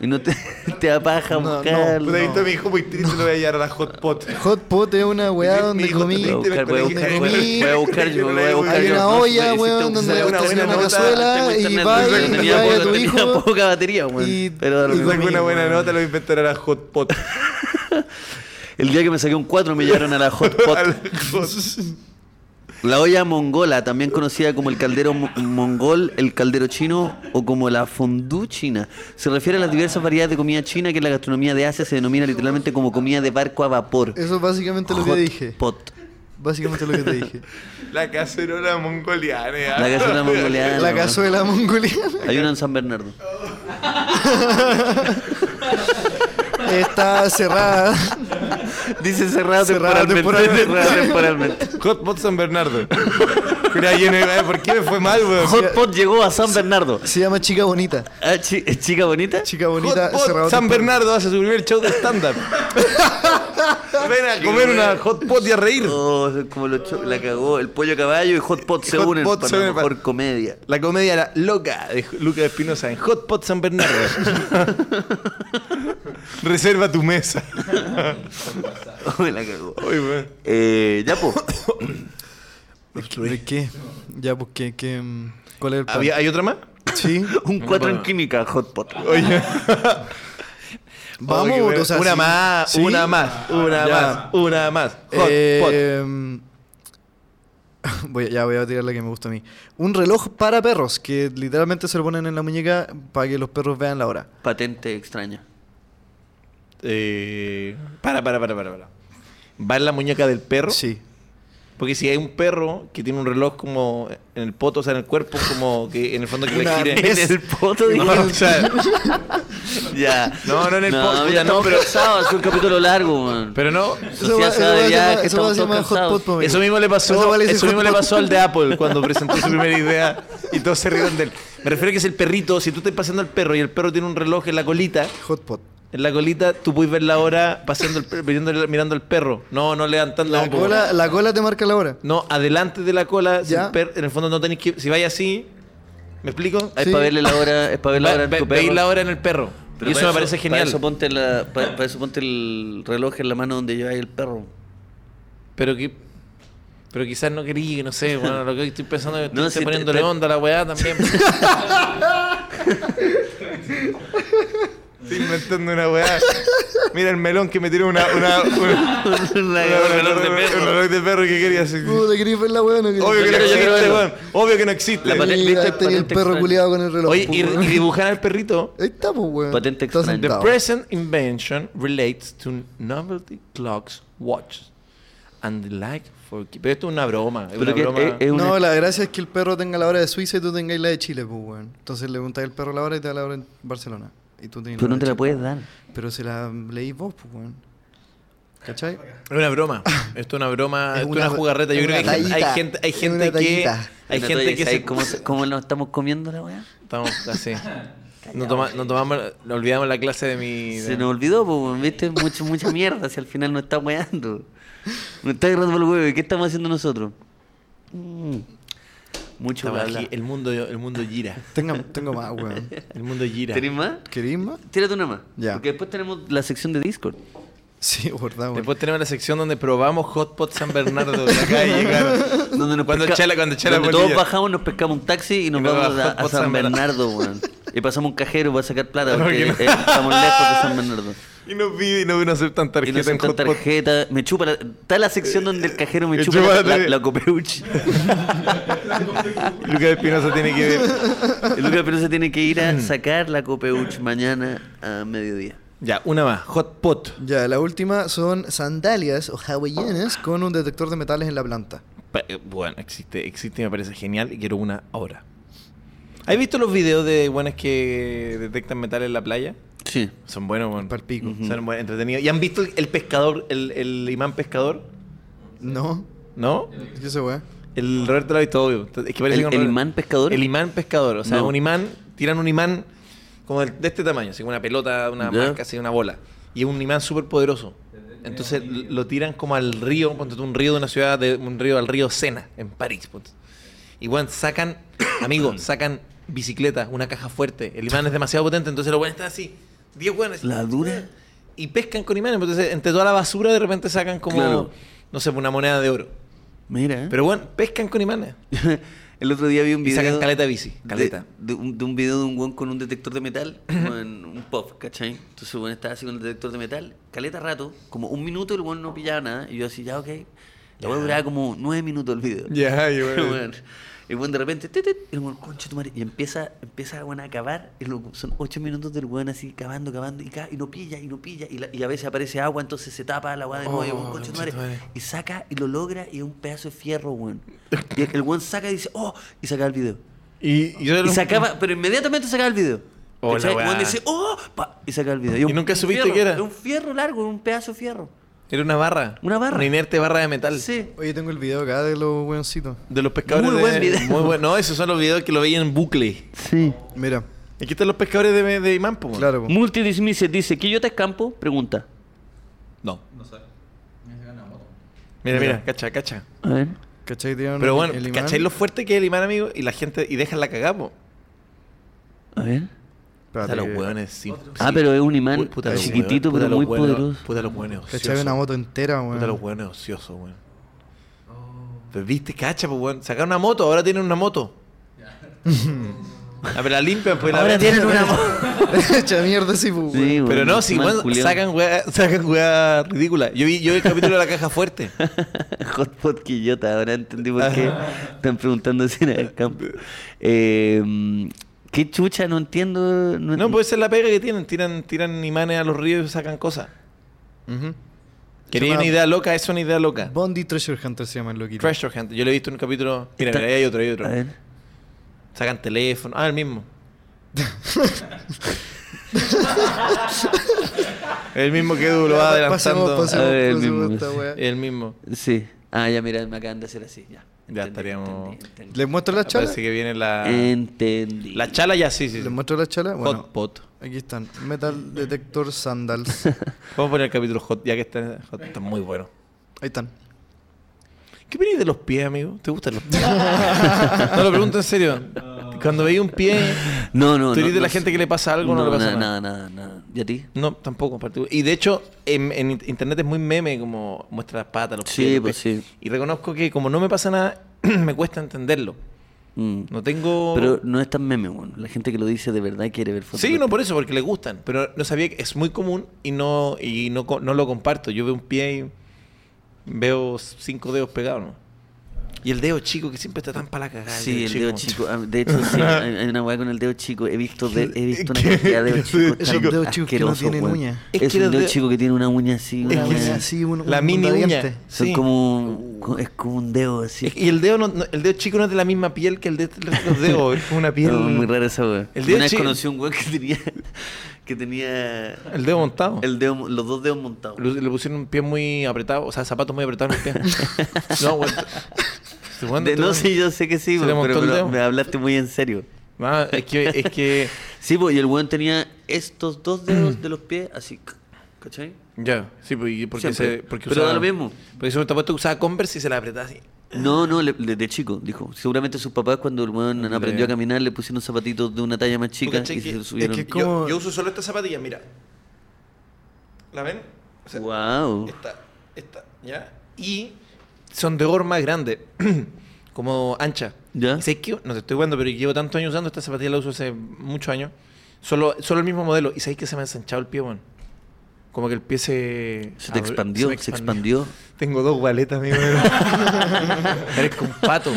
Speaker 3: Y no te, [laughs] te apaja
Speaker 4: No, no,
Speaker 3: buscarlo.
Speaker 2: Puta, he visto a mi hijo muy triste, lo voy a llevar a la Hot Pot.
Speaker 4: Hot pot es una weá
Speaker 2: Mi- mi
Speaker 4: donde
Speaker 2: hijo
Speaker 4: comí.
Speaker 2: te lo
Speaker 3: Voy a buscar, voy a buscar, voy a- voy a buscar yo, voy a buscar
Speaker 4: Hay
Speaker 3: yo.
Speaker 4: una
Speaker 3: No,
Speaker 4: olla,
Speaker 3: hiciste
Speaker 4: weón,
Speaker 3: un-
Speaker 4: donde
Speaker 2: una
Speaker 4: está haciendo
Speaker 2: buena
Speaker 4: una
Speaker 2: nota.
Speaker 4: cazuela
Speaker 3: Tengo
Speaker 4: y
Speaker 3: internet,
Speaker 4: va
Speaker 3: pero
Speaker 4: y
Speaker 2: tenía
Speaker 4: trae a
Speaker 2: poca-
Speaker 4: tu
Speaker 3: tenía
Speaker 4: hijo.
Speaker 3: poca batería, weón.
Speaker 4: y-
Speaker 3: Pero da lo
Speaker 2: Y
Speaker 3: mismo.
Speaker 2: saco una buena
Speaker 4: weón.
Speaker 2: nota, lo voy a inventar a la Hot Pot. [laughs]
Speaker 3: El día que me saqué un 4 me llevaron a la hot
Speaker 4: [laughs]
Speaker 3: pot.
Speaker 2: A la Hot-
Speaker 3: La olla mongola, también conocida como el caldero mo- mongol, el caldero chino o como la fondue china. Se refiere a las diversas variedades de comida china que en la gastronomía de Asia se denomina literalmente como comida de barco a vapor.
Speaker 4: Eso es básicamente lo que
Speaker 3: Hot
Speaker 4: dije.
Speaker 3: pot.
Speaker 4: Básicamente lo que te dije.
Speaker 2: La cacerola mongoliana. ya.
Speaker 3: La
Speaker 2: [laughs]
Speaker 3: cazuela mongoliana.
Speaker 4: [laughs] La
Speaker 3: Ah, weón.
Speaker 4: cazuela mongoliana. [laughs]
Speaker 3: Hay una en San Bernardo.
Speaker 4: Está cerrada.
Speaker 3: Dice cerrada
Speaker 4: Cerrada
Speaker 3: temporalmente.
Speaker 4: temporalmente.
Speaker 3: cerrada temporalmente.
Speaker 2: Hot Pot San Bernardo. Mira, ahí en el- eh, ¿por qué me fue mal, weón?
Speaker 3: Hot pot llegó a San Bernardo.
Speaker 4: Se llama Chica Bonita.
Speaker 3: Ah, chi- chica bonita.
Speaker 4: Chica
Speaker 2: Hot
Speaker 4: Bonita
Speaker 2: Pot
Speaker 4: cerrado
Speaker 2: San
Speaker 4: temporal.
Speaker 2: Bernardo hace su primer show de
Speaker 4: [laughs]
Speaker 2: stand-up. Ven a comer una hot pot y a reír.
Speaker 3: Oh, como lo cho- la cagó. El pollo caballo y hot pot se
Speaker 2: Hot
Speaker 3: unen
Speaker 2: pot
Speaker 3: para
Speaker 2: se
Speaker 3: la
Speaker 2: unen pa-
Speaker 3: mejor comedia. [laughs]
Speaker 2: La comedia La Loca de Lucas Espinosa en Hot Pot San
Speaker 4: [laughs]
Speaker 2: Bernardo. Reserva tu mesa.
Speaker 3: Me Oh, la cagó.
Speaker 2: Uy, weón.
Speaker 3: Eh, ya,
Speaker 2: [coughs]
Speaker 3: po.
Speaker 4: ¿De qué? Ya, pues, ¿qué? qué, mm, ¿Cuál es el plan?
Speaker 2: ¿Había- ¿Hay otra más? [laughs]
Speaker 4: Sí.
Speaker 3: Un 4 en química, hot pot.
Speaker 2: Oye.
Speaker 4: Vamos,
Speaker 2: Oye, weón.
Speaker 4: o sea,
Speaker 2: una
Speaker 4: sí.
Speaker 2: más,
Speaker 4: Sí. Ah,
Speaker 2: una más, una
Speaker 4: Ya.
Speaker 2: más, una más. Hot Pot.
Speaker 4: Eh, [laughs] voy, ya voy a tirar la que me gusta a mí. Un reloj para perros, que literalmente se lo ponen en la muñeca para que los perros vean la hora.
Speaker 3: Patente extraña.
Speaker 2: Eh, para, para, para, para, para. ¿Va en la muñeca del perro?
Speaker 4: Sí.
Speaker 2: Porque si hay un perro que tiene un reloj como en el poto, o sea, en el cuerpo, como que en el fondo que le
Speaker 4: Una
Speaker 2: gire.
Speaker 4: vez-
Speaker 3: El poto,
Speaker 2: [laughs] No,
Speaker 3: digo.
Speaker 2: o sea,
Speaker 3: Ya.
Speaker 2: No, no, en el podcast,
Speaker 3: mira,
Speaker 2: no,
Speaker 3: estamos
Speaker 2: pero-
Speaker 3: cansados, es un capítulo largo, man.
Speaker 2: Pero no,
Speaker 4: Eso va-
Speaker 3: Sociedad se va
Speaker 4: eso va
Speaker 3: de
Speaker 4: a ser
Speaker 3: viaje,
Speaker 4: más- eso va a
Speaker 3: estamos
Speaker 4: ser
Speaker 3: todos
Speaker 4: más hot
Speaker 3: cansados.
Speaker 4: pot, po, amigo.
Speaker 2: Eso mismo le
Speaker 4: Eso
Speaker 2: pasó,
Speaker 4: vale decir
Speaker 2: eso mismo
Speaker 4: hot
Speaker 2: le
Speaker 4: pot.
Speaker 2: pasó al de Apple cuando presentó su primera idea y todos se rieron de él. Me refiero a que es el perrito, si tú estás paseando al perro y el perro tiene un reloj en la colita,
Speaker 4: Hot pot.
Speaker 2: en la colita tú puedes ver la hora paseando el perro, mirando, el- mirando al perro. No, no levantando
Speaker 4: La,
Speaker 2: no, pues. como-
Speaker 4: cola, la cola te marca
Speaker 2: [laughs]
Speaker 4: la hora.
Speaker 2: No, adelante de la cola, si
Speaker 4: Ya.
Speaker 2: el per- en el fondo no tenés que si vais así, ¿me explico?
Speaker 3: Ah, Es
Speaker 4: Sí.
Speaker 3: para verle la hora, es para ver la
Speaker 2: Ve-
Speaker 3: hora en
Speaker 2: ve-
Speaker 3: tu
Speaker 2: veis
Speaker 3: perro.
Speaker 2: la hora en el perro.
Speaker 3: Pero
Speaker 2: y eso
Speaker 3: para
Speaker 2: me parece genial.
Speaker 3: Para eso, ponte la- pa- para eso ponte el reloj en la mano donde lleváis el perro.
Speaker 2: Pero que pero quizás no quería, no
Speaker 3: [laughs]
Speaker 2: sé, bueno, lo que estoy pensando es que
Speaker 3: No,
Speaker 2: estoy
Speaker 3: si te-
Speaker 2: poniéndole
Speaker 3: te-
Speaker 2: onda a la weá también. estoy inventando una weá. Mira el melón que me tiró una, una, una-
Speaker 3: [laughs] El reloj de
Speaker 2: una-
Speaker 3: perro.
Speaker 2: un reloj de perro que quería hacer.
Speaker 4: Uh, te quería ver la weá, no quería-
Speaker 2: Obvio que no
Speaker 3: quiero- yo quiero
Speaker 2: existe,
Speaker 3: verlo.
Speaker 2: weón. Obvio que no existe.
Speaker 3: La patente-
Speaker 4: Mira,
Speaker 3: ¿viste?
Speaker 4: ahí tenía el
Speaker 3: Patente
Speaker 4: perro
Speaker 3: extraña.
Speaker 4: culiado con el reloj.
Speaker 2: Oye,
Speaker 4: po,
Speaker 2: y,
Speaker 4: weón.
Speaker 2: y dibujar al perrito.
Speaker 4: Ahí está, pues, weón.
Speaker 3: Patente
Speaker 4: Está
Speaker 3: extraña.
Speaker 2: The
Speaker 4: sentado.
Speaker 2: present invention relates to novelty clocks, watches, and the like for. Pero esto es una broma. Es una
Speaker 3: Pero que
Speaker 2: broma.
Speaker 3: es- es una-
Speaker 4: No, la gracia es que el perro tenga la hora de Suiza y tú tengas la de Chile, pues, weón. Entonces le preguntas al perro la hora y te da la hora en Barcelona. Y tú tenés
Speaker 3: Pero no
Speaker 4: hora
Speaker 3: te
Speaker 4: de
Speaker 3: la
Speaker 4: Chile.
Speaker 3: puedes dar.
Speaker 4: Pero se la leí vos, pues, weón. ¿Cachai?
Speaker 2: Es una broma. Esto es una broma.
Speaker 4: Es
Speaker 2: Esto es
Speaker 4: una-
Speaker 2: una jugarreta. Yo
Speaker 4: es
Speaker 2: creo que
Speaker 4: una
Speaker 2: hay gente- hay
Speaker 4: tallita,
Speaker 2: gente, hay
Speaker 4: es una
Speaker 2: gente que.
Speaker 4: tallita.
Speaker 2: Hay
Speaker 3: Pero
Speaker 2: gente
Speaker 3: todavía,
Speaker 2: que
Speaker 3: ¿sabes
Speaker 2: se.
Speaker 3: [laughs] ¿Cómo, se- cómo nos estamos comiendo la weá?
Speaker 2: Estamos
Speaker 4: [laughs]
Speaker 2: así. No, toma- no tomamos, no olvidamos la clase de mi.
Speaker 3: Se nos olvidó, po, weón, viste, mucho, mucha mierda si al final nos está weando. Nos está agarrando el huevo. ¿Y qué estamos haciendo nosotros? Mm. Mucho
Speaker 2: Estamos
Speaker 3: bla,
Speaker 2: aquí.
Speaker 3: bla.
Speaker 2: El mundo, el mundo gira.
Speaker 4: Tengo, tengo más, weón.
Speaker 2: El mundo gira.
Speaker 3: ¿Tenés más?
Speaker 4: ¿Querís más? [laughs]
Speaker 3: Tírate una más.
Speaker 4: Ya.
Speaker 3: Porque después tenemos la sección de Discord.
Speaker 4: Sí, verdad, weón.
Speaker 2: Después tenemos la sección donde probamos Hot Pot San Bernardo
Speaker 3: [laughs]
Speaker 2: de la calle, claro.
Speaker 3: Donde nos
Speaker 2: cuando
Speaker 3: pesca-
Speaker 2: chela, cuando chela
Speaker 3: donde
Speaker 2: bolilla.
Speaker 3: todos bajamos, nos pescamos un taxi y nos
Speaker 2: Y nos
Speaker 3: vamos
Speaker 2: bajó
Speaker 3: a,
Speaker 2: el
Speaker 3: a
Speaker 2: Pot
Speaker 3: San
Speaker 2: San
Speaker 3: Bernardo, weón. Y pasamos un cajero para sacar plata porque
Speaker 2: Porque [laughs] no.
Speaker 3: eh, estamos lejos de San Bernardo.
Speaker 2: Y nos vive y no, no aceptan
Speaker 3: Y
Speaker 2: tarjeta
Speaker 3: nos
Speaker 2: en Eh,
Speaker 3: aceptan
Speaker 2: Hot Pot.
Speaker 3: tarjeta, me chupa la, está la sección donde el cajero me
Speaker 2: Me
Speaker 3: chupa,
Speaker 2: chupa
Speaker 3: la,
Speaker 2: la-
Speaker 3: la, la copeuchi.
Speaker 2: Lucas Espinosa tiene que ver. Mm.
Speaker 3: El Lucas Pérez se tiene que ir a sacar la copeuch mañana a mediodía.
Speaker 2: [laughs] Ya, una más. Hot pot.
Speaker 4: Ya, la última son sandalias o hawaianas con un detector de metales en la planta.
Speaker 2: Pa- eh, Bueno, existe, existe y me parece genial y quiero una ahora. ¿Has visto los videos de buenas que detectan metal en la playa?
Speaker 3: Sí.
Speaker 2: Son buenos, bueno.
Speaker 4: Palpico.
Speaker 2: Son buenos, entretenidos. ¿Y han visto el, el pescador, el, el imán pescador?
Speaker 4: No,
Speaker 2: ¿No?
Speaker 4: ¿qué se weón?
Speaker 2: El Roberto lo ha visto, obvio. Es que parece
Speaker 3: ¿El-
Speaker 2: que un
Speaker 3: el
Speaker 2: Roberto-
Speaker 3: imán pescador?
Speaker 2: El imán pescador. O sea,
Speaker 3: No.
Speaker 2: un imán, tiran un imán como del- de este tamaño, así como una pelota, una
Speaker 3: Ya.
Speaker 2: marca, así una bola. Y es un imán súper poderoso. Entonces l- lo tiran como al río, ponte tú, un río de una ciudad, de un río al río Sena, en París. ponte. Y bueno, sacan, [coughs] amigos, sacan bicicletas, una caja fuerte. El imán es demasiado potente, entonces los buenos están así. 10 buenos.
Speaker 3: La dura.
Speaker 2: Y pescan con imanes. Entonces, entre toda la basura, de repente sacan como,
Speaker 3: Claro.
Speaker 2: no sé, una moneda de oro.
Speaker 3: Mira.
Speaker 2: ¿Mm? Pero bueno, pescan con imanes.
Speaker 3: [laughs] el otro día vi un
Speaker 2: Y
Speaker 3: video.
Speaker 2: sacan caleta de bici, caleta.
Speaker 3: De, de un, de un video de un guan con un detector de metal, como en un pop, ¿cachai? Entonces el guan estaba así con el detector de metal, caleta rato, como un minuto el guan no pillaba nada, y yo así, ya, ok. La weá duraba como nueve minutos el video.
Speaker 2: Ya,
Speaker 3: y [laughs]
Speaker 2: y bueno.
Speaker 3: bueno. Y bueno, de repente, tit, tit, y el weón, concha tu madre, y empieza, empieza weón, a cavar, y lo- son ocho minutos del weón así cavando, cavando, y, ca- y no pilla, y no pilla, y, la- y a veces aparece agua, entonces se tapa la agua de nuevo, y el weón, concha tu madre, y saca, y lo logra, y es un pedazo de fierro, weón. Y el- el weón saca y dice, oh, y saca el video.
Speaker 2: Y, y yo
Speaker 3: Y [laughs] sacaba, pero inmediatamente sacaba el video.
Speaker 2: Oh,
Speaker 3: ¿Cachai?
Speaker 2: la weá.
Speaker 3: El weón dice, oh, pa, y saca el video.
Speaker 2: ¿Y nunca supiste
Speaker 3: fierro,
Speaker 2: qué era?
Speaker 3: Un fierro largo, un pedazo de fierro.
Speaker 2: Era una barra.
Speaker 3: Una barra.
Speaker 2: Una inerte barra de metal.
Speaker 3: Sí.
Speaker 4: Oye, tengo el video acá de los weoncitos.
Speaker 2: De los pescadores
Speaker 3: Muy
Speaker 2: de...
Speaker 3: buen video.
Speaker 2: Muy bueno. No, esos son los videos que lo veían en bucle.
Speaker 3: Sí.
Speaker 4: Mira,
Speaker 2: Aquí están los pescadores de, de imán, po, weón.
Speaker 4: claro, pues. po.
Speaker 3: Multidismises dice, ¿qué yo te escampo? Pregunta.
Speaker 2: No. Mira, mira, cacha, cacha.
Speaker 3: A ver.
Speaker 4: ¿Cachai? Tiraron
Speaker 2: Pero bueno,
Speaker 4: el imán.
Speaker 2: ¿cachai lo fuerte que es el imán, amigo? Y la gente... Y dejan la cagada, po.
Speaker 3: A ver.
Speaker 2: O
Speaker 4: Espérate
Speaker 2: sea, los
Speaker 4: que-
Speaker 2: hueones, sí.
Speaker 3: Ah,
Speaker 2: sí.
Speaker 3: pero es un imán
Speaker 2: Puta, los hueones,
Speaker 3: chiquitito,
Speaker 2: puta,
Speaker 3: pero
Speaker 2: los
Speaker 3: muy
Speaker 2: hueones-
Speaker 3: poderoso.
Speaker 2: Puta los hueones
Speaker 4: ¿Cachai?
Speaker 2: ociosos.
Speaker 4: Una moto entera,
Speaker 2: Puta los
Speaker 4: weón.
Speaker 2: hueones ociosos, weón. Pero viste, cacha, pues, weón. Sacaron una moto, ahora tienen una moto. [laughs] A ver, la limpian, pues. la
Speaker 3: Ahora
Speaker 2: ven.
Speaker 3: tienen
Speaker 4: [laughs]
Speaker 3: una mo-
Speaker 4: Hecha mierda, sí, pues, weón.
Speaker 3: Sí, weón,
Speaker 2: Pero no, si
Speaker 3: mal
Speaker 2: weón,
Speaker 3: culiao.
Speaker 2: sacan
Speaker 3: [laughs]
Speaker 2: weá, [laughs] sacan weá ridícula. Yo vi, yo vi el capítulo de la caja fuerte.
Speaker 3: Hot Pot Quillota, ahora entendí por qué están preguntando si era el campo. Eh, ¿Qué chucha? No entiendo. No,
Speaker 2: No, pues esa es la pega que tienen. Tiran, tiran imanes a los ríos y sacan cosas.
Speaker 4: Ujú.
Speaker 2: Quería una idea loca, es una idea loca.
Speaker 4: Bondi Treasure Hunter se llama el loquito.
Speaker 2: Treasure Hunt. Yo lo he visto en un capítulo. Mira,
Speaker 3: Está-
Speaker 2: mira, ahí hay otro, ahí hay otro.
Speaker 3: A ver.
Speaker 2: Sacan teléfono. Ah, el mismo. El mismo que Edu lo va
Speaker 4: Pasemos,
Speaker 2: adelantando.
Speaker 4: pasemos,
Speaker 3: A ver, el
Speaker 4: pasemos
Speaker 3: mismo.
Speaker 4: esta wea.
Speaker 2: El mismo.
Speaker 3: Sí. Ah, ya, mira, me acaban de hacer así. Ya,
Speaker 2: Ya
Speaker 3: Entendí,
Speaker 2: estaríamos-
Speaker 3: entendí, entendí.
Speaker 4: ¿Les muestro la chala?
Speaker 2: Parece que viene la.
Speaker 3: Entendí.
Speaker 2: La chala ya, sí, sí. sí.
Speaker 4: ¿Les muestro la chala? Bueno,
Speaker 2: Hot pot.
Speaker 4: aquí están. Metal
Speaker 2: [laughs]
Speaker 4: Detector Sandals.
Speaker 2: Vamos a poner el capítulo hot, ya que está, hot, está muy bueno. [laughs]
Speaker 4: Ahí están.
Speaker 2: ¿Qué venís de los pies, amigo? ¿Te gustan
Speaker 4: [laughs]
Speaker 2: los pies? no lo pregunto en serio. Cuando veía un pie,
Speaker 3: No, no,
Speaker 2: ¿tú eres
Speaker 3: no,
Speaker 2: de la
Speaker 3: no
Speaker 2: gente
Speaker 3: sé.
Speaker 2: que le pasa algo o no, le pasa nada?
Speaker 3: nada, nada, nada, nada. ¿Y a ti?
Speaker 2: No, tampoco en particular. Y de hecho, en, en in- internet es muy meme como muestra las patas, los
Speaker 3: Sí,
Speaker 2: pies. los
Speaker 3: pues
Speaker 2: pies.
Speaker 3: sí.
Speaker 2: Y reconozco que como no me pasa nada, [clears throat] me cuesta entenderlo.
Speaker 3: Mm.
Speaker 2: No tengo...
Speaker 3: Pero no es tan meme, bueno. La gente que lo dice de verdad quiere ver fotos.
Speaker 2: Sí, no
Speaker 3: de-
Speaker 2: por eso, porque le gustan. Pero no sabía que es muy común y no y no, co- no lo comparto. Yo veo un pie y veo cinco dedos pegados. ¿no? Y el dedo chico que siempre está tan para la cagada.
Speaker 3: Sí, el dedo chico. Ah, De hecho, sí, hay hay una weá con el dedo chico. He visto, de- he
Speaker 2: [laughs]
Speaker 3: visto una
Speaker 2: ¿Qué?
Speaker 3: cantidad de dedos
Speaker 2: ¿Qué dedo
Speaker 3: chicos. tan
Speaker 4: chico? Esos dedos chicos que no
Speaker 3: asquerosos,
Speaker 4: tienen
Speaker 3: weón.
Speaker 4: uña.
Speaker 2: Es
Speaker 3: Es
Speaker 2: que
Speaker 3: un
Speaker 2: los
Speaker 3: dedo
Speaker 2: de-
Speaker 3: chico que tiene una uña así.
Speaker 2: Es
Speaker 3: [laughs] Una
Speaker 2: que
Speaker 3: weá
Speaker 2: sí.
Speaker 3: así.
Speaker 4: así, un-
Speaker 2: la
Speaker 4: un
Speaker 2: mini
Speaker 4: diente.
Speaker 2: uña.
Speaker 3: Son
Speaker 2: sí.
Speaker 3: como. co- Es como un dedo así.
Speaker 2: Es- Y el dedo, no- no- el dedo chico no es de la misma piel que el de los dedos. Es como una piel.
Speaker 3: [laughs] No, muy rara esa weá.
Speaker 2: El dedo
Speaker 3: Una vez
Speaker 2: chico-
Speaker 3: conocí a un weón que tenía. Que tenía.
Speaker 2: El dedo montado.
Speaker 3: El dedo, los dos dedos montados.
Speaker 2: Le, le pusieron un pie muy apretado, o sea, zapatos muy apretados en el
Speaker 3: [laughs]
Speaker 2: pie. no, güey. Este güey
Speaker 3: De-
Speaker 2: te-
Speaker 3: no sé, yo sé que sí,
Speaker 2: Se le
Speaker 3: pero,
Speaker 2: montó el
Speaker 3: pero
Speaker 2: dedo.
Speaker 3: me hablaste muy en serio.
Speaker 2: Ah, es que, es que,
Speaker 3: Sí, pues, y el weón tenía estos
Speaker 2: [clears throat]
Speaker 3: dos dedos de los pies así. c- ¿Cachai?
Speaker 2: ya, sí, pues, y porque,
Speaker 3: Siempre.
Speaker 2: se, porque
Speaker 3: Pero da lo mismo.
Speaker 2: Porque se me tapó que usaba Converse y se la apretaba así.
Speaker 3: No, no, le- desde chico, dijo. Seguramente sus papás cuando el weón
Speaker 2: Le-
Speaker 3: aprendió a caminar le pusieron zapatitos de una talla más chica
Speaker 2: cachai
Speaker 3: y
Speaker 2: que-
Speaker 3: se
Speaker 2: es
Speaker 3: subieron.
Speaker 4: que- ¿Cómo?
Speaker 2: Yo, yo uso solo esta zapatilla, mira. ¿La ven? O sea,
Speaker 3: wow.
Speaker 2: Esta, esta, ¿ya? Y son de gorro más grande, [clears throat] como ancha.
Speaker 3: ¿Ya?
Speaker 2: Y sé que, no te estoy jugando, pero llevo tantos años usando esta zapatilla, la uso hace muchos años. Solo, solo el mismo modelo. Y sabéis que se me ha ensanchado el pie, bueno. Como que el pie se.
Speaker 3: Se te
Speaker 2: abri-
Speaker 3: expandió,
Speaker 2: me
Speaker 3: se expandió.
Speaker 2: [laughs]
Speaker 3: [laughs]
Speaker 2: Tengo dos gualetas, amigo. Parezco un pato.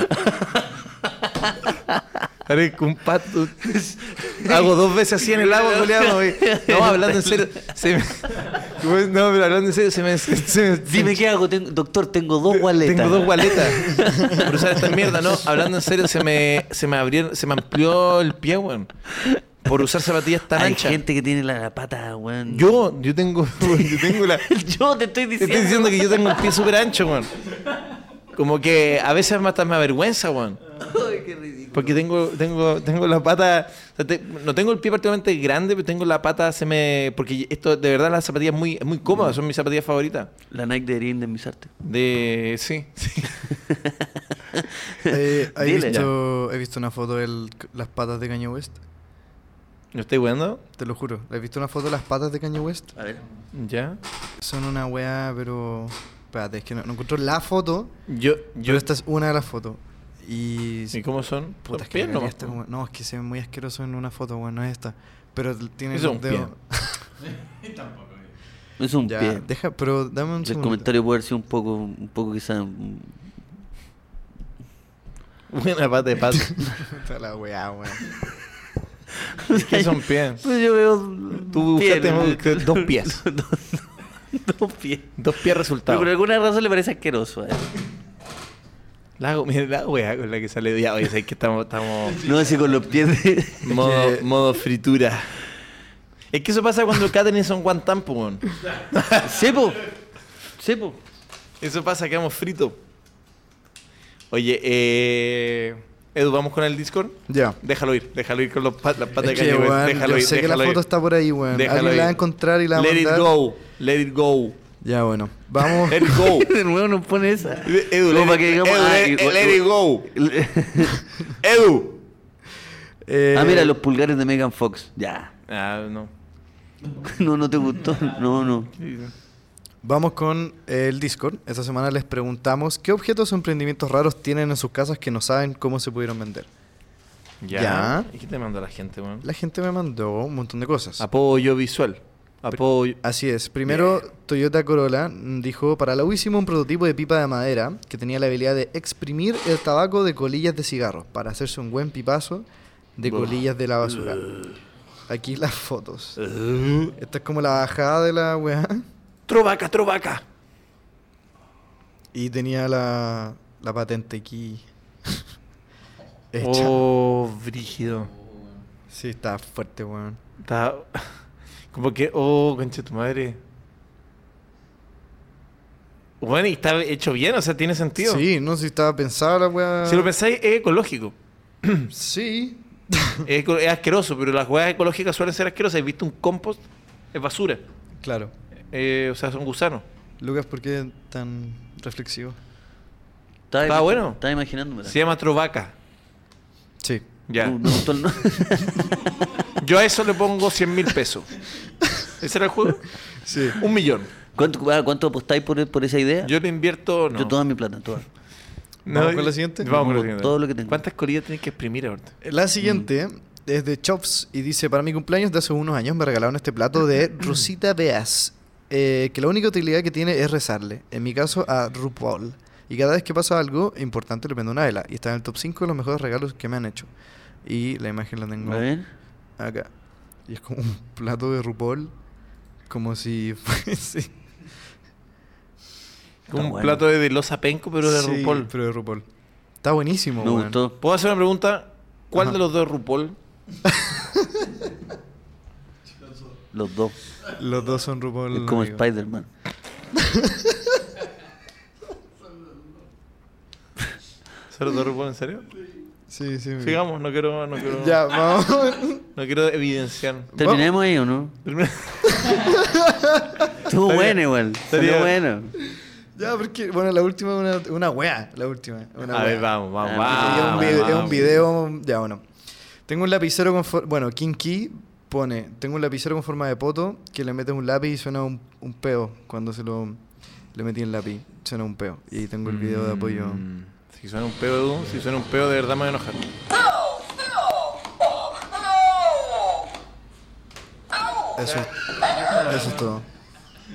Speaker 2: Parezco un pato. [laughs] Hago dos veces así en el agua, goleado. No, hablando en serio. [laughs] se me- No, pero hablando en serio, se me. se me-
Speaker 3: Dime qué hago, Ten- doctor, tengo dos gualetas.
Speaker 2: tengo dos
Speaker 3: [laughs]
Speaker 2: gualetas. [laughs] Por usar esta mierda, ¿no? Hablando en serio, se me, se me abrieron, se me amplió el pie, weón. Por usar zapatillas tan
Speaker 3: Hay
Speaker 2: anchas.
Speaker 3: gente que tiene la, la pata, weón.
Speaker 2: Yo, yo tengo, [laughs] yo tengo la.
Speaker 3: [laughs] Yo te estoy
Speaker 2: Te
Speaker 3: diciendo.
Speaker 2: estoy diciendo que yo tengo el pie súper ancho, weón. Como que a veces hasta me avergüenza, weón.
Speaker 3: [laughs] Ay, qué ridículo.
Speaker 2: Porque tengo, tengo, tengo la pata. o sea, te- no tengo el pie particularmente grande, pero tengo la pata, se me. Porque esto, de verdad, las zapatillas muy, es muy cómodas, son mis zapatillas favoritas.
Speaker 3: La Nike debería indemnizarte.
Speaker 2: De. Sí, [laughs] sí.
Speaker 4: Eh,
Speaker 3: [laughs]
Speaker 4: he,
Speaker 3: Dile.
Speaker 4: visto, he visto una foto de las patas de Kanye West.
Speaker 2: ¿No estoy weando?
Speaker 4: Te lo juro. ¿Has visto una foto de las patas de Kanye West?
Speaker 3: A ver.
Speaker 2: ¿Ya?
Speaker 4: Son una weá, pero. Espérate, es que no, no encontré la foto.
Speaker 2: Yo.
Speaker 4: Yo
Speaker 2: yo
Speaker 4: esta es una de las fotos. Y.
Speaker 2: ¿Y cómo son?
Speaker 4: Puta,
Speaker 2: Los
Speaker 4: es que
Speaker 2: pies
Speaker 4: la
Speaker 2: nomás,
Speaker 4: cagaste,
Speaker 2: po.
Speaker 4: weón. No, es que se ve muy asqueroso en una foto, weón, no es esta. Pero tiene
Speaker 2: Eso es
Speaker 4: los
Speaker 2: un
Speaker 4: dedos.
Speaker 3: Es un
Speaker 4: Ya,
Speaker 3: pie.
Speaker 4: deja, pero dame un
Speaker 3: El
Speaker 4: segundo.
Speaker 3: comentario puede haber sido un poco, un poco quizá. mm,
Speaker 2: Buena pata
Speaker 3: [laughs]
Speaker 2: de pato.
Speaker 4: [laughs] Puta la weá, weón.
Speaker 2: ¿Qué son pies?
Speaker 3: [laughs] Pues yo veo.
Speaker 2: Tú
Speaker 3: pie,
Speaker 2: buscaste
Speaker 3: ¿no?
Speaker 2: buscaste dos pies.
Speaker 3: [laughs] Dos pies.
Speaker 2: Dos pies
Speaker 3: Pero
Speaker 2: resultados.
Speaker 3: por alguna razón le parece asqueroso. a él.
Speaker 2: La hago, mira, la weá con la que sale ya, oye, sabes que estamos,
Speaker 3: [laughs]
Speaker 2: estamos
Speaker 3: No, así con los pies de. [laughs]
Speaker 2: modo, modo fritura. Es que eso pasa cuando Katherine son guantán, po, weón.
Speaker 3: Sepo. Sepo.
Speaker 2: Eso pasa, quedamos fritos. Oye, eh. Edu, ¿vamos con el Discord?
Speaker 4: Ya.
Speaker 2: Déjalo ir, déjalo ir con los pat- las patas
Speaker 4: Es
Speaker 2: de
Speaker 4: que,
Speaker 2: cañón.
Speaker 4: weón,
Speaker 2: déjalo
Speaker 4: yo
Speaker 2: ir,
Speaker 4: sé que la
Speaker 2: déjalo
Speaker 4: foto
Speaker 2: ir.
Speaker 4: está por ahí, weón.
Speaker 2: Déjalo
Speaker 4: Alguien la va a
Speaker 2: ir.
Speaker 4: encontrar y la va a
Speaker 2: Let it
Speaker 4: mandar.
Speaker 2: go, let it go,
Speaker 4: Ya, bueno.
Speaker 2: [laughs]
Speaker 4: Vamos.
Speaker 2: let it
Speaker 3: [laughs]
Speaker 2: go.
Speaker 3: De nuevo nos pone esa.
Speaker 2: Oh. Edu,
Speaker 3: Como
Speaker 2: let
Speaker 3: para
Speaker 2: it-
Speaker 3: que digamos,
Speaker 2: Edu,
Speaker 3: ah,
Speaker 2: let-
Speaker 3: igual-
Speaker 2: let it go. Edu.
Speaker 4: eh,
Speaker 3: Ah, mira, los pulgares de Megan Fox. Ya.
Speaker 2: Ah, no.
Speaker 3: No, no te gustó. No, no.
Speaker 4: Vamos con eh, el Discord. Esta semana les preguntamos qué objetos o emprendimientos raros tienen en sus casas que no saben cómo se pudieron vender.
Speaker 2: Ya.
Speaker 4: Ya.
Speaker 2: ¿Y qué te mandó la gente, weón?
Speaker 4: La gente me mandó un montón de cosas.
Speaker 2: Apoyo visual. Apoyo.
Speaker 4: Así es. Primero, Toyota Corolla mm, dijo, para la hicimos un prototipo de pipa de madera que tenía la habilidad de exprimir el tabaco de colillas de cigarro para hacerse un buen pipazo de colillas de la basura. Aquí las fotos. Esta es como la bajada de la weá.
Speaker 2: Trovaca, trovaca.
Speaker 4: Y tenía la, la patente aquí. [laughs] Hecha.
Speaker 2: Oh, brígido.
Speaker 4: Sí, está fuerte, weón.
Speaker 2: Está- [laughs] Como que, oh, concha de tu madre. Bueno, y está hecho bien, o sea, tiene sentido.
Speaker 4: Sí, no sé si estaba pensada la weá.
Speaker 2: Si lo pensáis, es ecológico.
Speaker 4: Sí.
Speaker 2: Es, eco- es asqueroso, pero las huevas ecológicas suelen ser asquerosas. ¿Has visto un compost? Es basura.
Speaker 4: Claro.
Speaker 2: Eh, o sea, son gusanos.
Speaker 4: Lucas, ¿por qué tan reflexivo?
Speaker 3: Estaba,
Speaker 2: Estaba
Speaker 3: imagi-
Speaker 2: bueno.
Speaker 3: Estaba imaginándome.
Speaker 2: Se llama Trovaca.
Speaker 4: Sí.
Speaker 2: Ya.
Speaker 3: No, no gustó el nombre.
Speaker 2: Yo a eso le pongo 100 mil pesos. ¿Ese era el juego?
Speaker 4: Sí.
Speaker 2: Un millón.
Speaker 3: ¿Cuánto, ah, cuánto apostáis por, por esa idea?
Speaker 2: Yo le invierto. No.
Speaker 3: Yo toda mi plata, toda.
Speaker 4: ¿Vamos con la siguiente?
Speaker 2: Vamos con la
Speaker 3: Pongo
Speaker 2: siguiente.
Speaker 3: todo lo que tengo.
Speaker 2: ¿Cuántas colillas tenés que exprimir ahorita?
Speaker 3: Mm.
Speaker 4: La siguiente es de Chops y dice: Para mi cumpleaños de hace unos años me regalaron este
Speaker 3: [clears throat]
Speaker 4: plato de Rosita Beas, eh, que la única utilidad que tiene es rezarle. En mi caso, a RuPaul. Y cada vez que pasa algo importante le prendo una vela. Y está en el top 5 de los mejores regalos que me han hecho. Y la imagen la tengo
Speaker 3: A ver.
Speaker 4: acá. Y es como un plato de RuPaul, como si [laughs] fuese.
Speaker 2: Como un
Speaker 3: bueno.
Speaker 2: plato de losa penco, pero de
Speaker 4: Sí,
Speaker 2: RuPaul.
Speaker 4: Pero de RuPaul. Está buenísimo,
Speaker 3: Me
Speaker 4: weón.
Speaker 3: gustó.
Speaker 2: ¿Puedo hacer una pregunta? ¿Cuál
Speaker 4: Ajá.
Speaker 2: de los dos es RuPaul?
Speaker 3: Los dos.
Speaker 4: Los dos son RuPaul.
Speaker 3: Es como
Speaker 4: amigo.
Speaker 3: Spider-Man.
Speaker 2: ¿Son los dos RuPaul en serio?
Speaker 4: Sí, sí. amigo.
Speaker 2: Sigamos, no quiero, no quiero,
Speaker 4: Ya, vamos.
Speaker 2: no quiero evidenciar.
Speaker 3: ¿Terminemos ahí o no? Estuvo bueno igual. Estuvo
Speaker 2: estaría-
Speaker 3: bueno.
Speaker 4: Ya, porque, bueno, la última es una, una wea, la última.
Speaker 2: [laughs]
Speaker 4: una
Speaker 2: A ver,
Speaker 4: wea.
Speaker 2: vamos, vamos,
Speaker 3: Ah,
Speaker 4: Es un
Speaker 2: vamos.
Speaker 4: vide- es un
Speaker 2: vamos.
Speaker 4: video, ya, bueno. Tengo un lapicero con for- bueno, Kinky pone, tengo un lapicero con forma de poto que le metes un lápiz y suena un, un peo cuando se lo le metí el lápiz, suena un peo. Y tengo el video de apoyo.
Speaker 2: Mm, Si suena un pedo, si suena un pedo, de verdad me voy a enojar.
Speaker 4: Eso es, eso es todo.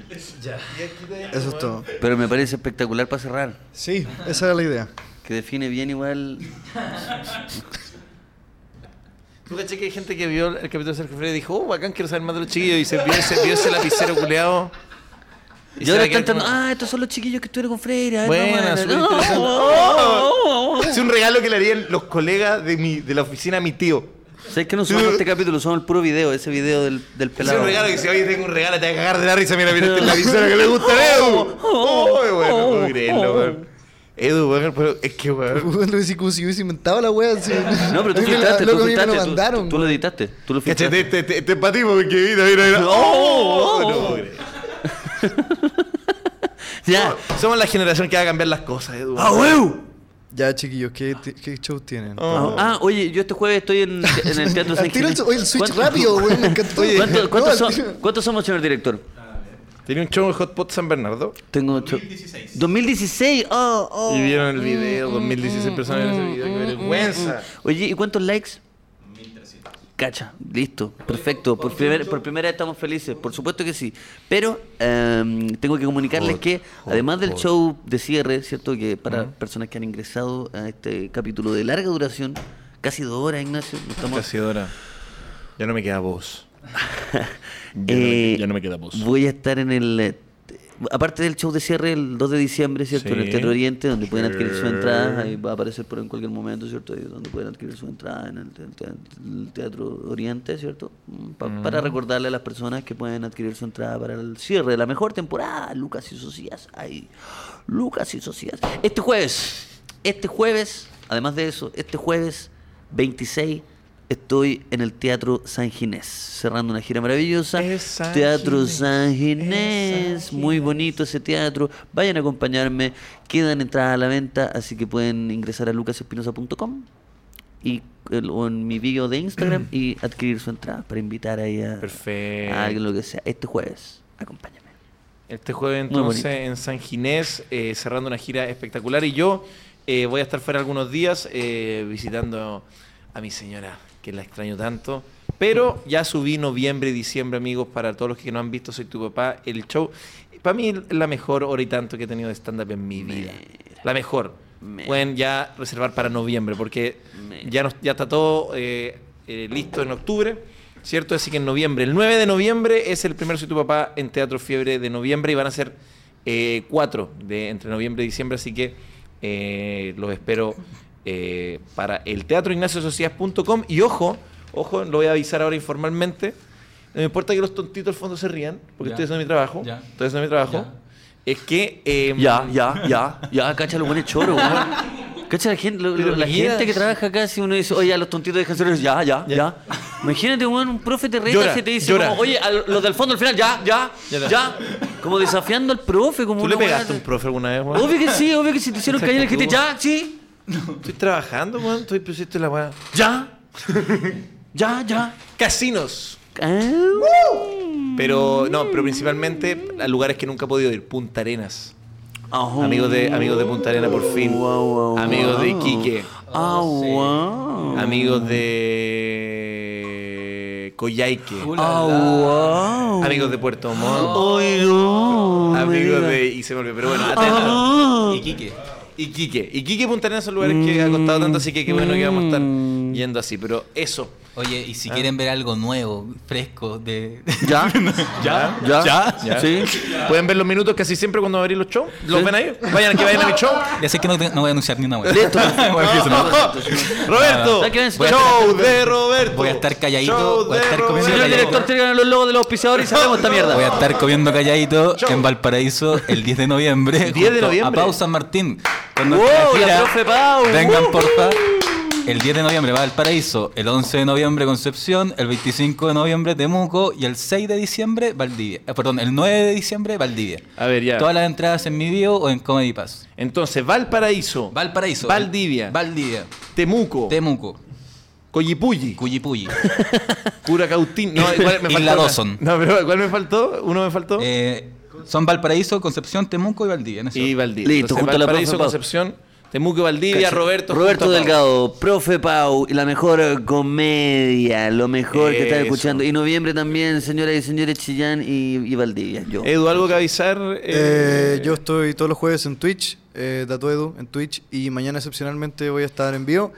Speaker 4: Eso es todo.
Speaker 3: Pero me parece espectacular para cerrar.
Speaker 4: Sí, esa era la idea. [laughs]
Speaker 3: Que define bien igual.
Speaker 2: ¿Tú caché que hay gente que vio el capítulo de Sergio Freire y dijo, oh, bacán, quiero saber más de los chiquillos? Y se vio, ese- vio ese lapicero culeado.
Speaker 3: Y ahora están entrando. Ah, estos son los chiquillos que estuvieron con Freire. ay, no,
Speaker 2: Buena,
Speaker 3: bueno,
Speaker 2: súper
Speaker 3: no.
Speaker 2: interesante.
Speaker 3: Oh, oh, oh.
Speaker 2: Es un regalo que le harían los colegas de, mi, de la oficina a mi tío.
Speaker 3: ¿Sabes que no somos este capítulo? Somos el puro video, ese video del,
Speaker 2: Es
Speaker 3: del
Speaker 2: un
Speaker 3: pelado.
Speaker 2: regalo que si hoy tengo un regalo te vas a cagar de la risa. Mira, mira, [laughs] este es la visera que le gusta a Edu. ¡Oh, bueno! No puedo creerlo, weón. Edu, weón, pero es que, [laughs] weón.
Speaker 4: Lo hice como si hubiese inventado la wea. así.
Speaker 3: No, pero tú
Speaker 4: A mí me la-
Speaker 3: filtraste, tú
Speaker 4: loco, a mí me
Speaker 3: filtraste.
Speaker 4: lo
Speaker 3: tú-
Speaker 4: mandaron.
Speaker 3: Tú lo editaste, tú lo
Speaker 2: Cachete,
Speaker 3: filtraste.
Speaker 2: este, este, este es pa' ti, porque mira, mira, mira. [laughs] ¡Oh! No puedo creer.
Speaker 3: Ya.
Speaker 2: Somos la generación que va a cambiar las cosas, Edu.
Speaker 3: ¡Ah, huevo!
Speaker 4: Ya, chiquillos, ¿qué, te- qué shows tienen?
Speaker 2: Oh.
Speaker 3: Ah, oye, yo este jueves estoy en, en el Teatro San
Speaker 4: [laughs] Al tiro el,
Speaker 3: Gil.
Speaker 4: oye, el switch
Speaker 3: ¿Cuánto-
Speaker 4: rápido, güey, me encantó.
Speaker 2: Oye,
Speaker 3: ¿Cuánto-
Speaker 4: No,
Speaker 3: cuántos
Speaker 4: al
Speaker 3: son-
Speaker 4: tiro-
Speaker 3: ¿Cuántos somos, señor director?
Speaker 2: Tenía un show en Hot Pot San Bernardo.
Speaker 3: Tengo ocho. 2016. 2016. Oh, oh.
Speaker 2: Y vieron el video, 2016 personas en ese video. ¡Qué vergüenza!
Speaker 3: Oye, ¿y cuántos likes? 1300. Cacha, listo, perfecto. Por, primer- por primera vez estamos felices, por supuesto que sí. Pero em, tengo que comunicarles que, además del show de cierre, ¿cierto? Que para personas que han ingresado a este capítulo de larga duración, casi dos horas, Ignacio, nos estamos [laughs]
Speaker 2: Casidora, ya no me queda voz.
Speaker 3: Eh,
Speaker 2: queda voz.
Speaker 3: Voy a estar en el. eh, Aparte del show de cierre el 2 de diciembre, ¿cierto? En el
Speaker 2: Sí.
Speaker 3: Teatro Oriente, donde pueden adquirir sus
Speaker 2: Sí.
Speaker 3: entradas, ahí va a aparecer por en cualquier momento, ¿cierto? Ahí donde pueden adquirir su entrada en el, te- te- el Teatro Oriente, ¿cierto? Mm, pa- Para recordarle a las personas que pueden adquirir su entrada para el cierre de la mejor temporada, Lucas y Socias, ahí. Lucas y Socias. Este jueves, este jueves, además de eso, este jueves 26 estoy en el Teatro San Ginés, cerrando una gira maravillosa.
Speaker 2: Es San
Speaker 3: teatro
Speaker 2: Ginés,
Speaker 3: San
Speaker 2: es
Speaker 3: Ginés,
Speaker 2: San
Speaker 3: muy
Speaker 2: Ginés.
Speaker 3: bonito ese teatro. Vayan a acompañarme, quedan entradas a la venta, así que pueden ingresar a lucasespinosa.com y el- o en mi video de Instagram y adquirir su entrada para invitar ahí a,
Speaker 2: Perfecto.
Speaker 3: a alguien lo que sea. Este jueves, acompáñame.
Speaker 2: Este jueves
Speaker 3: Muy bonito.
Speaker 2: entonces en San Ginés, eh, cerrando una gira espectacular. Y yo eh, voy a estar fuera algunos días eh, visitando a mi señora, que la extraño tanto. Pero ya subí noviembre y diciembre, amigos, para todos los que no han visto Soy tu papá, el show. Para mí la mejor hora y tanto que he tenido de stand-up en mi vida. La mejor.
Speaker 3: Mira.
Speaker 2: Pueden ya reservar para noviembre, porque
Speaker 3: Mira.
Speaker 2: ya, nos- ya está todo eh, eh, listo en octubre, ¿cierto? Así que en noviembre, el 9 de noviembre es el primer Soy tu papá en Teatro Fiebre de noviembre y van a ser eh, cuatro de, entre noviembre y diciembre, así que eh, los espero eh, para el teatro ignaciosocias.com y ojo, ojo, lo voy a avisar ahora informalmente. No me importa que los tontitos al fondo se rían, porque
Speaker 6: Ya.
Speaker 2: estoy haciendo mi trabajo.
Speaker 6: Ya.
Speaker 2: Estoy haciendo mi trabajo.
Speaker 6: Ya.
Speaker 2: Es que. eh,
Speaker 3: Ya, ya, ya, ya, cacha los buenos choros,
Speaker 2: [laughs]
Speaker 3: weón. Cacha la gente, lo- lo-
Speaker 2: Pero
Speaker 3: la
Speaker 2: mira-
Speaker 3: gente que trabaja acá, si uno dice, oye, a los tontitos de ser, ya, ya,
Speaker 2: Ya.
Speaker 3: ya. Imagínate, weón, un profe te reta
Speaker 2: Llora,
Speaker 3: y te dice,
Speaker 2: llora.
Speaker 3: como, oye, a los del fondo al final, ya, ya,
Speaker 2: Ya,
Speaker 3: ya.
Speaker 2: ya.
Speaker 3: Como desafiando al profe, como
Speaker 2: ¿Tú le
Speaker 3: una weá
Speaker 2: pegaste a
Speaker 3: de-
Speaker 2: un profe alguna vez, weón?
Speaker 3: Obvio que sí, obvio que si te hicieron
Speaker 2: Esa
Speaker 3: caer,
Speaker 2: actitud.
Speaker 3: dijiste, ya, sí,
Speaker 2: Estoy trabajando, weón. Estoy pusiste la weá. [laughs]
Speaker 3: ya, ya, ya.
Speaker 2: Casinos.
Speaker 3: Ah,
Speaker 2: Mm. Pero no, pero principalmente a lugares que nunca he podido ir. Punta Arenas.
Speaker 3: ajú.
Speaker 2: Amigos de, amigos de Punta Arenas, por fin.
Speaker 3: Wow, wow,
Speaker 2: amigos de
Speaker 3: wow.
Speaker 2: Iquique.
Speaker 3: Ah,
Speaker 2: Oh,
Speaker 3: wow.
Speaker 2: Amigos de Coyhaique.
Speaker 3: Ah, wow.
Speaker 2: Amigos de Puerto Montt.
Speaker 3: Ay, Ah. Oh, no. me
Speaker 2: Amigos
Speaker 3: digas.
Speaker 2: de. Y se me olvidó, pero bueno, atento.
Speaker 3: Ah.
Speaker 6: Iquique.
Speaker 2: Iquique. Iquique y Punta Arenas son lugares que ha costado tanto, así que qué bueno que vamos a estar
Speaker 3: Mm.
Speaker 2: yendo así. Pero eso.
Speaker 6: Oye, y si quieren ver algo nuevo, fresco, de... [laughs]
Speaker 3: ¿Ya?
Speaker 2: ¿Ya?
Speaker 3: ¿Ya?
Speaker 2: ¿Ya?
Speaker 3: ¿Sí?
Speaker 2: Pueden ver los minutos casi siempre cuando abrir los shows. ¿Los
Speaker 3: Sí.
Speaker 2: ven ahí? Vayan, que vayan a mi show.
Speaker 6: ya sé que no, te- no voy a anunciar ni una wea.
Speaker 3: Listo.
Speaker 6: [laughs] Voy a
Speaker 2: [laughs]
Speaker 6: decir, no.
Speaker 2: Roberto.
Speaker 3: ¿Sabes qué?
Speaker 2: Voy a- Show de Roberto.
Speaker 6: Voy a estar calladito,
Speaker 2: Show
Speaker 6: voy a
Speaker 2: de
Speaker 6: estar comiendo
Speaker 2: Roberto.
Speaker 3: Señor director, traigan los logos de los auspiciadores y sacamos esta mierda.
Speaker 6: Voy a estar comiendo calladito
Speaker 2: Chau.
Speaker 6: en Valparaíso el 10 de noviembre.
Speaker 2: [laughs] 10 de
Speaker 6: junto
Speaker 2: noviembre.
Speaker 6: A Pau San Martín. Con
Speaker 3: Wow,
Speaker 6: nuestra
Speaker 3: la
Speaker 6: gira.
Speaker 3: profe Pau.
Speaker 6: Vengan,
Speaker 3: Uh.
Speaker 6: porfa. El 10 de noviembre va Valparaíso, el 11 de noviembre Concepción, el 25 de noviembre Temuco y el 6 de diciembre Valdivia. Eh, perdón, el 9 de diciembre Valdivia.
Speaker 2: A ver, ya.
Speaker 6: Todas las entradas en mi bio o en Comedy Pass.
Speaker 2: Entonces, Valparaíso.
Speaker 6: Valparaíso. eh.
Speaker 2: Valdivia. Oh.
Speaker 6: Valdivia.
Speaker 2: Temuco.
Speaker 6: Temuco.
Speaker 2: Coyipulli. [laughs]
Speaker 6: Cuyipulli.
Speaker 2: Curacautín.
Speaker 6: [laughs]
Speaker 2: No, igual me
Speaker 6: Isla
Speaker 2: faltó. una.
Speaker 6: Dawson.
Speaker 2: No, pero ¿cuál me faltó? Uno me faltó.
Speaker 6: Eh, son Valparaíso, Concepción, Temuco y Valdivia. en eso.
Speaker 2: y Valdivia.
Speaker 3: Listo, junto a la
Speaker 2: Valparaíso,
Speaker 3: profe Pau.
Speaker 2: Concepción, Temuco, Valdivia,
Speaker 3: Cacha.
Speaker 2: Roberto.
Speaker 3: Roberto
Speaker 2: junto a Pau.
Speaker 3: Delgado, profe Pau, y la mejor comedia, lo mejor que están
Speaker 2: Eso.
Speaker 3: escuchando. Y noviembre también, señoras y señores, Chillán y, y Valdivia. Yo.
Speaker 2: Edu, algo que avisar.
Speaker 4: Eh,
Speaker 2: Eh,
Speaker 4: yo estoy todos los jueves en Twitch, eh, Tatuedu en Twitch, y mañana excepcionalmente voy a estar en vivo.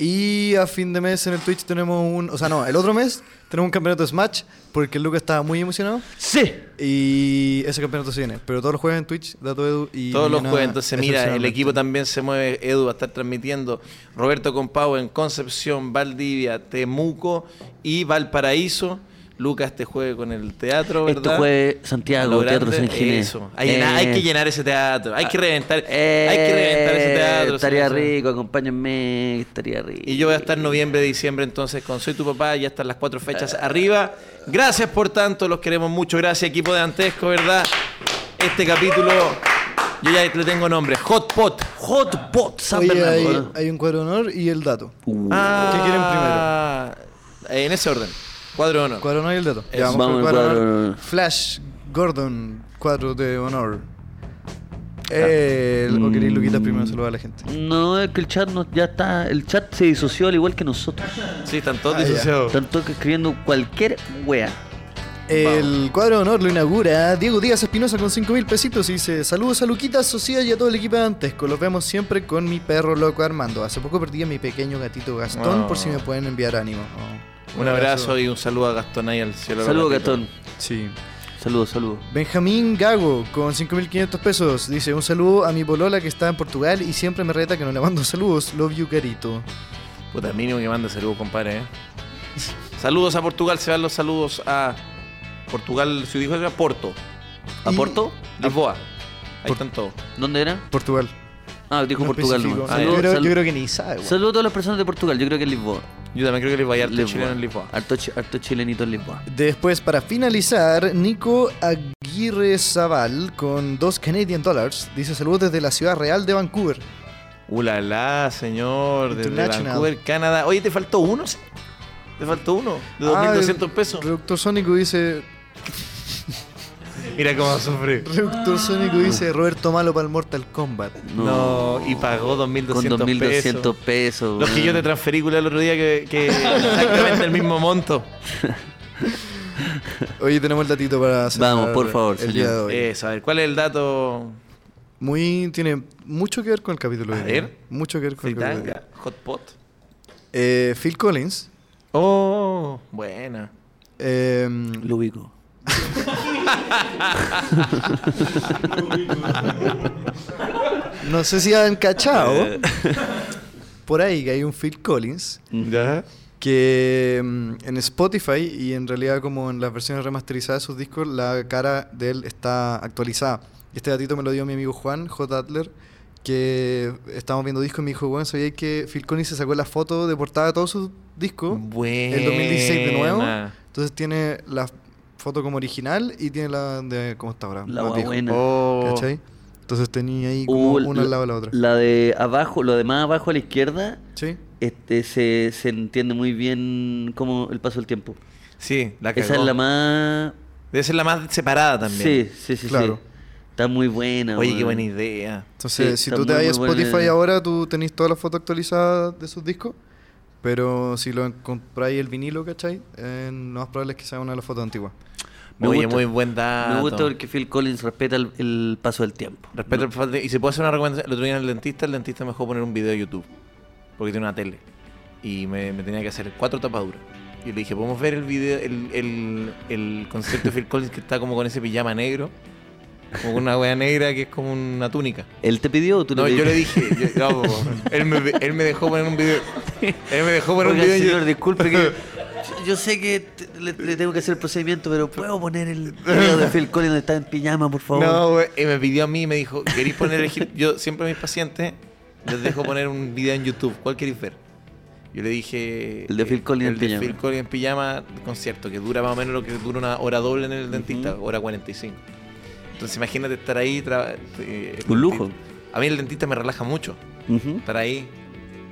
Speaker 4: Y a fin de mes en el Twitch tenemos un. O sea, no, el otro mes tenemos un campeonato de Smash, porque el Lucas estaba muy emocionado.
Speaker 3: Sí.
Speaker 4: Y ese campeonato se viene. Pero todos los jueves en Twitch, Tatuedu y.
Speaker 2: Todos los
Speaker 4: mañana
Speaker 2: jueves, entonces mira, el
Speaker 4: excepcionalmente.
Speaker 2: equipo también se mueve, Edu va a estar transmitiendo, Roberto Compau en Concepción, Valdivia, Temuco y Valparaíso. Lucas te juegue con el teatro, ¿verdad?
Speaker 3: Esto fue Santiago,
Speaker 2: Lo
Speaker 3: Teatro
Speaker 2: grande,
Speaker 3: San Ginés.
Speaker 2: eso. Hay, llena- hay
Speaker 3: Eh.
Speaker 2: que llenar ese teatro, hay que reventar,
Speaker 3: Eh,
Speaker 2: hay que reventar ese teatro.
Speaker 3: Estaría
Speaker 2: sí, sí.
Speaker 3: rico, acompáñenme, estaría rico.
Speaker 2: Y yo voy a estar en noviembre, diciembre, entonces con Soy tu papá, ya están las cuatro fechas arriba. Gracias por tanto, los queremos mucho. Gracias, equipo de Antesco, ¿verdad? Este capítulo, yo ya le tengo nombre, Hot Pot.
Speaker 3: Hot Pot San
Speaker 4: Oye, hay,
Speaker 3: Bernardo.
Speaker 4: hay un cuadro de honor y el dato.
Speaker 3: Uh.
Speaker 4: ¿Qué quieren
Speaker 2: primero? Ah. Eh, En ese orden, cuadro de honor.
Speaker 4: Cuadro de honor y el dato. Ya,
Speaker 3: Eso.
Speaker 4: con el
Speaker 3: Vamos al
Speaker 4: cuadro de
Speaker 3: cuadro de honor.
Speaker 4: Flash Gordon, cuadro de honor. Ah. El, ¿O queréis, Luquitas, primero saludar a la gente?
Speaker 3: No, es que el chat no, ya está. El chat se disoció al igual que nosotros.
Speaker 2: Sí, están todos
Speaker 4: Ah, ya.
Speaker 2: disociados.
Speaker 3: Tanto que escribiendo cualquier wea.
Speaker 4: El cuadro de honor lo inaugura Diego Díaz Espinosa con 5 mil pesitos y dice Saludos a Luquita, Sociedad y a todo el equipo de Antesco. Los vemos siempre con mi perro loco Armando. Hace poco perdí a mi pequeño gatito Gastón
Speaker 2: Oh.
Speaker 4: por si me pueden enviar ánimo. Oh.
Speaker 2: Un abrazo y un saludo a Gastón ahí al cielo.
Speaker 3: Saludos, Gastón.
Speaker 4: Sí.
Speaker 3: Saludos, saludos.
Speaker 4: Benjamín Gago con 5.500 pesos dice un saludo a mi polola que está en Portugal y siempre me reta que no le mando [laughs] saludos. Love you, carito.
Speaker 2: Puta, mínimo que mande saludos, compadre. ¿eh? saludos a Portugal, se van los saludos a Portugal, su hijo era Porto.
Speaker 3: ¿A
Speaker 4: Y-
Speaker 3: Porto?
Speaker 2: Lisboa. Ahí están todos.
Speaker 3: ¿Dónde era?
Speaker 4: Portugal.
Speaker 3: Ah, dijo
Speaker 4: No
Speaker 3: Portugal.
Speaker 4: especifico.
Speaker 3: No.
Speaker 4: Ah, yo,
Speaker 3: Saludos
Speaker 4: creo,
Speaker 3: saludos.
Speaker 4: yo creo que ni sabe. weón.
Speaker 3: Saludos a todas las personas de Portugal. Yo creo que es Lisboa.
Speaker 2: Yo también creo que les va a ir chileno en Lisboa.
Speaker 3: Harto, chi- harto chilenito en Lisboa.
Speaker 4: Después, para finalizar, Nico Aguirre Zaval con dos Canadian Dollars dice saludos desde la ciudad real de Vancouver.
Speaker 2: Ulala, señor, desde
Speaker 4: International.
Speaker 2: Vancouver, Canadá. Oye, te faltó uno, sí? Te faltó uno, de 2.200
Speaker 4: Ah,
Speaker 2: pesos.
Speaker 4: Reductor Sónico dice,
Speaker 2: Mira cómo sufre.
Speaker 3: Ah.
Speaker 4: Reductor Sónico dice Roberto Malo para el Mortal Kombat.
Speaker 2: No, y pagó
Speaker 3: Con
Speaker 2: 2.200
Speaker 3: 2.200
Speaker 2: pesos.
Speaker 3: pesos.
Speaker 2: Los que yo te transferí culiao, el otro día, que, que
Speaker 4: [laughs]
Speaker 2: exactamente el mismo monto.
Speaker 4: Hoy tenemos el datito para cerrar
Speaker 3: Vamos, por favor,
Speaker 4: el
Speaker 3: señor. Eh,
Speaker 4: día de hoy.
Speaker 2: Eso, a ver, ¿cuál es el dato?
Speaker 4: Muy, tiene mucho que ver con el capítulo
Speaker 2: A
Speaker 4: de hoy.
Speaker 2: ver.
Speaker 4: Mucho que ver con el capítulo de hoy.
Speaker 2: Fritanga, hot pot.
Speaker 4: Eh, Phil Collins.
Speaker 2: Oh, buena.
Speaker 4: em,
Speaker 3: Lo ubico.
Speaker 2: [laughs]
Speaker 4: no
Speaker 2: Eh.
Speaker 4: sé si han cachado. por ahí que hay un Phil Collins
Speaker 2: ¿Ya?
Speaker 4: que mm, en Spotify y en realidad como en las versiones remasterizadas de sus discos, la cara de él está actualizada. Este datito me lo dio mi amigo Juan, J. Adler, que estábamos viendo discos y me dijo, bueno, sabía que Phil Collins se sacó la foto de portada de todos sus discos,
Speaker 2: Mm.
Speaker 4: el 2016 de nuevo.
Speaker 2: Buena.
Speaker 4: Entonces tiene la foto como original y tiene la de como está ahora.
Speaker 3: La
Speaker 4: más vieja,
Speaker 3: buena.
Speaker 2: Oh.
Speaker 4: ¿Cachai? Entonces tenía ahí como
Speaker 3: Uh,
Speaker 4: una al lado de la otra.
Speaker 3: La de abajo, lo de más abajo a la izquierda,
Speaker 4: Sí.
Speaker 3: este, se, se entiende muy bien cómo el paso del tiempo.
Speaker 2: Sí, la
Speaker 3: Esa es
Speaker 2: cagó.
Speaker 3: la más...
Speaker 2: Debe ser la más separada también.
Speaker 3: Sí, sí, sí,
Speaker 4: Claro.
Speaker 3: sí. Está muy buena.
Speaker 2: Oye,
Speaker 3: weón.
Speaker 2: qué buena idea.
Speaker 4: Entonces,
Speaker 3: Sí,
Speaker 4: si
Speaker 3: está
Speaker 4: tú te
Speaker 3: muy,
Speaker 4: vas a
Speaker 3: muy buena
Speaker 4: Spotify
Speaker 3: idea.
Speaker 4: ahora, tú tenés todas las fotos actualizadas de sus discos. Pero si lo en- compráis el vinilo, ¿cachai? Eh, lo más probable es que sea una de las fotos antiguas.
Speaker 3: Me
Speaker 2: Oye,
Speaker 3: gusta.
Speaker 2: muy buen dato.
Speaker 3: Me gusta porque Phil Collins respeta el, el paso del tiempo.
Speaker 2: Respeto al fan de- Y se puede hacer una recomendación. El otro día en el dentista, el dentista me dejó poner un video de YouTube. Porque tiene una tele. Y me, me tenía que hacer cuatro tapaduras. Y le dije, ¿podemos ver el video, el, el, el concepto de Phil Collins que está como con ese pijama negro? Como con una wea negra que es como una túnica.
Speaker 3: ¿Él te pidió o tú
Speaker 2: No,
Speaker 3: le
Speaker 2: yo le
Speaker 3: pediste?
Speaker 2: dije, yo- no, po, él, me, él me dejó poner un video. Él me dejó poner
Speaker 3: Oiga,
Speaker 2: un video. en
Speaker 3: señor,
Speaker 2: YouTube. [laughs]
Speaker 3: disculpe que... yo- Yo sé que te- le, le tengo que hacer el procedimiento, pero ¿puedo poner el video de Phil Collins donde está en pijama, por favor?
Speaker 2: No, güey, y me pidió a mí, me dijo, ¿queréis poner el hit? Yo siempre a mis pacientes les dejo poner un video en YouTube, ¿cuál queréis ver? Yo le dije...
Speaker 3: El de Phil
Speaker 2: eh,
Speaker 3: Collins
Speaker 2: el
Speaker 3: en
Speaker 2: de
Speaker 3: pijama.
Speaker 2: Phil Collins en pijama, de concierto, que dura más o menos lo que dura una hora doble en el dentista, hora 45. Entonces imagínate estar ahí... tra- eh, el
Speaker 3: Un lujo.
Speaker 2: dentista- A mí el dentista me relaja mucho,
Speaker 3: Ujú.
Speaker 2: estar ahí...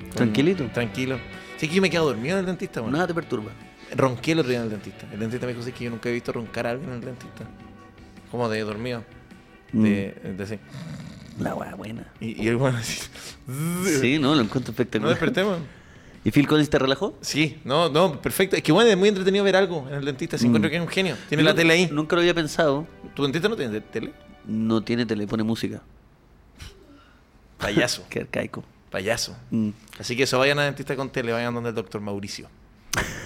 Speaker 2: con-
Speaker 3: Tranquilito.
Speaker 2: Tranquilo. Sí que yo me quedo dormido en el dentista, güey.
Speaker 3: Nada te perturba.
Speaker 2: Ronqué el otro día en el dentista. El dentista me dijo, "Sí, que yo nunca he visto roncar a alguien en el dentista. Como de dormido.
Speaker 3: Mm.
Speaker 2: De, de así.
Speaker 3: La weá buena.
Speaker 2: Y, y el weón así.
Speaker 3: Sí, no, lo encuentro
Speaker 2: [laughs] No
Speaker 3: espectacular.
Speaker 2: despertemos.
Speaker 3: ¿Y Phil Collins te relajó?
Speaker 2: Sí, no, no, perfecto. Es que bueno, es muy entretenido ver algo en el dentista. Si
Speaker 3: Mm.
Speaker 2: encuentro que es un genio. Tiene
Speaker 3: Nu-
Speaker 2: la tele ahí.
Speaker 3: Nunca lo había pensado.
Speaker 2: ¿Tu dentista no tiene de- tele?
Speaker 3: No tiene tele, pone música.
Speaker 2: Payaso,
Speaker 3: [laughs] Qué arcaico.
Speaker 2: payaso.
Speaker 3: Mm.
Speaker 2: Así que eso, vayan a dentista con tele, vayan donde el doctor Mauricio.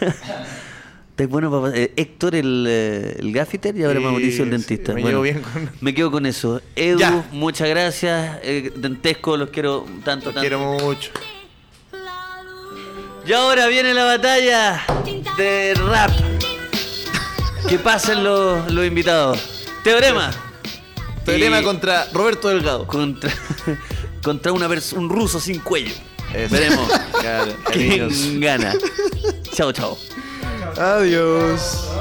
Speaker 3: Está bueno, papá. Eh, Héctor, el, eh, el gaffiter, y ahora
Speaker 2: Eh,
Speaker 3: Mauricio, el
Speaker 2: sí,
Speaker 3: dentista.
Speaker 2: me llevo
Speaker 3: Bueno,
Speaker 2: bien con-
Speaker 3: Me quedo con eso. Edu,
Speaker 2: Ya.
Speaker 3: muchas gracias. Eh, dentesco, los quiero tanto,
Speaker 2: Los
Speaker 3: tanto.
Speaker 2: quiero mucho.
Speaker 1: La luz
Speaker 3: Y ahora viene la batalla de rap. Que pasen los, los invitados. Teorema.
Speaker 2: Teorema
Speaker 3: Y-
Speaker 2: contra Roberto Delgado.
Speaker 3: Contra, [laughs] contra una pers- un ruso sin cuello.
Speaker 2: Eso.
Speaker 3: Veremos.
Speaker 2: [laughs] Claro, cariños.
Speaker 3: ¿Quién gana? Chao, chao.
Speaker 4: Adiós.